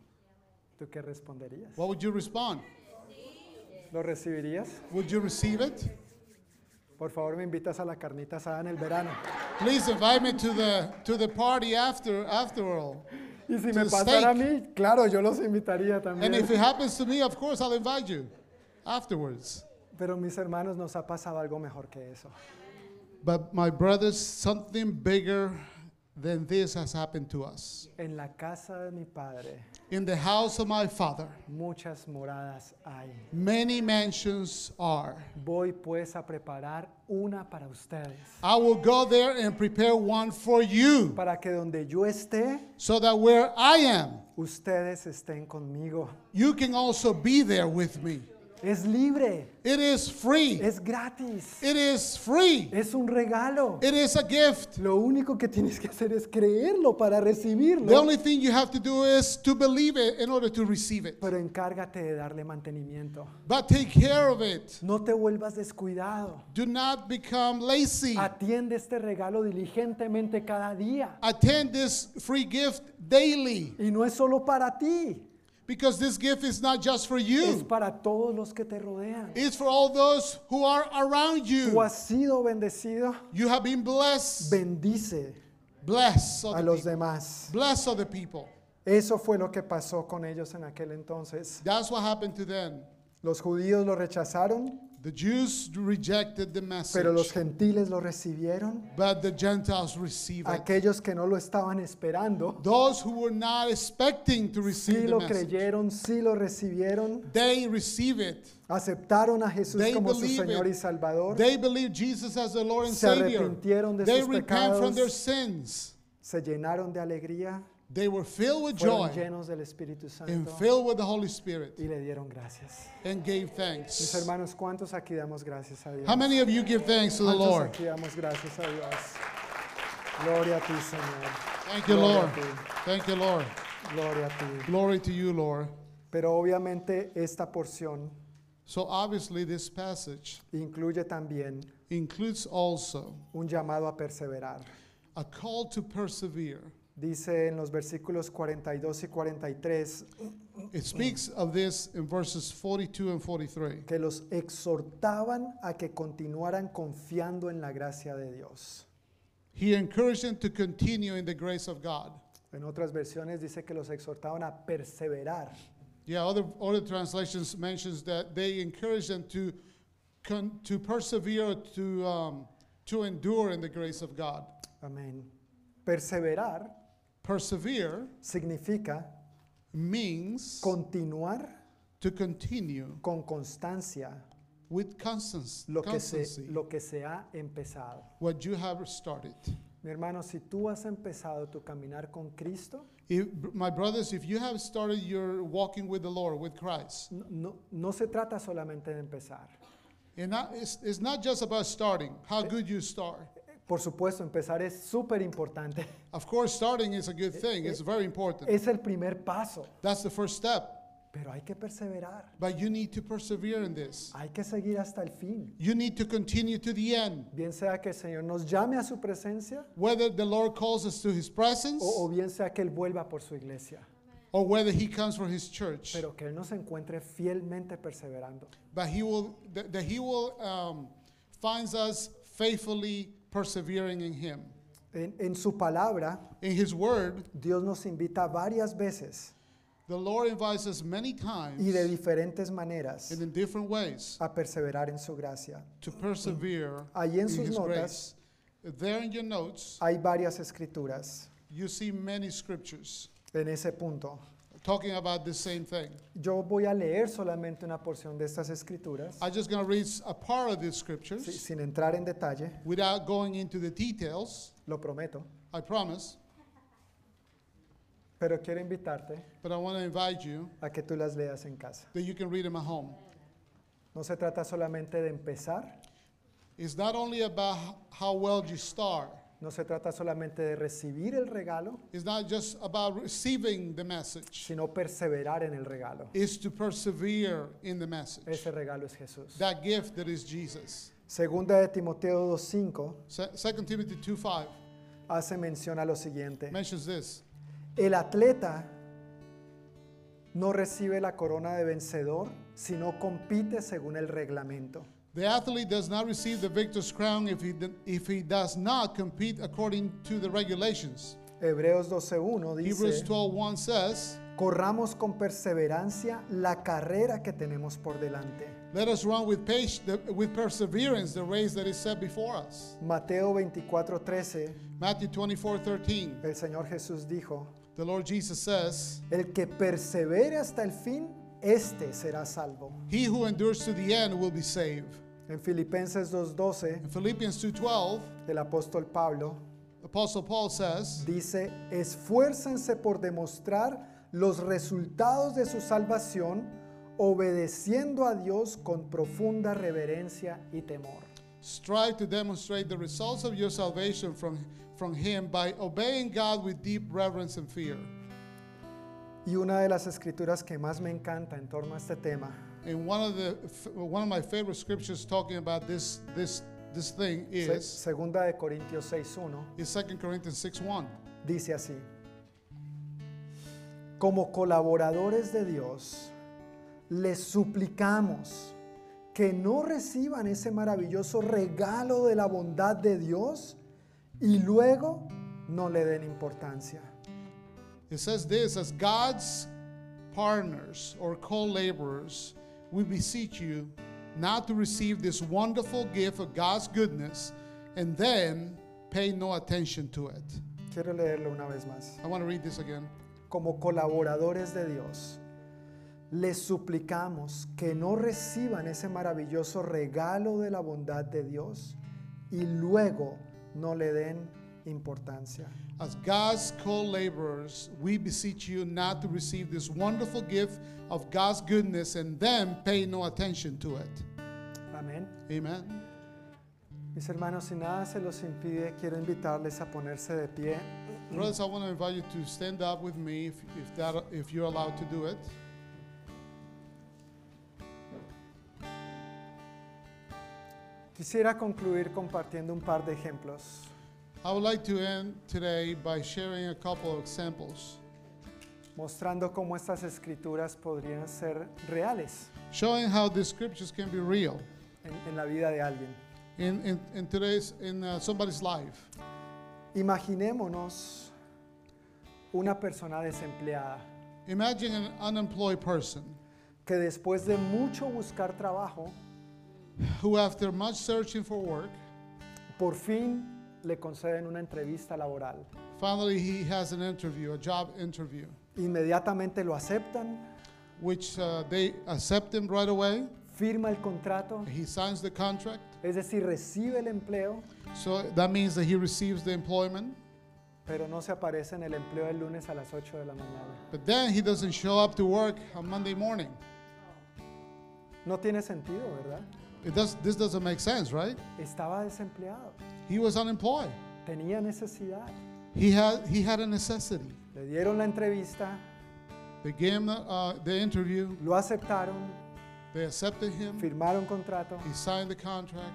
Speaker 4: ¿Tú qué responderías?
Speaker 5: What would you respond?
Speaker 4: ¿Lo recibirías?
Speaker 5: Would you receive it?
Speaker 4: Por favor, me invitas a la carnita asada en el verano.
Speaker 5: Please invite me to the to the party after after all.
Speaker 4: Y si me
Speaker 5: To the
Speaker 4: pasara a
Speaker 5: steak.
Speaker 4: mí, claro, yo los invitaría también.
Speaker 5: And if it happens to me, of course I'll invite you afterwards.
Speaker 4: Pero mis hermanos, nos ha pasado algo mejor que eso.
Speaker 5: But my brothers, something bigger than this has happened to us.
Speaker 4: En la casa de mi padre
Speaker 5: In the house of my father,
Speaker 4: muchas moradas hay.
Speaker 5: many mansions are.
Speaker 4: Voy pues a preparar una para ustedes,
Speaker 5: I will go there and prepare one for you,
Speaker 4: para que donde yo esté,
Speaker 5: so that where I am,
Speaker 4: ustedes estén conmigo.
Speaker 5: you can also be there with me.
Speaker 4: Es libre,
Speaker 5: It is free.
Speaker 4: es gratis,
Speaker 5: It is free.
Speaker 4: es un regalo.
Speaker 5: It is a gift.
Speaker 4: Lo único que tienes que hacer es creerlo para
Speaker 5: The
Speaker 4: recibirlo.
Speaker 5: only thing you have to do is to believe it in order to receive it.
Speaker 4: Pero encárgate de darle mantenimiento.
Speaker 5: But take care of it.
Speaker 4: No te vuelvas descuidado.
Speaker 5: Do not become lazy.
Speaker 4: Atiende este regalo diligentemente cada día.
Speaker 5: Attend this free gift daily
Speaker 4: Y no es solo para ti,
Speaker 5: because this gift is not just for
Speaker 4: es
Speaker 5: you,
Speaker 4: para todos los que te rodean.
Speaker 5: it's for all those who are around
Speaker 4: Tú
Speaker 5: you.
Speaker 4: has sido bendecido,
Speaker 5: You have been blessed.
Speaker 4: bendice
Speaker 5: Bless
Speaker 4: a
Speaker 5: other
Speaker 4: los
Speaker 5: people.
Speaker 4: demás.
Speaker 5: Bless other people.
Speaker 4: Eso fue lo que pasó con ellos en aquel entonces.
Speaker 5: That's what happened to them.
Speaker 4: Los judíos lo rechazaron,
Speaker 5: The Jews rejected the
Speaker 4: pero los
Speaker 5: message,
Speaker 4: gentiles lo recibieron.
Speaker 5: but the Gentiles received it.
Speaker 4: Aquellos que no lo estaban esperando,
Speaker 5: Those who were not expecting to
Speaker 4: sí
Speaker 5: receive the
Speaker 4: lo
Speaker 5: message,
Speaker 4: creyeron, sí lo recibieron,
Speaker 5: they receive it.
Speaker 4: aceptaron a Jesús
Speaker 5: They
Speaker 4: como su
Speaker 5: believe
Speaker 4: Señor
Speaker 5: it.
Speaker 4: y Salvador,
Speaker 5: They believe Jesus as the Lord and
Speaker 4: Se
Speaker 5: Savior.
Speaker 4: arrepintieron de
Speaker 5: They
Speaker 4: sus
Speaker 5: repent
Speaker 4: pecados.
Speaker 5: from their sins.
Speaker 4: se llenaron de alegría,
Speaker 5: They were filled with
Speaker 4: fueron
Speaker 5: joy
Speaker 4: llenos del Espíritu
Speaker 5: and
Speaker 4: Santo
Speaker 5: filled with the Holy Spirit
Speaker 4: y le dieron gracias.
Speaker 5: and gave
Speaker 4: Mis
Speaker 5: thanks.
Speaker 4: hermanos, ¿cuántos aquí damos gracias a Dios?
Speaker 5: How many of you give thanks to the
Speaker 4: ¿Cuántos
Speaker 5: Lord?
Speaker 4: aquí damos gracias a Dios? Gloria a ti, Señor.
Speaker 5: Thank you,
Speaker 4: Gloria
Speaker 5: Lord.
Speaker 4: a ti.
Speaker 5: Thank you, Lord.
Speaker 4: Gloria a ti.
Speaker 5: Glory to you, Lord.
Speaker 4: Pero obviamente esta porción
Speaker 5: So obviously, this passage
Speaker 4: incluye también
Speaker 5: includes also
Speaker 4: un llamado a perseverar.
Speaker 5: a call to persevere.
Speaker 4: Dice en los versículos 42 y 43
Speaker 5: It speaks of this in verses 42 and 43.
Speaker 4: que los exhortaban a que continuaran confiando en la gracia de Dios.
Speaker 5: He encouraged them to continue in the grace of God.
Speaker 4: En otras versiones dice que los exhortaban a perseverar.
Speaker 5: Yeah, other other translations mentions that they encourage them to con, to persevere to um, to endure in the grace of God.
Speaker 4: Amén. Perseverar
Speaker 5: Persevere
Speaker 4: significa
Speaker 5: means
Speaker 4: continuar
Speaker 5: to continue
Speaker 4: con constancia
Speaker 5: with constance,
Speaker 4: lo que, se,
Speaker 5: constancy
Speaker 4: lo que se ha empezado.
Speaker 5: what you have started.
Speaker 4: Mi hermano, si tú has empezado tu caminar con Cristo,
Speaker 5: If, my brothers, if you have started your walking with the Lord with Christ,
Speaker 4: no, no, no se trata solamente de empezar.
Speaker 5: and not, it's, it's not just about starting
Speaker 4: Eh,
Speaker 5: how good you start.
Speaker 4: Por supuesto, empezar es súper importante.
Speaker 5: Of course, starting is a
Speaker 4: eh,
Speaker 5: good thing. It's very important.
Speaker 4: Es el primer paso,
Speaker 5: That's the first step.
Speaker 4: pero hay que perseverar.
Speaker 5: But you need to persevere in this.
Speaker 4: Hay que seguir hasta el fin.
Speaker 5: You need to continue to the end.
Speaker 4: Bien sea que el Señor nos llame a su presencia
Speaker 5: Whether the Lord calls us to his presence
Speaker 4: o, o bien sea que Él vuelva por su iglesia,
Speaker 5: or whether he comes for his church.
Speaker 4: oh. pero que Él nos encuentre fielmente perseverando.
Speaker 5: But he will that, that he will um, finds us faithfully persevering in him.
Speaker 4: En, en su palabra,
Speaker 5: In his word,
Speaker 4: Dios nos invita varias veces
Speaker 5: The Lord invites us many times
Speaker 4: y de diferentes maneras
Speaker 5: and in different ways
Speaker 4: a perseverar en su gracia.
Speaker 5: to persevere
Speaker 4: Ahí en
Speaker 5: in
Speaker 4: sus
Speaker 5: His
Speaker 4: notas-
Speaker 5: grace. There in your notes,
Speaker 4: Hay varias escrituras
Speaker 5: you see many scriptures
Speaker 4: en ese punto.
Speaker 5: talking about the same thing.
Speaker 4: Yo voy a leer solamente una porción de estas escrituras,
Speaker 5: I'm just going to read a part of these scriptures
Speaker 4: si- sin entrar en detalle,
Speaker 5: without going into the details,
Speaker 4: lo prometo,
Speaker 5: I promise,
Speaker 4: pero quiero invitarte
Speaker 5: but I want to invite you
Speaker 4: a que tú las leas en casa.
Speaker 5: that you can read them at home.
Speaker 4: No se trata solamente de empezar,
Speaker 5: It's not only about h- how well you start,
Speaker 4: no se trata solamente de recibir el regalo,
Speaker 5: it's not just about receiving the message,
Speaker 4: sino perseverar en el regalo.
Speaker 5: it's to persevere in the message.
Speaker 4: Ese regalo es Jesús.
Speaker 5: That gift that is Jesus.
Speaker 4: Segunda de Timoteo 2.5
Speaker 5: Se- 2 Timothy 2.5
Speaker 4: hace mención a lo siguiente.
Speaker 5: mentions this.
Speaker 4: El atleta no recibe la corona de vencedor, sino compite según el reglamento.
Speaker 5: The athlete does not receive the victor's crown if he, d- if he does not compete according to the regulations.
Speaker 4: Hebreos 12.1
Speaker 5: Hebrews
Speaker 4: dice,
Speaker 5: 12.1 says,
Speaker 4: corramos con perseverancia la carrera que tenemos por delante.
Speaker 5: Let us run with, page, the, with perseverance the race that is set before us.
Speaker 4: Mateo 24.13,
Speaker 5: Matthew 24.13
Speaker 4: el Señor Jesús dijo,
Speaker 5: The Lord Jesus says,
Speaker 4: el que persevere hasta el fin, éste será salvo.
Speaker 5: He who endures to the end will be saved.
Speaker 4: En Filipenses 2.12,
Speaker 5: In Philippians 2.12,
Speaker 4: el apóstol Pablo
Speaker 5: Apostle Paul says,
Speaker 4: Dice, esfuércense por demostrar los resultados de su salvación, obedeciendo a Dios con profunda reverencia y temor.
Speaker 5: Strive to demonstrate the results of your salvation from, from Him by obeying God with deep reverence and fear.
Speaker 4: Y una de las escrituras que más me encanta en torno a este tema,
Speaker 5: And one of the f- one of my favorite scriptures talking about this this this thing
Speaker 4: se-
Speaker 5: is
Speaker 4: segunda de Corintios 6.1,
Speaker 5: is 2 Corinthians 6 1.
Speaker 4: dice así, como colaboradores de Dios, les suplicamos que no reciban ese maravilloso regalo de la bondad de Dios y luego no le den importancia.
Speaker 5: It says this as God's partners or co-laborers, we beseech you not to receive this wonderful gift of God's goodness and then pay no attention to it.
Speaker 4: Quiero leerlo una vez más.
Speaker 5: I want to read this again.
Speaker 4: Como colaboradores de Dios, les suplicamos que no reciban ese maravilloso regalo de la bondad de Dios y luego no le den importancia.
Speaker 5: As God's co laborers, we beseech you not to receive this wonderful gift of God's goodness and then pay no attention to it.
Speaker 4: Amén.
Speaker 5: Amen.
Speaker 4: Mis hermanos, si nada se los impide, quiero invitarles a ponerse de pie.
Speaker 5: Brothers, I want to invite you to stand up with me if, if, that, if you're allowed to do it.
Speaker 4: Quisiera concluir compartiendo un par de ejemplos.
Speaker 5: I would like to end today by sharing a couple of examples,
Speaker 4: mostrando cómo estas escrituras podrían ser reales
Speaker 5: showing how the scriptures can be real
Speaker 4: en, en la vida de alguien.
Speaker 5: in, in, in today's in uh, somebody's life.
Speaker 4: Imaginémonos una persona desempleada
Speaker 5: Imagine an unemployed person
Speaker 4: que después de mucho buscar trabajo,
Speaker 5: who, after much searching for work,
Speaker 4: por fin le conceden una entrevista laboral.
Speaker 5: finally he has an interview, a job interview.
Speaker 4: Inmediatamente lo aceptan,
Speaker 5: which uh, they accept him right away.
Speaker 4: firma el contrato,
Speaker 5: He signs the contract,
Speaker 4: es decir, recibe el empleo,
Speaker 5: so that means that he receives the employment.
Speaker 4: pero no se aparece en el empleo el lunes a las 8 de la mañana.
Speaker 5: But then he doesn't show up to work on Monday morning.
Speaker 4: No tiene sentido, ¿verdad?
Speaker 5: It does, this doesn't make sense, right?
Speaker 4: Estaba desempleado,
Speaker 5: He was unemployed.
Speaker 4: tenía necesidad.
Speaker 5: He had, he had a necessity.
Speaker 4: Le dieron la entrevista,
Speaker 5: They gave him uh, the interview.
Speaker 4: lo aceptaron,
Speaker 5: They accepted him.
Speaker 4: firmaron contrato,
Speaker 5: He signed the contract.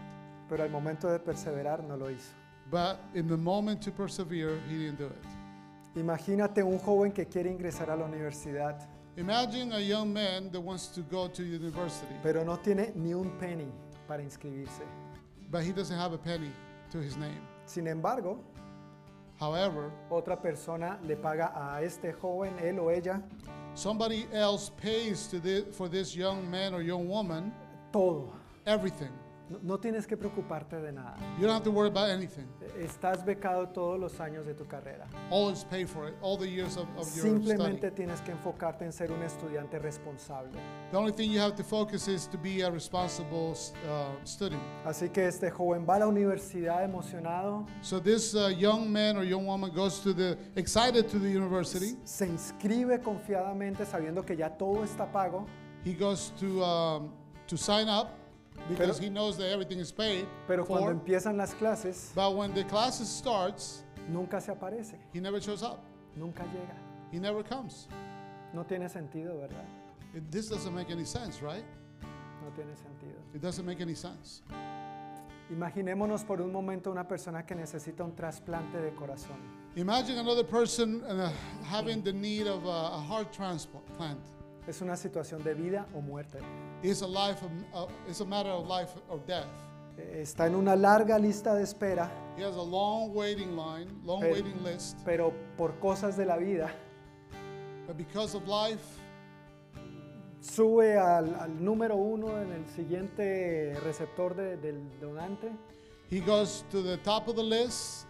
Speaker 4: pero al momento de perseverar no lo hizo.
Speaker 5: But in the moment to persevere, he didn't do it.
Speaker 4: Imagínate un joven que quiere ingresar a la universidad,
Speaker 5: Imagine a young man that wants to go to university,
Speaker 4: pero no tiene ni un penny para inscribirse.
Speaker 5: but he doesn't have a penny to his name.
Speaker 4: Sin embargo,
Speaker 5: However,
Speaker 4: otra persona le paga a este joven, él o ella,
Speaker 5: Somebody else pays to thi- for this young man or young woman
Speaker 4: Todo.
Speaker 5: everything.
Speaker 4: No, no tienes que preocuparte de nada.
Speaker 5: You don't have to worry about anything.
Speaker 4: Estás becado todos los años de tu carrera.
Speaker 5: All is paid for it, all the years of, of your study.
Speaker 4: Simplemente tienes que enfocarte en ser un estudiante responsable.
Speaker 5: The only thing you have to focus is to be a responsible s- uh, student.
Speaker 4: Así que este joven va a la universidad emocionado,
Speaker 5: So this uh, young man or young woman goes to the excited to the university.
Speaker 4: se inscribe confiadamente sabiendo que ya todo está pago,
Speaker 5: He goes to um, to sign up because he knows that everything is paid
Speaker 4: pero cuando
Speaker 5: for.
Speaker 4: empiezan las clases
Speaker 5: But when the classes starts,
Speaker 4: nunca se aparece,
Speaker 5: he never shows up.
Speaker 4: nunca llega.
Speaker 5: He never comes.
Speaker 4: No tiene sentido, ¿verdad?
Speaker 5: It- this doesn't make any sense, right?
Speaker 4: No tiene sentido.
Speaker 5: It doesn't make any sense.
Speaker 4: Imaginémonos por un momento una persona que necesita un trasplante de corazón.
Speaker 5: Imagine another person uh, having the need of a, a heart transplant.
Speaker 4: Es una situación de vida o muerte.
Speaker 5: It's a life. Of, uh, it's a matter of life or death.
Speaker 4: Eh, Está en una larga lista de espera,
Speaker 5: He has a long waiting line, long
Speaker 4: Pero-
Speaker 5: waiting list.
Speaker 4: pero por cosas de la vida
Speaker 5: But because of life,
Speaker 4: sube al, al número uno en el siguiente receptor de- del donante
Speaker 5: He goes to the top of the list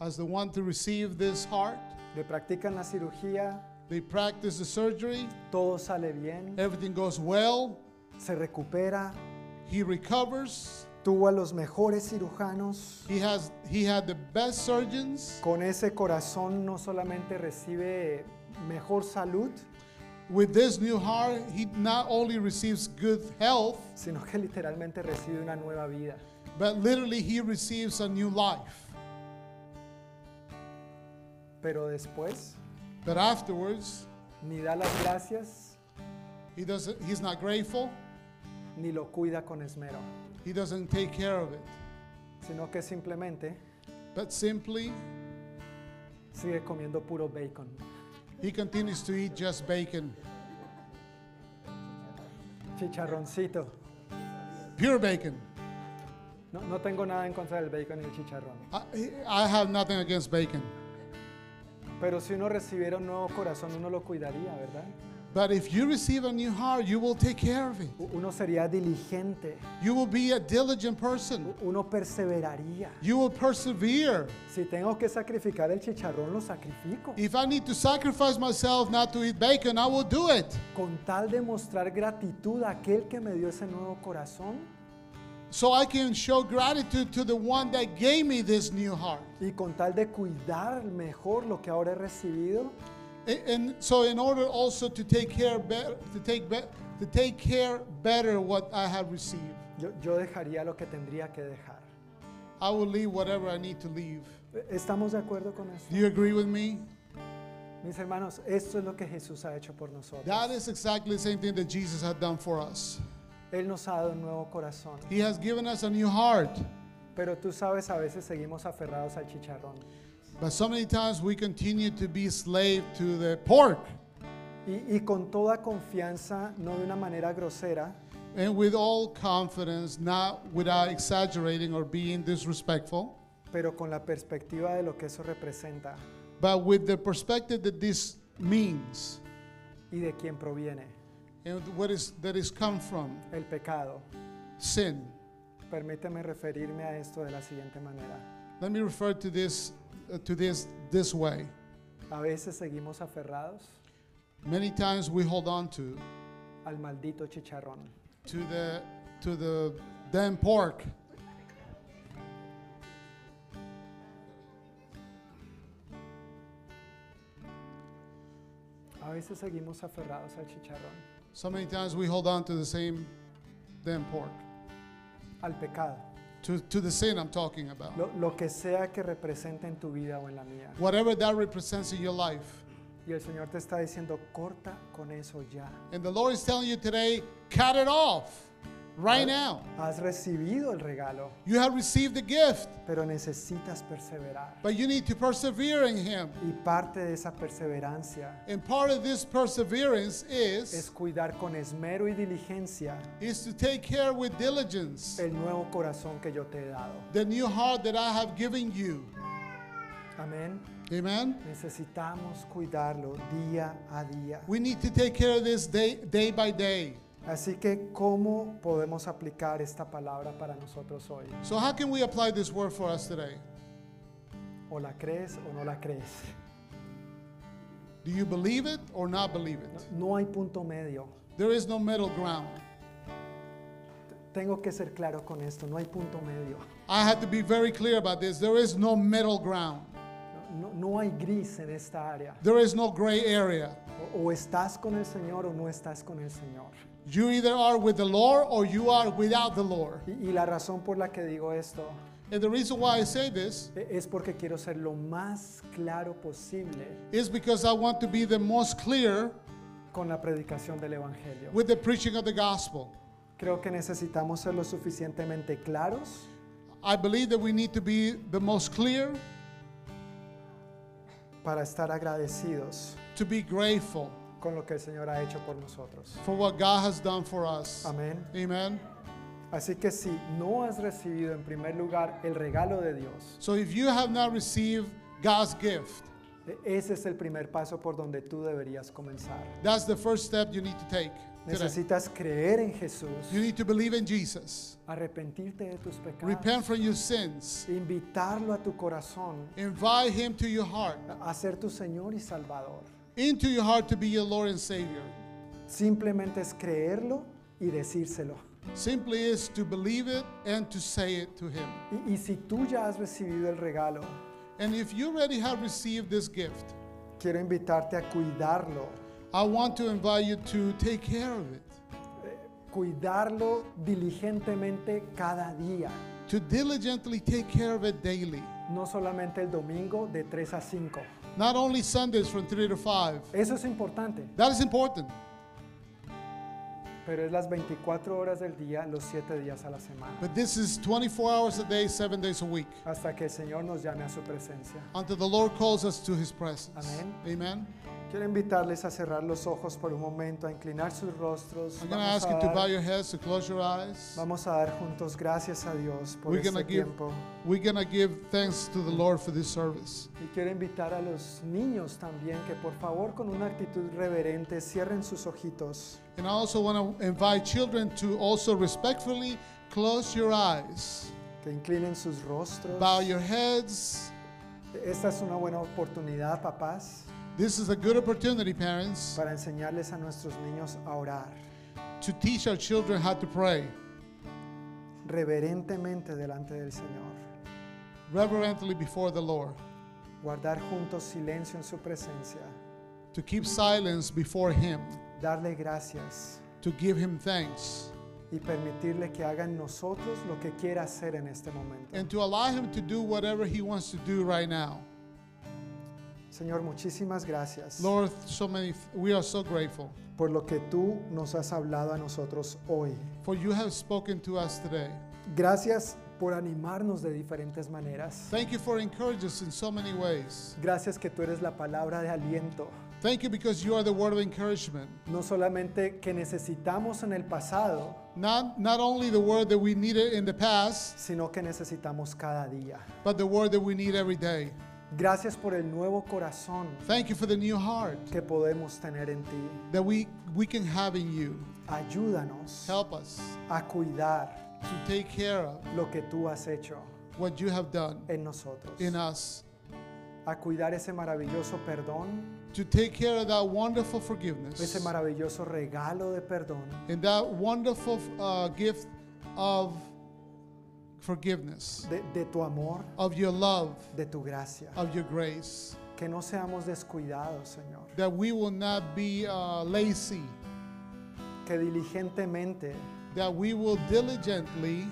Speaker 5: as the one to receive this heart.
Speaker 4: le practican la cirugía,
Speaker 5: They practice the surgery,
Speaker 4: todo sale bien,
Speaker 5: everything goes well.
Speaker 4: se recupera,
Speaker 5: He recovers.
Speaker 4: tuvo a los mejores cirujanos.
Speaker 5: He has he had the best surgeons.
Speaker 4: Con ese corazón no solamente recibe mejor salud,
Speaker 5: With this new heart, he not only receives good health,
Speaker 4: sino que literalmente recibe una nueva vida.
Speaker 5: but literally he receives a new life.
Speaker 4: Pero después
Speaker 5: But afterwards,
Speaker 4: ni da las gracias,
Speaker 5: he doesn't he's not grateful.
Speaker 4: ni lo cuida con esmero,
Speaker 5: He doesn't take care of it.
Speaker 4: sino que simplemente
Speaker 5: But simply,
Speaker 4: sigue comiendo puro bacon.
Speaker 5: he continues to eat just bacon,
Speaker 4: Chicharroncito.
Speaker 5: pure bacon.
Speaker 4: No, no tengo nada en contra del bacon y el chicharrón.
Speaker 5: I, I have nothing against bacon.
Speaker 4: Pero si uno recibiera un nuevo corazón, uno lo cuidaría, ¿verdad?
Speaker 5: But if you receive a new heart, you will take care of it.
Speaker 4: U- Uno sería diligente,
Speaker 5: You will be a diligent person.
Speaker 4: u- uno perseveraría.
Speaker 5: You will persevere.
Speaker 4: Si tengo que sacrificar el chicharrón, lo sacrifico.
Speaker 5: If I need to sacrifice myself not to eat bacon, I will do it.
Speaker 4: Con tal de mostrar gratitud a aquel que me dio ese nuevo corazón
Speaker 5: So I can show gratitude to the one that gave me this new heart.
Speaker 4: y con tal de cuidar mejor lo que ahora he recibido,
Speaker 5: A- And so in order also to take care better to take be- to take care better what I have received,
Speaker 4: yo, yo dejaría lo que tendría que dejar.
Speaker 5: I will leave whatever I need to leave.
Speaker 4: E- ¿Estamos de acuerdo con
Speaker 5: Do
Speaker 4: esto?
Speaker 5: you agree with me?
Speaker 4: Mis hermanos, esto es lo que Jesús ha hecho por nosotros.
Speaker 5: That is exactly the same thing that Jesus had done for us.
Speaker 4: Él nos ha dado un nuevo corazón.
Speaker 5: He has given us a new heart.
Speaker 4: Pero tú sabes, a veces seguimos aferrados al chicharrón.
Speaker 5: But so many times we continue to be slave to the pork
Speaker 4: Y, y con toda confianza, no de una manera grosera,
Speaker 5: and with all confidence, not without exaggerating or being disrespectful,
Speaker 4: pero con la perspectiva de lo que eso representa
Speaker 5: but with the perspective that this means
Speaker 4: y de quién proviene.
Speaker 5: and what is that is come from
Speaker 4: El pecado.
Speaker 5: sin.
Speaker 4: Permíteme referirme a esto de la siguiente manera.
Speaker 5: Let me refer to this uh, to this this way.
Speaker 4: A veces seguimos aferrados
Speaker 5: Many times we hold on to
Speaker 4: al maldito chicharrón.
Speaker 5: to the to the damn pork.
Speaker 4: A veces seguimos aferrados al chicharrón,
Speaker 5: So many times we hold on to the same damn pork.
Speaker 4: al pecado.
Speaker 5: To to the sin I'm talking about.
Speaker 4: Lo, lo que sea que represente en tu vida o en la mía.
Speaker 5: whatever that represents in your life.
Speaker 4: Y el Señor te está diciendo, corta con eso ya.
Speaker 5: And the Lord is telling you today, cut it off right now.
Speaker 4: Has recibido el regalo,
Speaker 5: You have received the gift,
Speaker 4: pero necesitas perseverar.
Speaker 5: but you need to persevere in Him.
Speaker 4: Y parte de esa perseverancia
Speaker 5: And part of this perseverance
Speaker 4: es
Speaker 5: is
Speaker 4: cuidar con esmero y diligencia
Speaker 5: is to take care with diligence
Speaker 4: el nuevo corazón que yo te he dado.
Speaker 5: the new heart that I have given you.
Speaker 4: Amén.
Speaker 5: Amen.
Speaker 4: Necesitamos cuidarlo día a día.
Speaker 5: We need to take care of this day, day by day.
Speaker 4: Así que, ¿cómo podemos aplicar esta palabra para nosotros hoy?
Speaker 5: So, how can we apply this word for us today?
Speaker 4: ¿O la crees o no la crees?
Speaker 5: Do you believe it or not believe it?
Speaker 4: No hay punto medio.
Speaker 5: There is no middle ground.
Speaker 4: Tengo que ser claro con esto, no hay punto medio.
Speaker 5: I have to be very clear about this. There is no middle ground,
Speaker 4: No, no hay gris en esta área.
Speaker 5: there is no gray area.
Speaker 4: O, o estás con el Señor o no estás con el Señor.
Speaker 5: You either are with the Lord or you are without the Lord.
Speaker 4: Y, y la razón por la que digo esto
Speaker 5: And the reason why I say this
Speaker 4: e- es porque quiero ser lo más claro posible
Speaker 5: is because I want to be the most clear
Speaker 4: con la predicación del Evangelio.
Speaker 5: with the preaching of the gospel.
Speaker 4: Creo que necesitamos ser lo suficientemente claros
Speaker 5: I believe that we need to be the most clear
Speaker 4: para estar agradecidos
Speaker 5: to be grateful
Speaker 4: con lo que el Señor ha hecho por nosotros.
Speaker 5: for what God has done for us.
Speaker 4: Amén.
Speaker 5: Amen.
Speaker 4: Así que si no has recibido en primer lugar el regalo de Dios,
Speaker 5: So if you have not received God's gift,
Speaker 4: e- ese es el primer paso por donde tú deberías comenzar.
Speaker 5: that's the first step you need to take. Today.
Speaker 4: Necesitas creer en Jesús,
Speaker 5: You need to believe in Jesus.
Speaker 4: arrepentirte de tus
Speaker 5: Repent
Speaker 4: pecados,
Speaker 5: from your sins.
Speaker 4: invitarlo a tu corazón,
Speaker 5: Invite him to your heart,
Speaker 4: a ser tu Señor y Salvador.
Speaker 5: into your heart to be your Lord and Savior.
Speaker 4: Simplemente es creerlo y decírselo.
Speaker 5: Simply is to believe it and to say it to him.
Speaker 4: Y, y si tú ya has recibido el regalo,
Speaker 5: And if you already have received this gift,
Speaker 4: quiero invitarte a cuidarlo,
Speaker 5: I want to invite you to take care of it,
Speaker 4: cuidarlo diligentemente cada día.
Speaker 5: to diligently take care of it daily.
Speaker 4: No solamente el domingo de 3 a 5.
Speaker 5: Not only Sundays from 3 to 5.
Speaker 4: Eso es importante,
Speaker 5: That is important.
Speaker 4: pero es las 24 horas del día, los 7 días a la semana,
Speaker 5: But this is 24 hours a day, 7 days a week,
Speaker 4: hasta que el Señor nos llame a su presencia.
Speaker 5: until the Lord calls us to his presence.
Speaker 4: Amén.
Speaker 5: Amen.
Speaker 4: Quiero invitarles a cerrar los ojos por un momento, a inclinar sus rostros.
Speaker 5: I'm going to
Speaker 4: Vamos
Speaker 5: ask you
Speaker 4: a,
Speaker 5: to bow
Speaker 4: dar,
Speaker 5: your heads, to close your eyes.
Speaker 4: vamos a dar juntos gracias a Dios por
Speaker 5: We're gonna
Speaker 4: este
Speaker 5: give-
Speaker 4: tiempo.
Speaker 5: We're going to give thanks to the Lord for this service.
Speaker 4: Y quiero invitar a los niños también que por favor con una actitud reverente cierren sus ojitos
Speaker 5: And I also want to invite children to also respectfully close your eyes,
Speaker 4: que inclinen sus rostros.
Speaker 5: bow your heads.
Speaker 4: Esta es una buena oportunidad, papás,
Speaker 5: This is a good opportunity, parents,
Speaker 4: para enseñarles a nuestros niños a orar
Speaker 5: to teach our children how to pray
Speaker 4: reverentemente delante del Señor,
Speaker 5: reverently before the Lord,
Speaker 4: guardar juntos silencio en su presencia,
Speaker 5: to keep silence before Him,
Speaker 4: darle gracias
Speaker 5: to give Him thanks,
Speaker 4: y permitirle que haga en nosotros lo que quiera hacer en este momento.
Speaker 5: and to allow Him to do whatever He wants to do right now.
Speaker 4: Señor, muchísimas gracias
Speaker 5: Lord, so many we are so grateful
Speaker 4: por lo que tú nos has hablado a nosotros hoy.
Speaker 5: for you have spoken to us today.
Speaker 4: Gracias por animarnos de diferentes maneras.
Speaker 5: Thank you for encouraging us in so many ways.
Speaker 4: Gracias que tú eres la palabra de aliento.
Speaker 5: Thank you because you are the word of encouragement.
Speaker 4: No solamente que necesitamos en el pasado,
Speaker 5: Not, not only the word that we needed in the past,
Speaker 4: sino que necesitamos cada día.
Speaker 5: but the word that we need every day.
Speaker 4: Gracias por el nuevo corazón
Speaker 5: Thank you for the new heart
Speaker 4: que podemos tener en ti.
Speaker 5: that we, we can have in you.
Speaker 4: Ayúdanos
Speaker 5: Help us
Speaker 4: a cuidar
Speaker 5: to take care of
Speaker 4: lo que tú has hecho
Speaker 5: what you have done
Speaker 4: en nosotros.
Speaker 5: in us,
Speaker 4: A cuidar ese maravilloso perdón,
Speaker 5: to take care of that wonderful
Speaker 4: ese
Speaker 5: forgiveness
Speaker 4: maravilloso regalo de perdón
Speaker 5: and that wonderful uh, gift of forgiveness,
Speaker 4: de, de tu amor,
Speaker 5: of your love,
Speaker 4: de tu gracia.
Speaker 5: of your grace,
Speaker 4: Que no seamos descuidados, Señor.
Speaker 5: that we will not be uh, lazy,
Speaker 4: Que diligentemente
Speaker 5: that we will diligently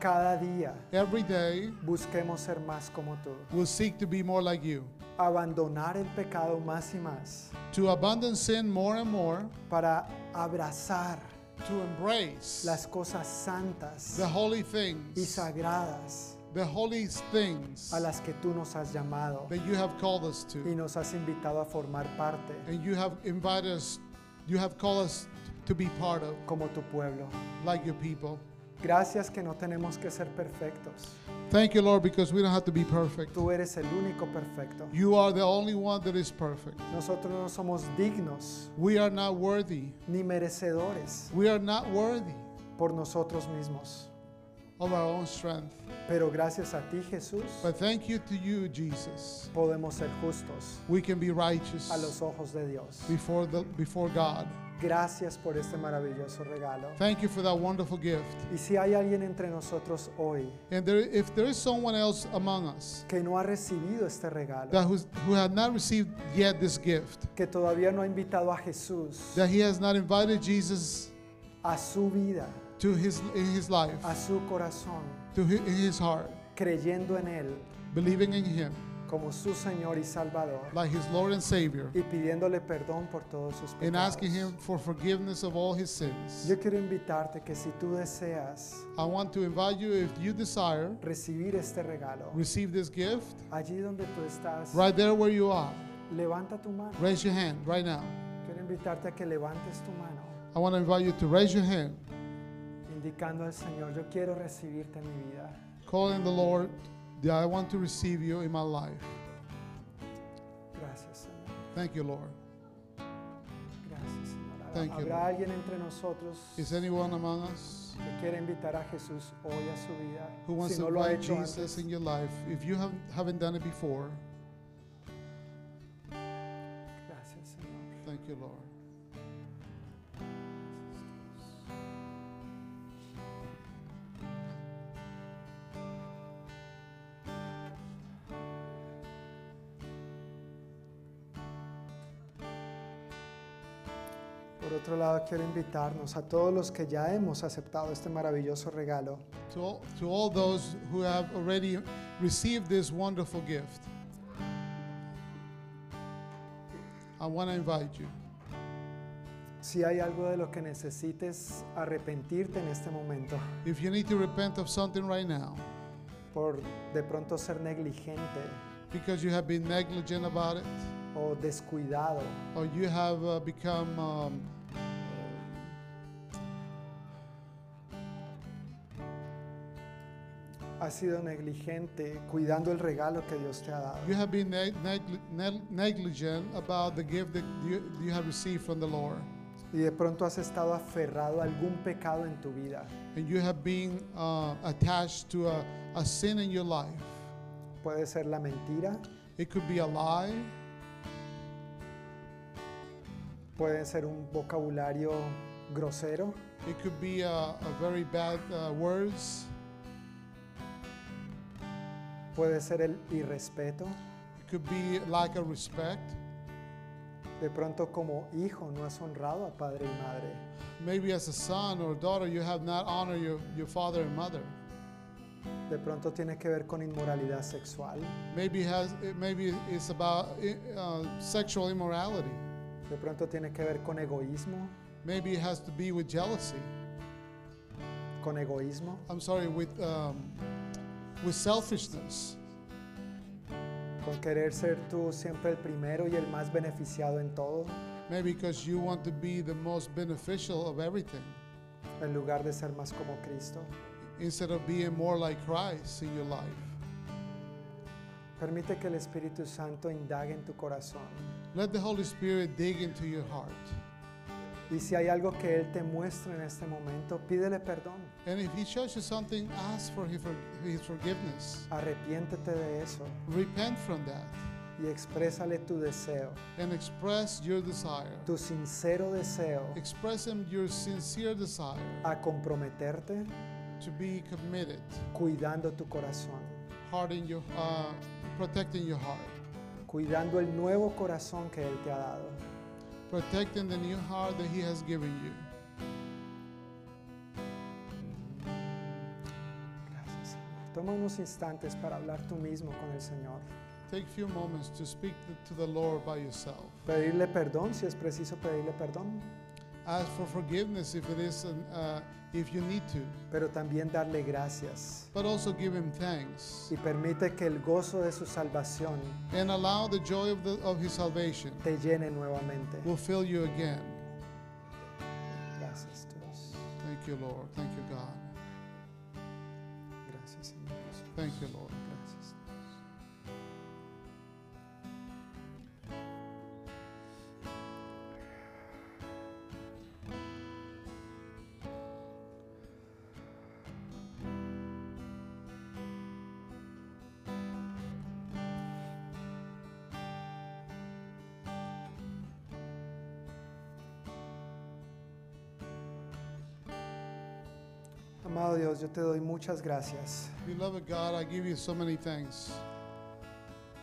Speaker 4: cada día
Speaker 5: every day
Speaker 4: busquemos ser más como tú.
Speaker 5: will seek to be more like you,
Speaker 4: Abandonar el pecado más y más
Speaker 5: to abandon sin more and more,
Speaker 4: para abrazar
Speaker 5: to embrace
Speaker 4: las cosas santas
Speaker 5: the holy
Speaker 4: y
Speaker 5: things,
Speaker 4: sagradas
Speaker 5: the holy things
Speaker 4: a las que tú nos has llamado
Speaker 5: that you have called us
Speaker 4: y
Speaker 5: to,
Speaker 4: nos has invitado a formar parte
Speaker 5: and you have invited us, you have called us to be part of,
Speaker 4: como tu pueblo.
Speaker 5: like your people.
Speaker 4: Gracias que no tenemos que ser perfectos,
Speaker 5: Thank you, Lord, because we don't have to be perfect.
Speaker 4: Tú eres el único perfecto.
Speaker 5: You are the only one that is perfect.
Speaker 4: Nosotros no somos dignos
Speaker 5: We are not worthy.
Speaker 4: ni merecedores
Speaker 5: We are not worthy
Speaker 4: por nosotros mismos.
Speaker 5: of our own strength.
Speaker 4: Pero gracias a ti, Jesús,
Speaker 5: But thank you to you, Jesus.
Speaker 4: podemos ser justos
Speaker 5: We can be righteous
Speaker 4: a los ojos de Dios.
Speaker 5: before, the, before God.
Speaker 4: Gracias por este maravilloso regalo.
Speaker 5: Thank you for that wonderful gift.
Speaker 4: Y si hay alguien entre nosotros hoy
Speaker 5: And there, if there is someone else among us
Speaker 4: que no ha recibido este regalo,
Speaker 5: that who's, who had not received yet this gift,
Speaker 4: que todavía no ha invitado a Jesús
Speaker 5: that he has not invited Jesus
Speaker 4: a su vida,
Speaker 5: to his, in his life,
Speaker 4: a su corazón,
Speaker 5: to his, in his heart,
Speaker 4: creyendo en Él
Speaker 5: believing in him
Speaker 4: como su Señor y Salvador
Speaker 5: like his Lord and Savior,
Speaker 4: y pidiéndole perdón por todos sus
Speaker 5: and asking
Speaker 4: pecados.
Speaker 5: him for forgiveness of all his sins.
Speaker 4: Yo quiero invitarte que si tú deseas
Speaker 5: I want to invite you, if you desire,
Speaker 4: recibir este regalo,
Speaker 5: receive this gift
Speaker 4: allí donde tú estás,
Speaker 5: right there where you are.
Speaker 4: levanta tu mano.
Speaker 5: Raise your hand right now.
Speaker 4: Quiero invitarte a que levantes tu mano,
Speaker 5: I want to invite you to raise your hand,
Speaker 4: indicando al Señor, yo quiero recibirte en mi vida.
Speaker 5: calling the Lord that I want to receive you in my life.
Speaker 4: Gracias, Señor.
Speaker 5: Thank you, Lord.
Speaker 4: Gracias, Señor. Habrá-
Speaker 5: Thank you,
Speaker 4: Habrá
Speaker 5: Lord.
Speaker 4: alguien entre nosotros
Speaker 5: Is anyone among us
Speaker 4: que quiera invitar a Jesús hoy a su vida.
Speaker 5: who wants
Speaker 4: si
Speaker 5: to
Speaker 4: no lo ha
Speaker 5: invite
Speaker 4: hecho
Speaker 5: Jesus
Speaker 4: antes,
Speaker 5: in your life? If you haven't, haven't done it before,
Speaker 4: gracias, Señor.
Speaker 5: thank you, Lord.
Speaker 4: Por otro lado, quiero invitarnos a todos los que ya hemos aceptado este maravilloso regalo.
Speaker 5: To all, to all those who have already received this wonderful gift, I want to invite you.
Speaker 4: Si hay algo de lo que necesites arrepentirte en este momento,
Speaker 5: If you need to repent of something right now,
Speaker 4: por de pronto ser negligente
Speaker 5: because you have been negligent about it,
Speaker 4: o descuidado,
Speaker 5: or you have uh, become um,
Speaker 4: has sido negligente cuidando el regalo que Dios te ha dado.
Speaker 5: you have been neg- negli- neg- negligent about the gift that you, you have received from the Lord,
Speaker 4: Y de pronto has estado aferrado a algún pecado en tu vida.
Speaker 5: and you have been uh, attached to a, a sin in your life.
Speaker 4: Puede ser la mentira,
Speaker 5: It could be a lie,
Speaker 4: puede ser un vocabulario grosero,
Speaker 5: it could be a, a very bad uh, words,
Speaker 4: puede ser el irrespeto.
Speaker 5: it could be lack of respect.
Speaker 4: De pronto como hijo no has honrado a padre y madre.
Speaker 5: Maybe as a son or daughter, you have not honored your, your father and mother.
Speaker 4: De pronto tiene que ver con inmoralidad sexual.
Speaker 5: Maybe it has it- maybe it's about uh, sexual immorality.
Speaker 4: De pronto tiene que ver con egoísmo,
Speaker 5: Maybe it has to be with jealousy.
Speaker 4: con egoísmo.
Speaker 5: I'm sorry, with um, with selfishness,
Speaker 4: con querer ser tú siempre el primero y el más beneficiado en todo,
Speaker 5: maybe because you want to be the most beneficial of everything
Speaker 4: en lugar de ser más como Cristo.
Speaker 5: instead of being more like Christ in your life.
Speaker 4: Permite que el Espíritu Santo indague en tu corazón.
Speaker 5: Let the Holy Spirit dig into your heart.
Speaker 4: Y si hay algo que Él te muestra en este momento, pídele perdón.
Speaker 5: And if He shows you something, ask for His, for his forgiveness.
Speaker 4: Arrepiéntete de eso
Speaker 5: Repent from that
Speaker 4: y exprésale tu deseo,
Speaker 5: and express your desire.
Speaker 4: tu sincero deseo
Speaker 5: Express Him your sincere desire
Speaker 4: a comprometerte
Speaker 5: to be committed,
Speaker 4: cuidando tu corazón,
Speaker 5: heart in your, uh, protecting your heart,
Speaker 4: cuidando el nuevo corazón que Él te ha dado.
Speaker 5: protecting the new heart that He has given you.
Speaker 4: Gracias, Señor. Toma unos instantes para hablar tú mismo con el Señor.
Speaker 5: Take a few moments to speak th- to the Lord by yourself.
Speaker 4: Pedirle perdón si es preciso pedirle perdón,
Speaker 5: Ask for forgiveness if it is, an, uh, if you need to,
Speaker 4: pero también darle gracias
Speaker 5: but also give Him thanks
Speaker 4: y permite que el gozo de su salvación
Speaker 5: and allow the joy of, the, of His salvation
Speaker 4: te llene nuevamente.
Speaker 5: will fill you again.
Speaker 4: Gracias Dios.
Speaker 5: Thank you, Lord. Thank you, God.
Speaker 4: Gracias Señor. Jesús.
Speaker 5: Thank you, Lord.
Speaker 4: Gracias. Amado Dios, yo te doy muchas gracias.
Speaker 5: Beloved God, I give you so many thanks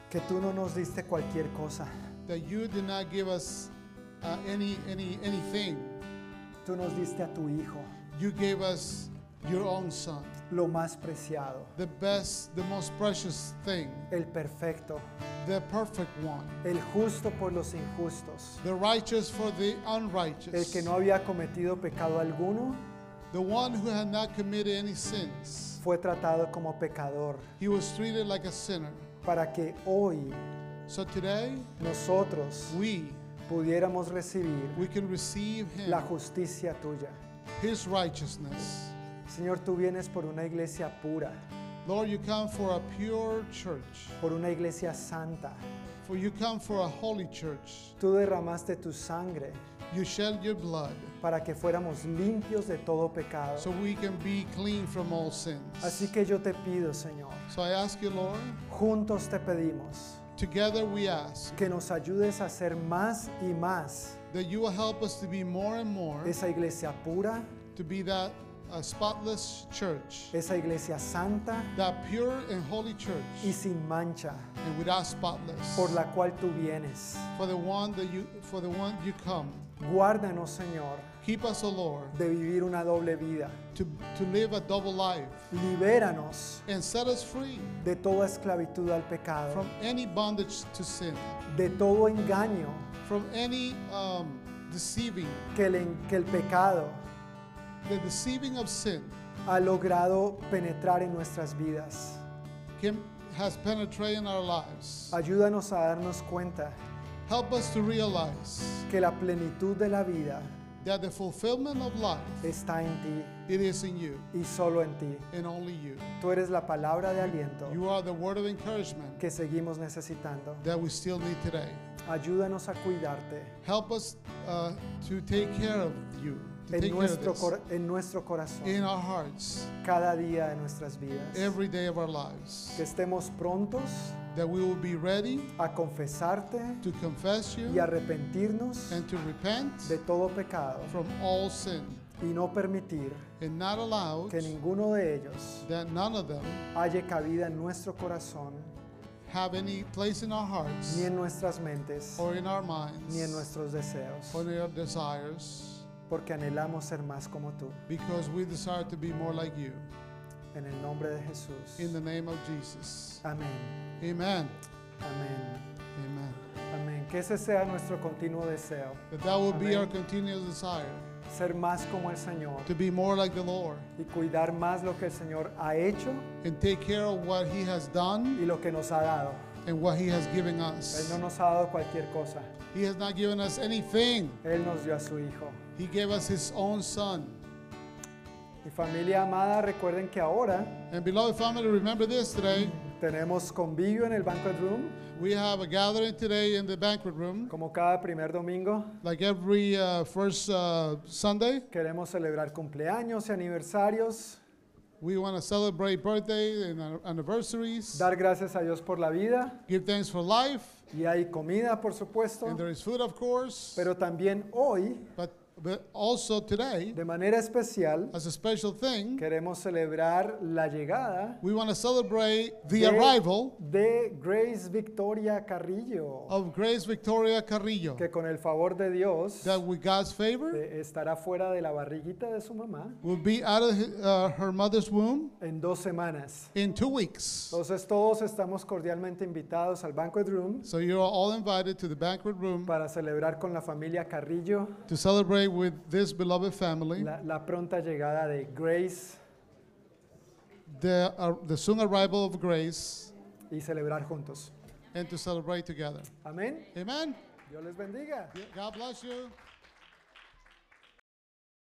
Speaker 4: Que tú no nos diste cualquier cosa.
Speaker 5: that you did not give us uh, any, any, anything.
Speaker 4: Tú nos diste a tu Hijo,
Speaker 5: You gave us your own Son,
Speaker 4: lo más preciado,
Speaker 5: the best, the most precious thing,
Speaker 4: el perfecto,
Speaker 5: the perfect one,
Speaker 4: el justo por los injustos,
Speaker 5: the righteous for the
Speaker 4: el
Speaker 5: unrighteous,
Speaker 4: que no había cometido pecado alguno,
Speaker 5: the one who had not committed any sins.
Speaker 4: fue tratado como pecador,
Speaker 5: He was treated like a sinner.
Speaker 4: para que hoy
Speaker 5: So today,
Speaker 4: nosotros
Speaker 5: we
Speaker 4: pudiéramos recibir
Speaker 5: we can receive him,
Speaker 4: la justicia tuya.
Speaker 5: his righteousness.
Speaker 4: Señor, tú vienes por una iglesia pura,
Speaker 5: Lord, you come for a pure church,
Speaker 4: por una iglesia santa.
Speaker 5: for you come for a holy church.
Speaker 4: Tú derramaste tu sangre
Speaker 5: You shed your blood
Speaker 4: para que fuéramos limpios de todo pecado.
Speaker 5: so we can be clean from all sins.
Speaker 4: Así que yo te pido, Señor,
Speaker 5: So I ask you, Lord,
Speaker 4: juntos te pedimos
Speaker 5: together we ask
Speaker 4: que nos ayudes a ser más y más
Speaker 5: that you will help us to be more and more,
Speaker 4: esa iglesia pura,
Speaker 5: to be that uh, spotless church,
Speaker 4: esa iglesia santa
Speaker 5: that pure and holy church,
Speaker 4: y sin mancha
Speaker 5: and without spotless.
Speaker 4: por la cual tú vienes.
Speaker 5: For the one that you, for the one you come,
Speaker 4: Guárdanos, Señor,
Speaker 5: keep us, O Lord,
Speaker 4: de vivir una doble vida.
Speaker 5: to to live a double life
Speaker 4: Libéranos
Speaker 5: and set us free
Speaker 4: de toda esclavitud al pecado,
Speaker 5: from any bondage to sin,
Speaker 4: de todo engaño
Speaker 5: from any um, deceiving,
Speaker 4: que el, en- que el pecado
Speaker 5: the deceiving of sin
Speaker 4: ha logrado penetrar en nuestras vidas.
Speaker 5: can, has penetrated our lives.
Speaker 4: Ayúdanos a darnos cuenta
Speaker 5: Help us to realize
Speaker 4: que la plenitud de la vida
Speaker 5: that the fulfillment of life
Speaker 4: está en ti
Speaker 5: it is in you
Speaker 4: y solo en ti.
Speaker 5: and only you.
Speaker 4: Tú eres la palabra de aliento
Speaker 5: You are the word of encouragement
Speaker 4: que seguimos necesitando.
Speaker 5: that we still need today.
Speaker 4: Ayúdanos a cuidarte
Speaker 5: Help us uh, to take care of you, to
Speaker 4: en
Speaker 5: take care of
Speaker 4: nuestro,
Speaker 5: this
Speaker 4: cor- en nuestro corazón
Speaker 5: in our hearts
Speaker 4: cada día de nuestras vidas.
Speaker 5: every day of our
Speaker 4: Que
Speaker 5: lives.
Speaker 4: estemos prontos
Speaker 5: That we will be ready
Speaker 4: a confesarte
Speaker 5: to confess you
Speaker 4: y arrepentirnos
Speaker 5: and to repent
Speaker 4: de todo pecado
Speaker 5: from all sin
Speaker 4: y no permitir
Speaker 5: and not allow
Speaker 4: que ninguno de ellos
Speaker 5: that none of them
Speaker 4: haya cabida en nuestro corazón,
Speaker 5: have any place in our hearts
Speaker 4: ni en nuestras mentes,
Speaker 5: or in our minds
Speaker 4: ni en nuestros deseos,
Speaker 5: or in our desires
Speaker 4: porque anhelamos ser más como tú.
Speaker 5: because we desire to be more like you.
Speaker 4: En el nombre de
Speaker 5: In
Speaker 4: Jesús.
Speaker 5: the name of Jesus.
Speaker 4: Amén.
Speaker 5: Amen.
Speaker 4: Amén.
Speaker 5: Amen.
Speaker 4: Amén. Que ese sea nuestro continuo deseo,
Speaker 5: That that will be our
Speaker 4: Amen.
Speaker 5: continuous desire
Speaker 4: ser más como el Señor
Speaker 5: to be more like the Lord
Speaker 4: y cuidar más lo que el Señor ha hecho
Speaker 5: and take care of what He has done
Speaker 4: y lo que nos ha dado.
Speaker 5: and what He has given
Speaker 4: Él
Speaker 5: us.
Speaker 4: no nos ha dado cualquier cosa.
Speaker 5: He has not given us anything.
Speaker 4: Él nos dio a su Hijo.
Speaker 5: He gave us His own Son.
Speaker 4: Mi familia amada, recuerden que ahora
Speaker 5: And beloved family, remember this today.
Speaker 4: tenemos convivio en el Banquet Room,
Speaker 5: We have a gathering today in the banquet room.
Speaker 4: como cada primer domingo.
Speaker 5: Like every uh, first uh, Sunday,
Speaker 4: Queremos celebrar cumpleaños y aniversarios,
Speaker 5: we want to celebrate birthday and an- anniversaries,
Speaker 4: dar gracias a Dios por la vida
Speaker 5: give thanks for life,
Speaker 4: y hay comida, por supuesto,
Speaker 5: and there is food, of course.
Speaker 4: pero también hoy,
Speaker 5: But, but also today,
Speaker 4: de manera especial,
Speaker 5: as a special thing,
Speaker 4: queremos celebrar la llegada
Speaker 5: we want to celebrate the
Speaker 4: de-
Speaker 5: arrival
Speaker 4: de Grace Victoria Carrillo,
Speaker 5: of Grace Victoria Carrillo,
Speaker 4: que con el favor de Dios
Speaker 5: that with God's favor
Speaker 4: eh, estará fuera de la barriguita de su mamá
Speaker 5: will be out of hi- uh, her mother's womb
Speaker 4: en dos semanas.
Speaker 5: in two weeks.
Speaker 4: Entonces todos estamos cordialmente invitados al Banquet Room
Speaker 5: So you're all invited to the banquet room
Speaker 4: para celebrar con la familia Carrillo
Speaker 5: to celebrate with this beloved family
Speaker 4: la, la pronta llegada de Grace
Speaker 5: the, uh, the soon arrival of Grace
Speaker 4: y celebrar juntos.
Speaker 5: and to celebrate together.
Speaker 4: Amén.
Speaker 5: Amen.
Speaker 4: Dios les bendiga.
Speaker 5: God bless you.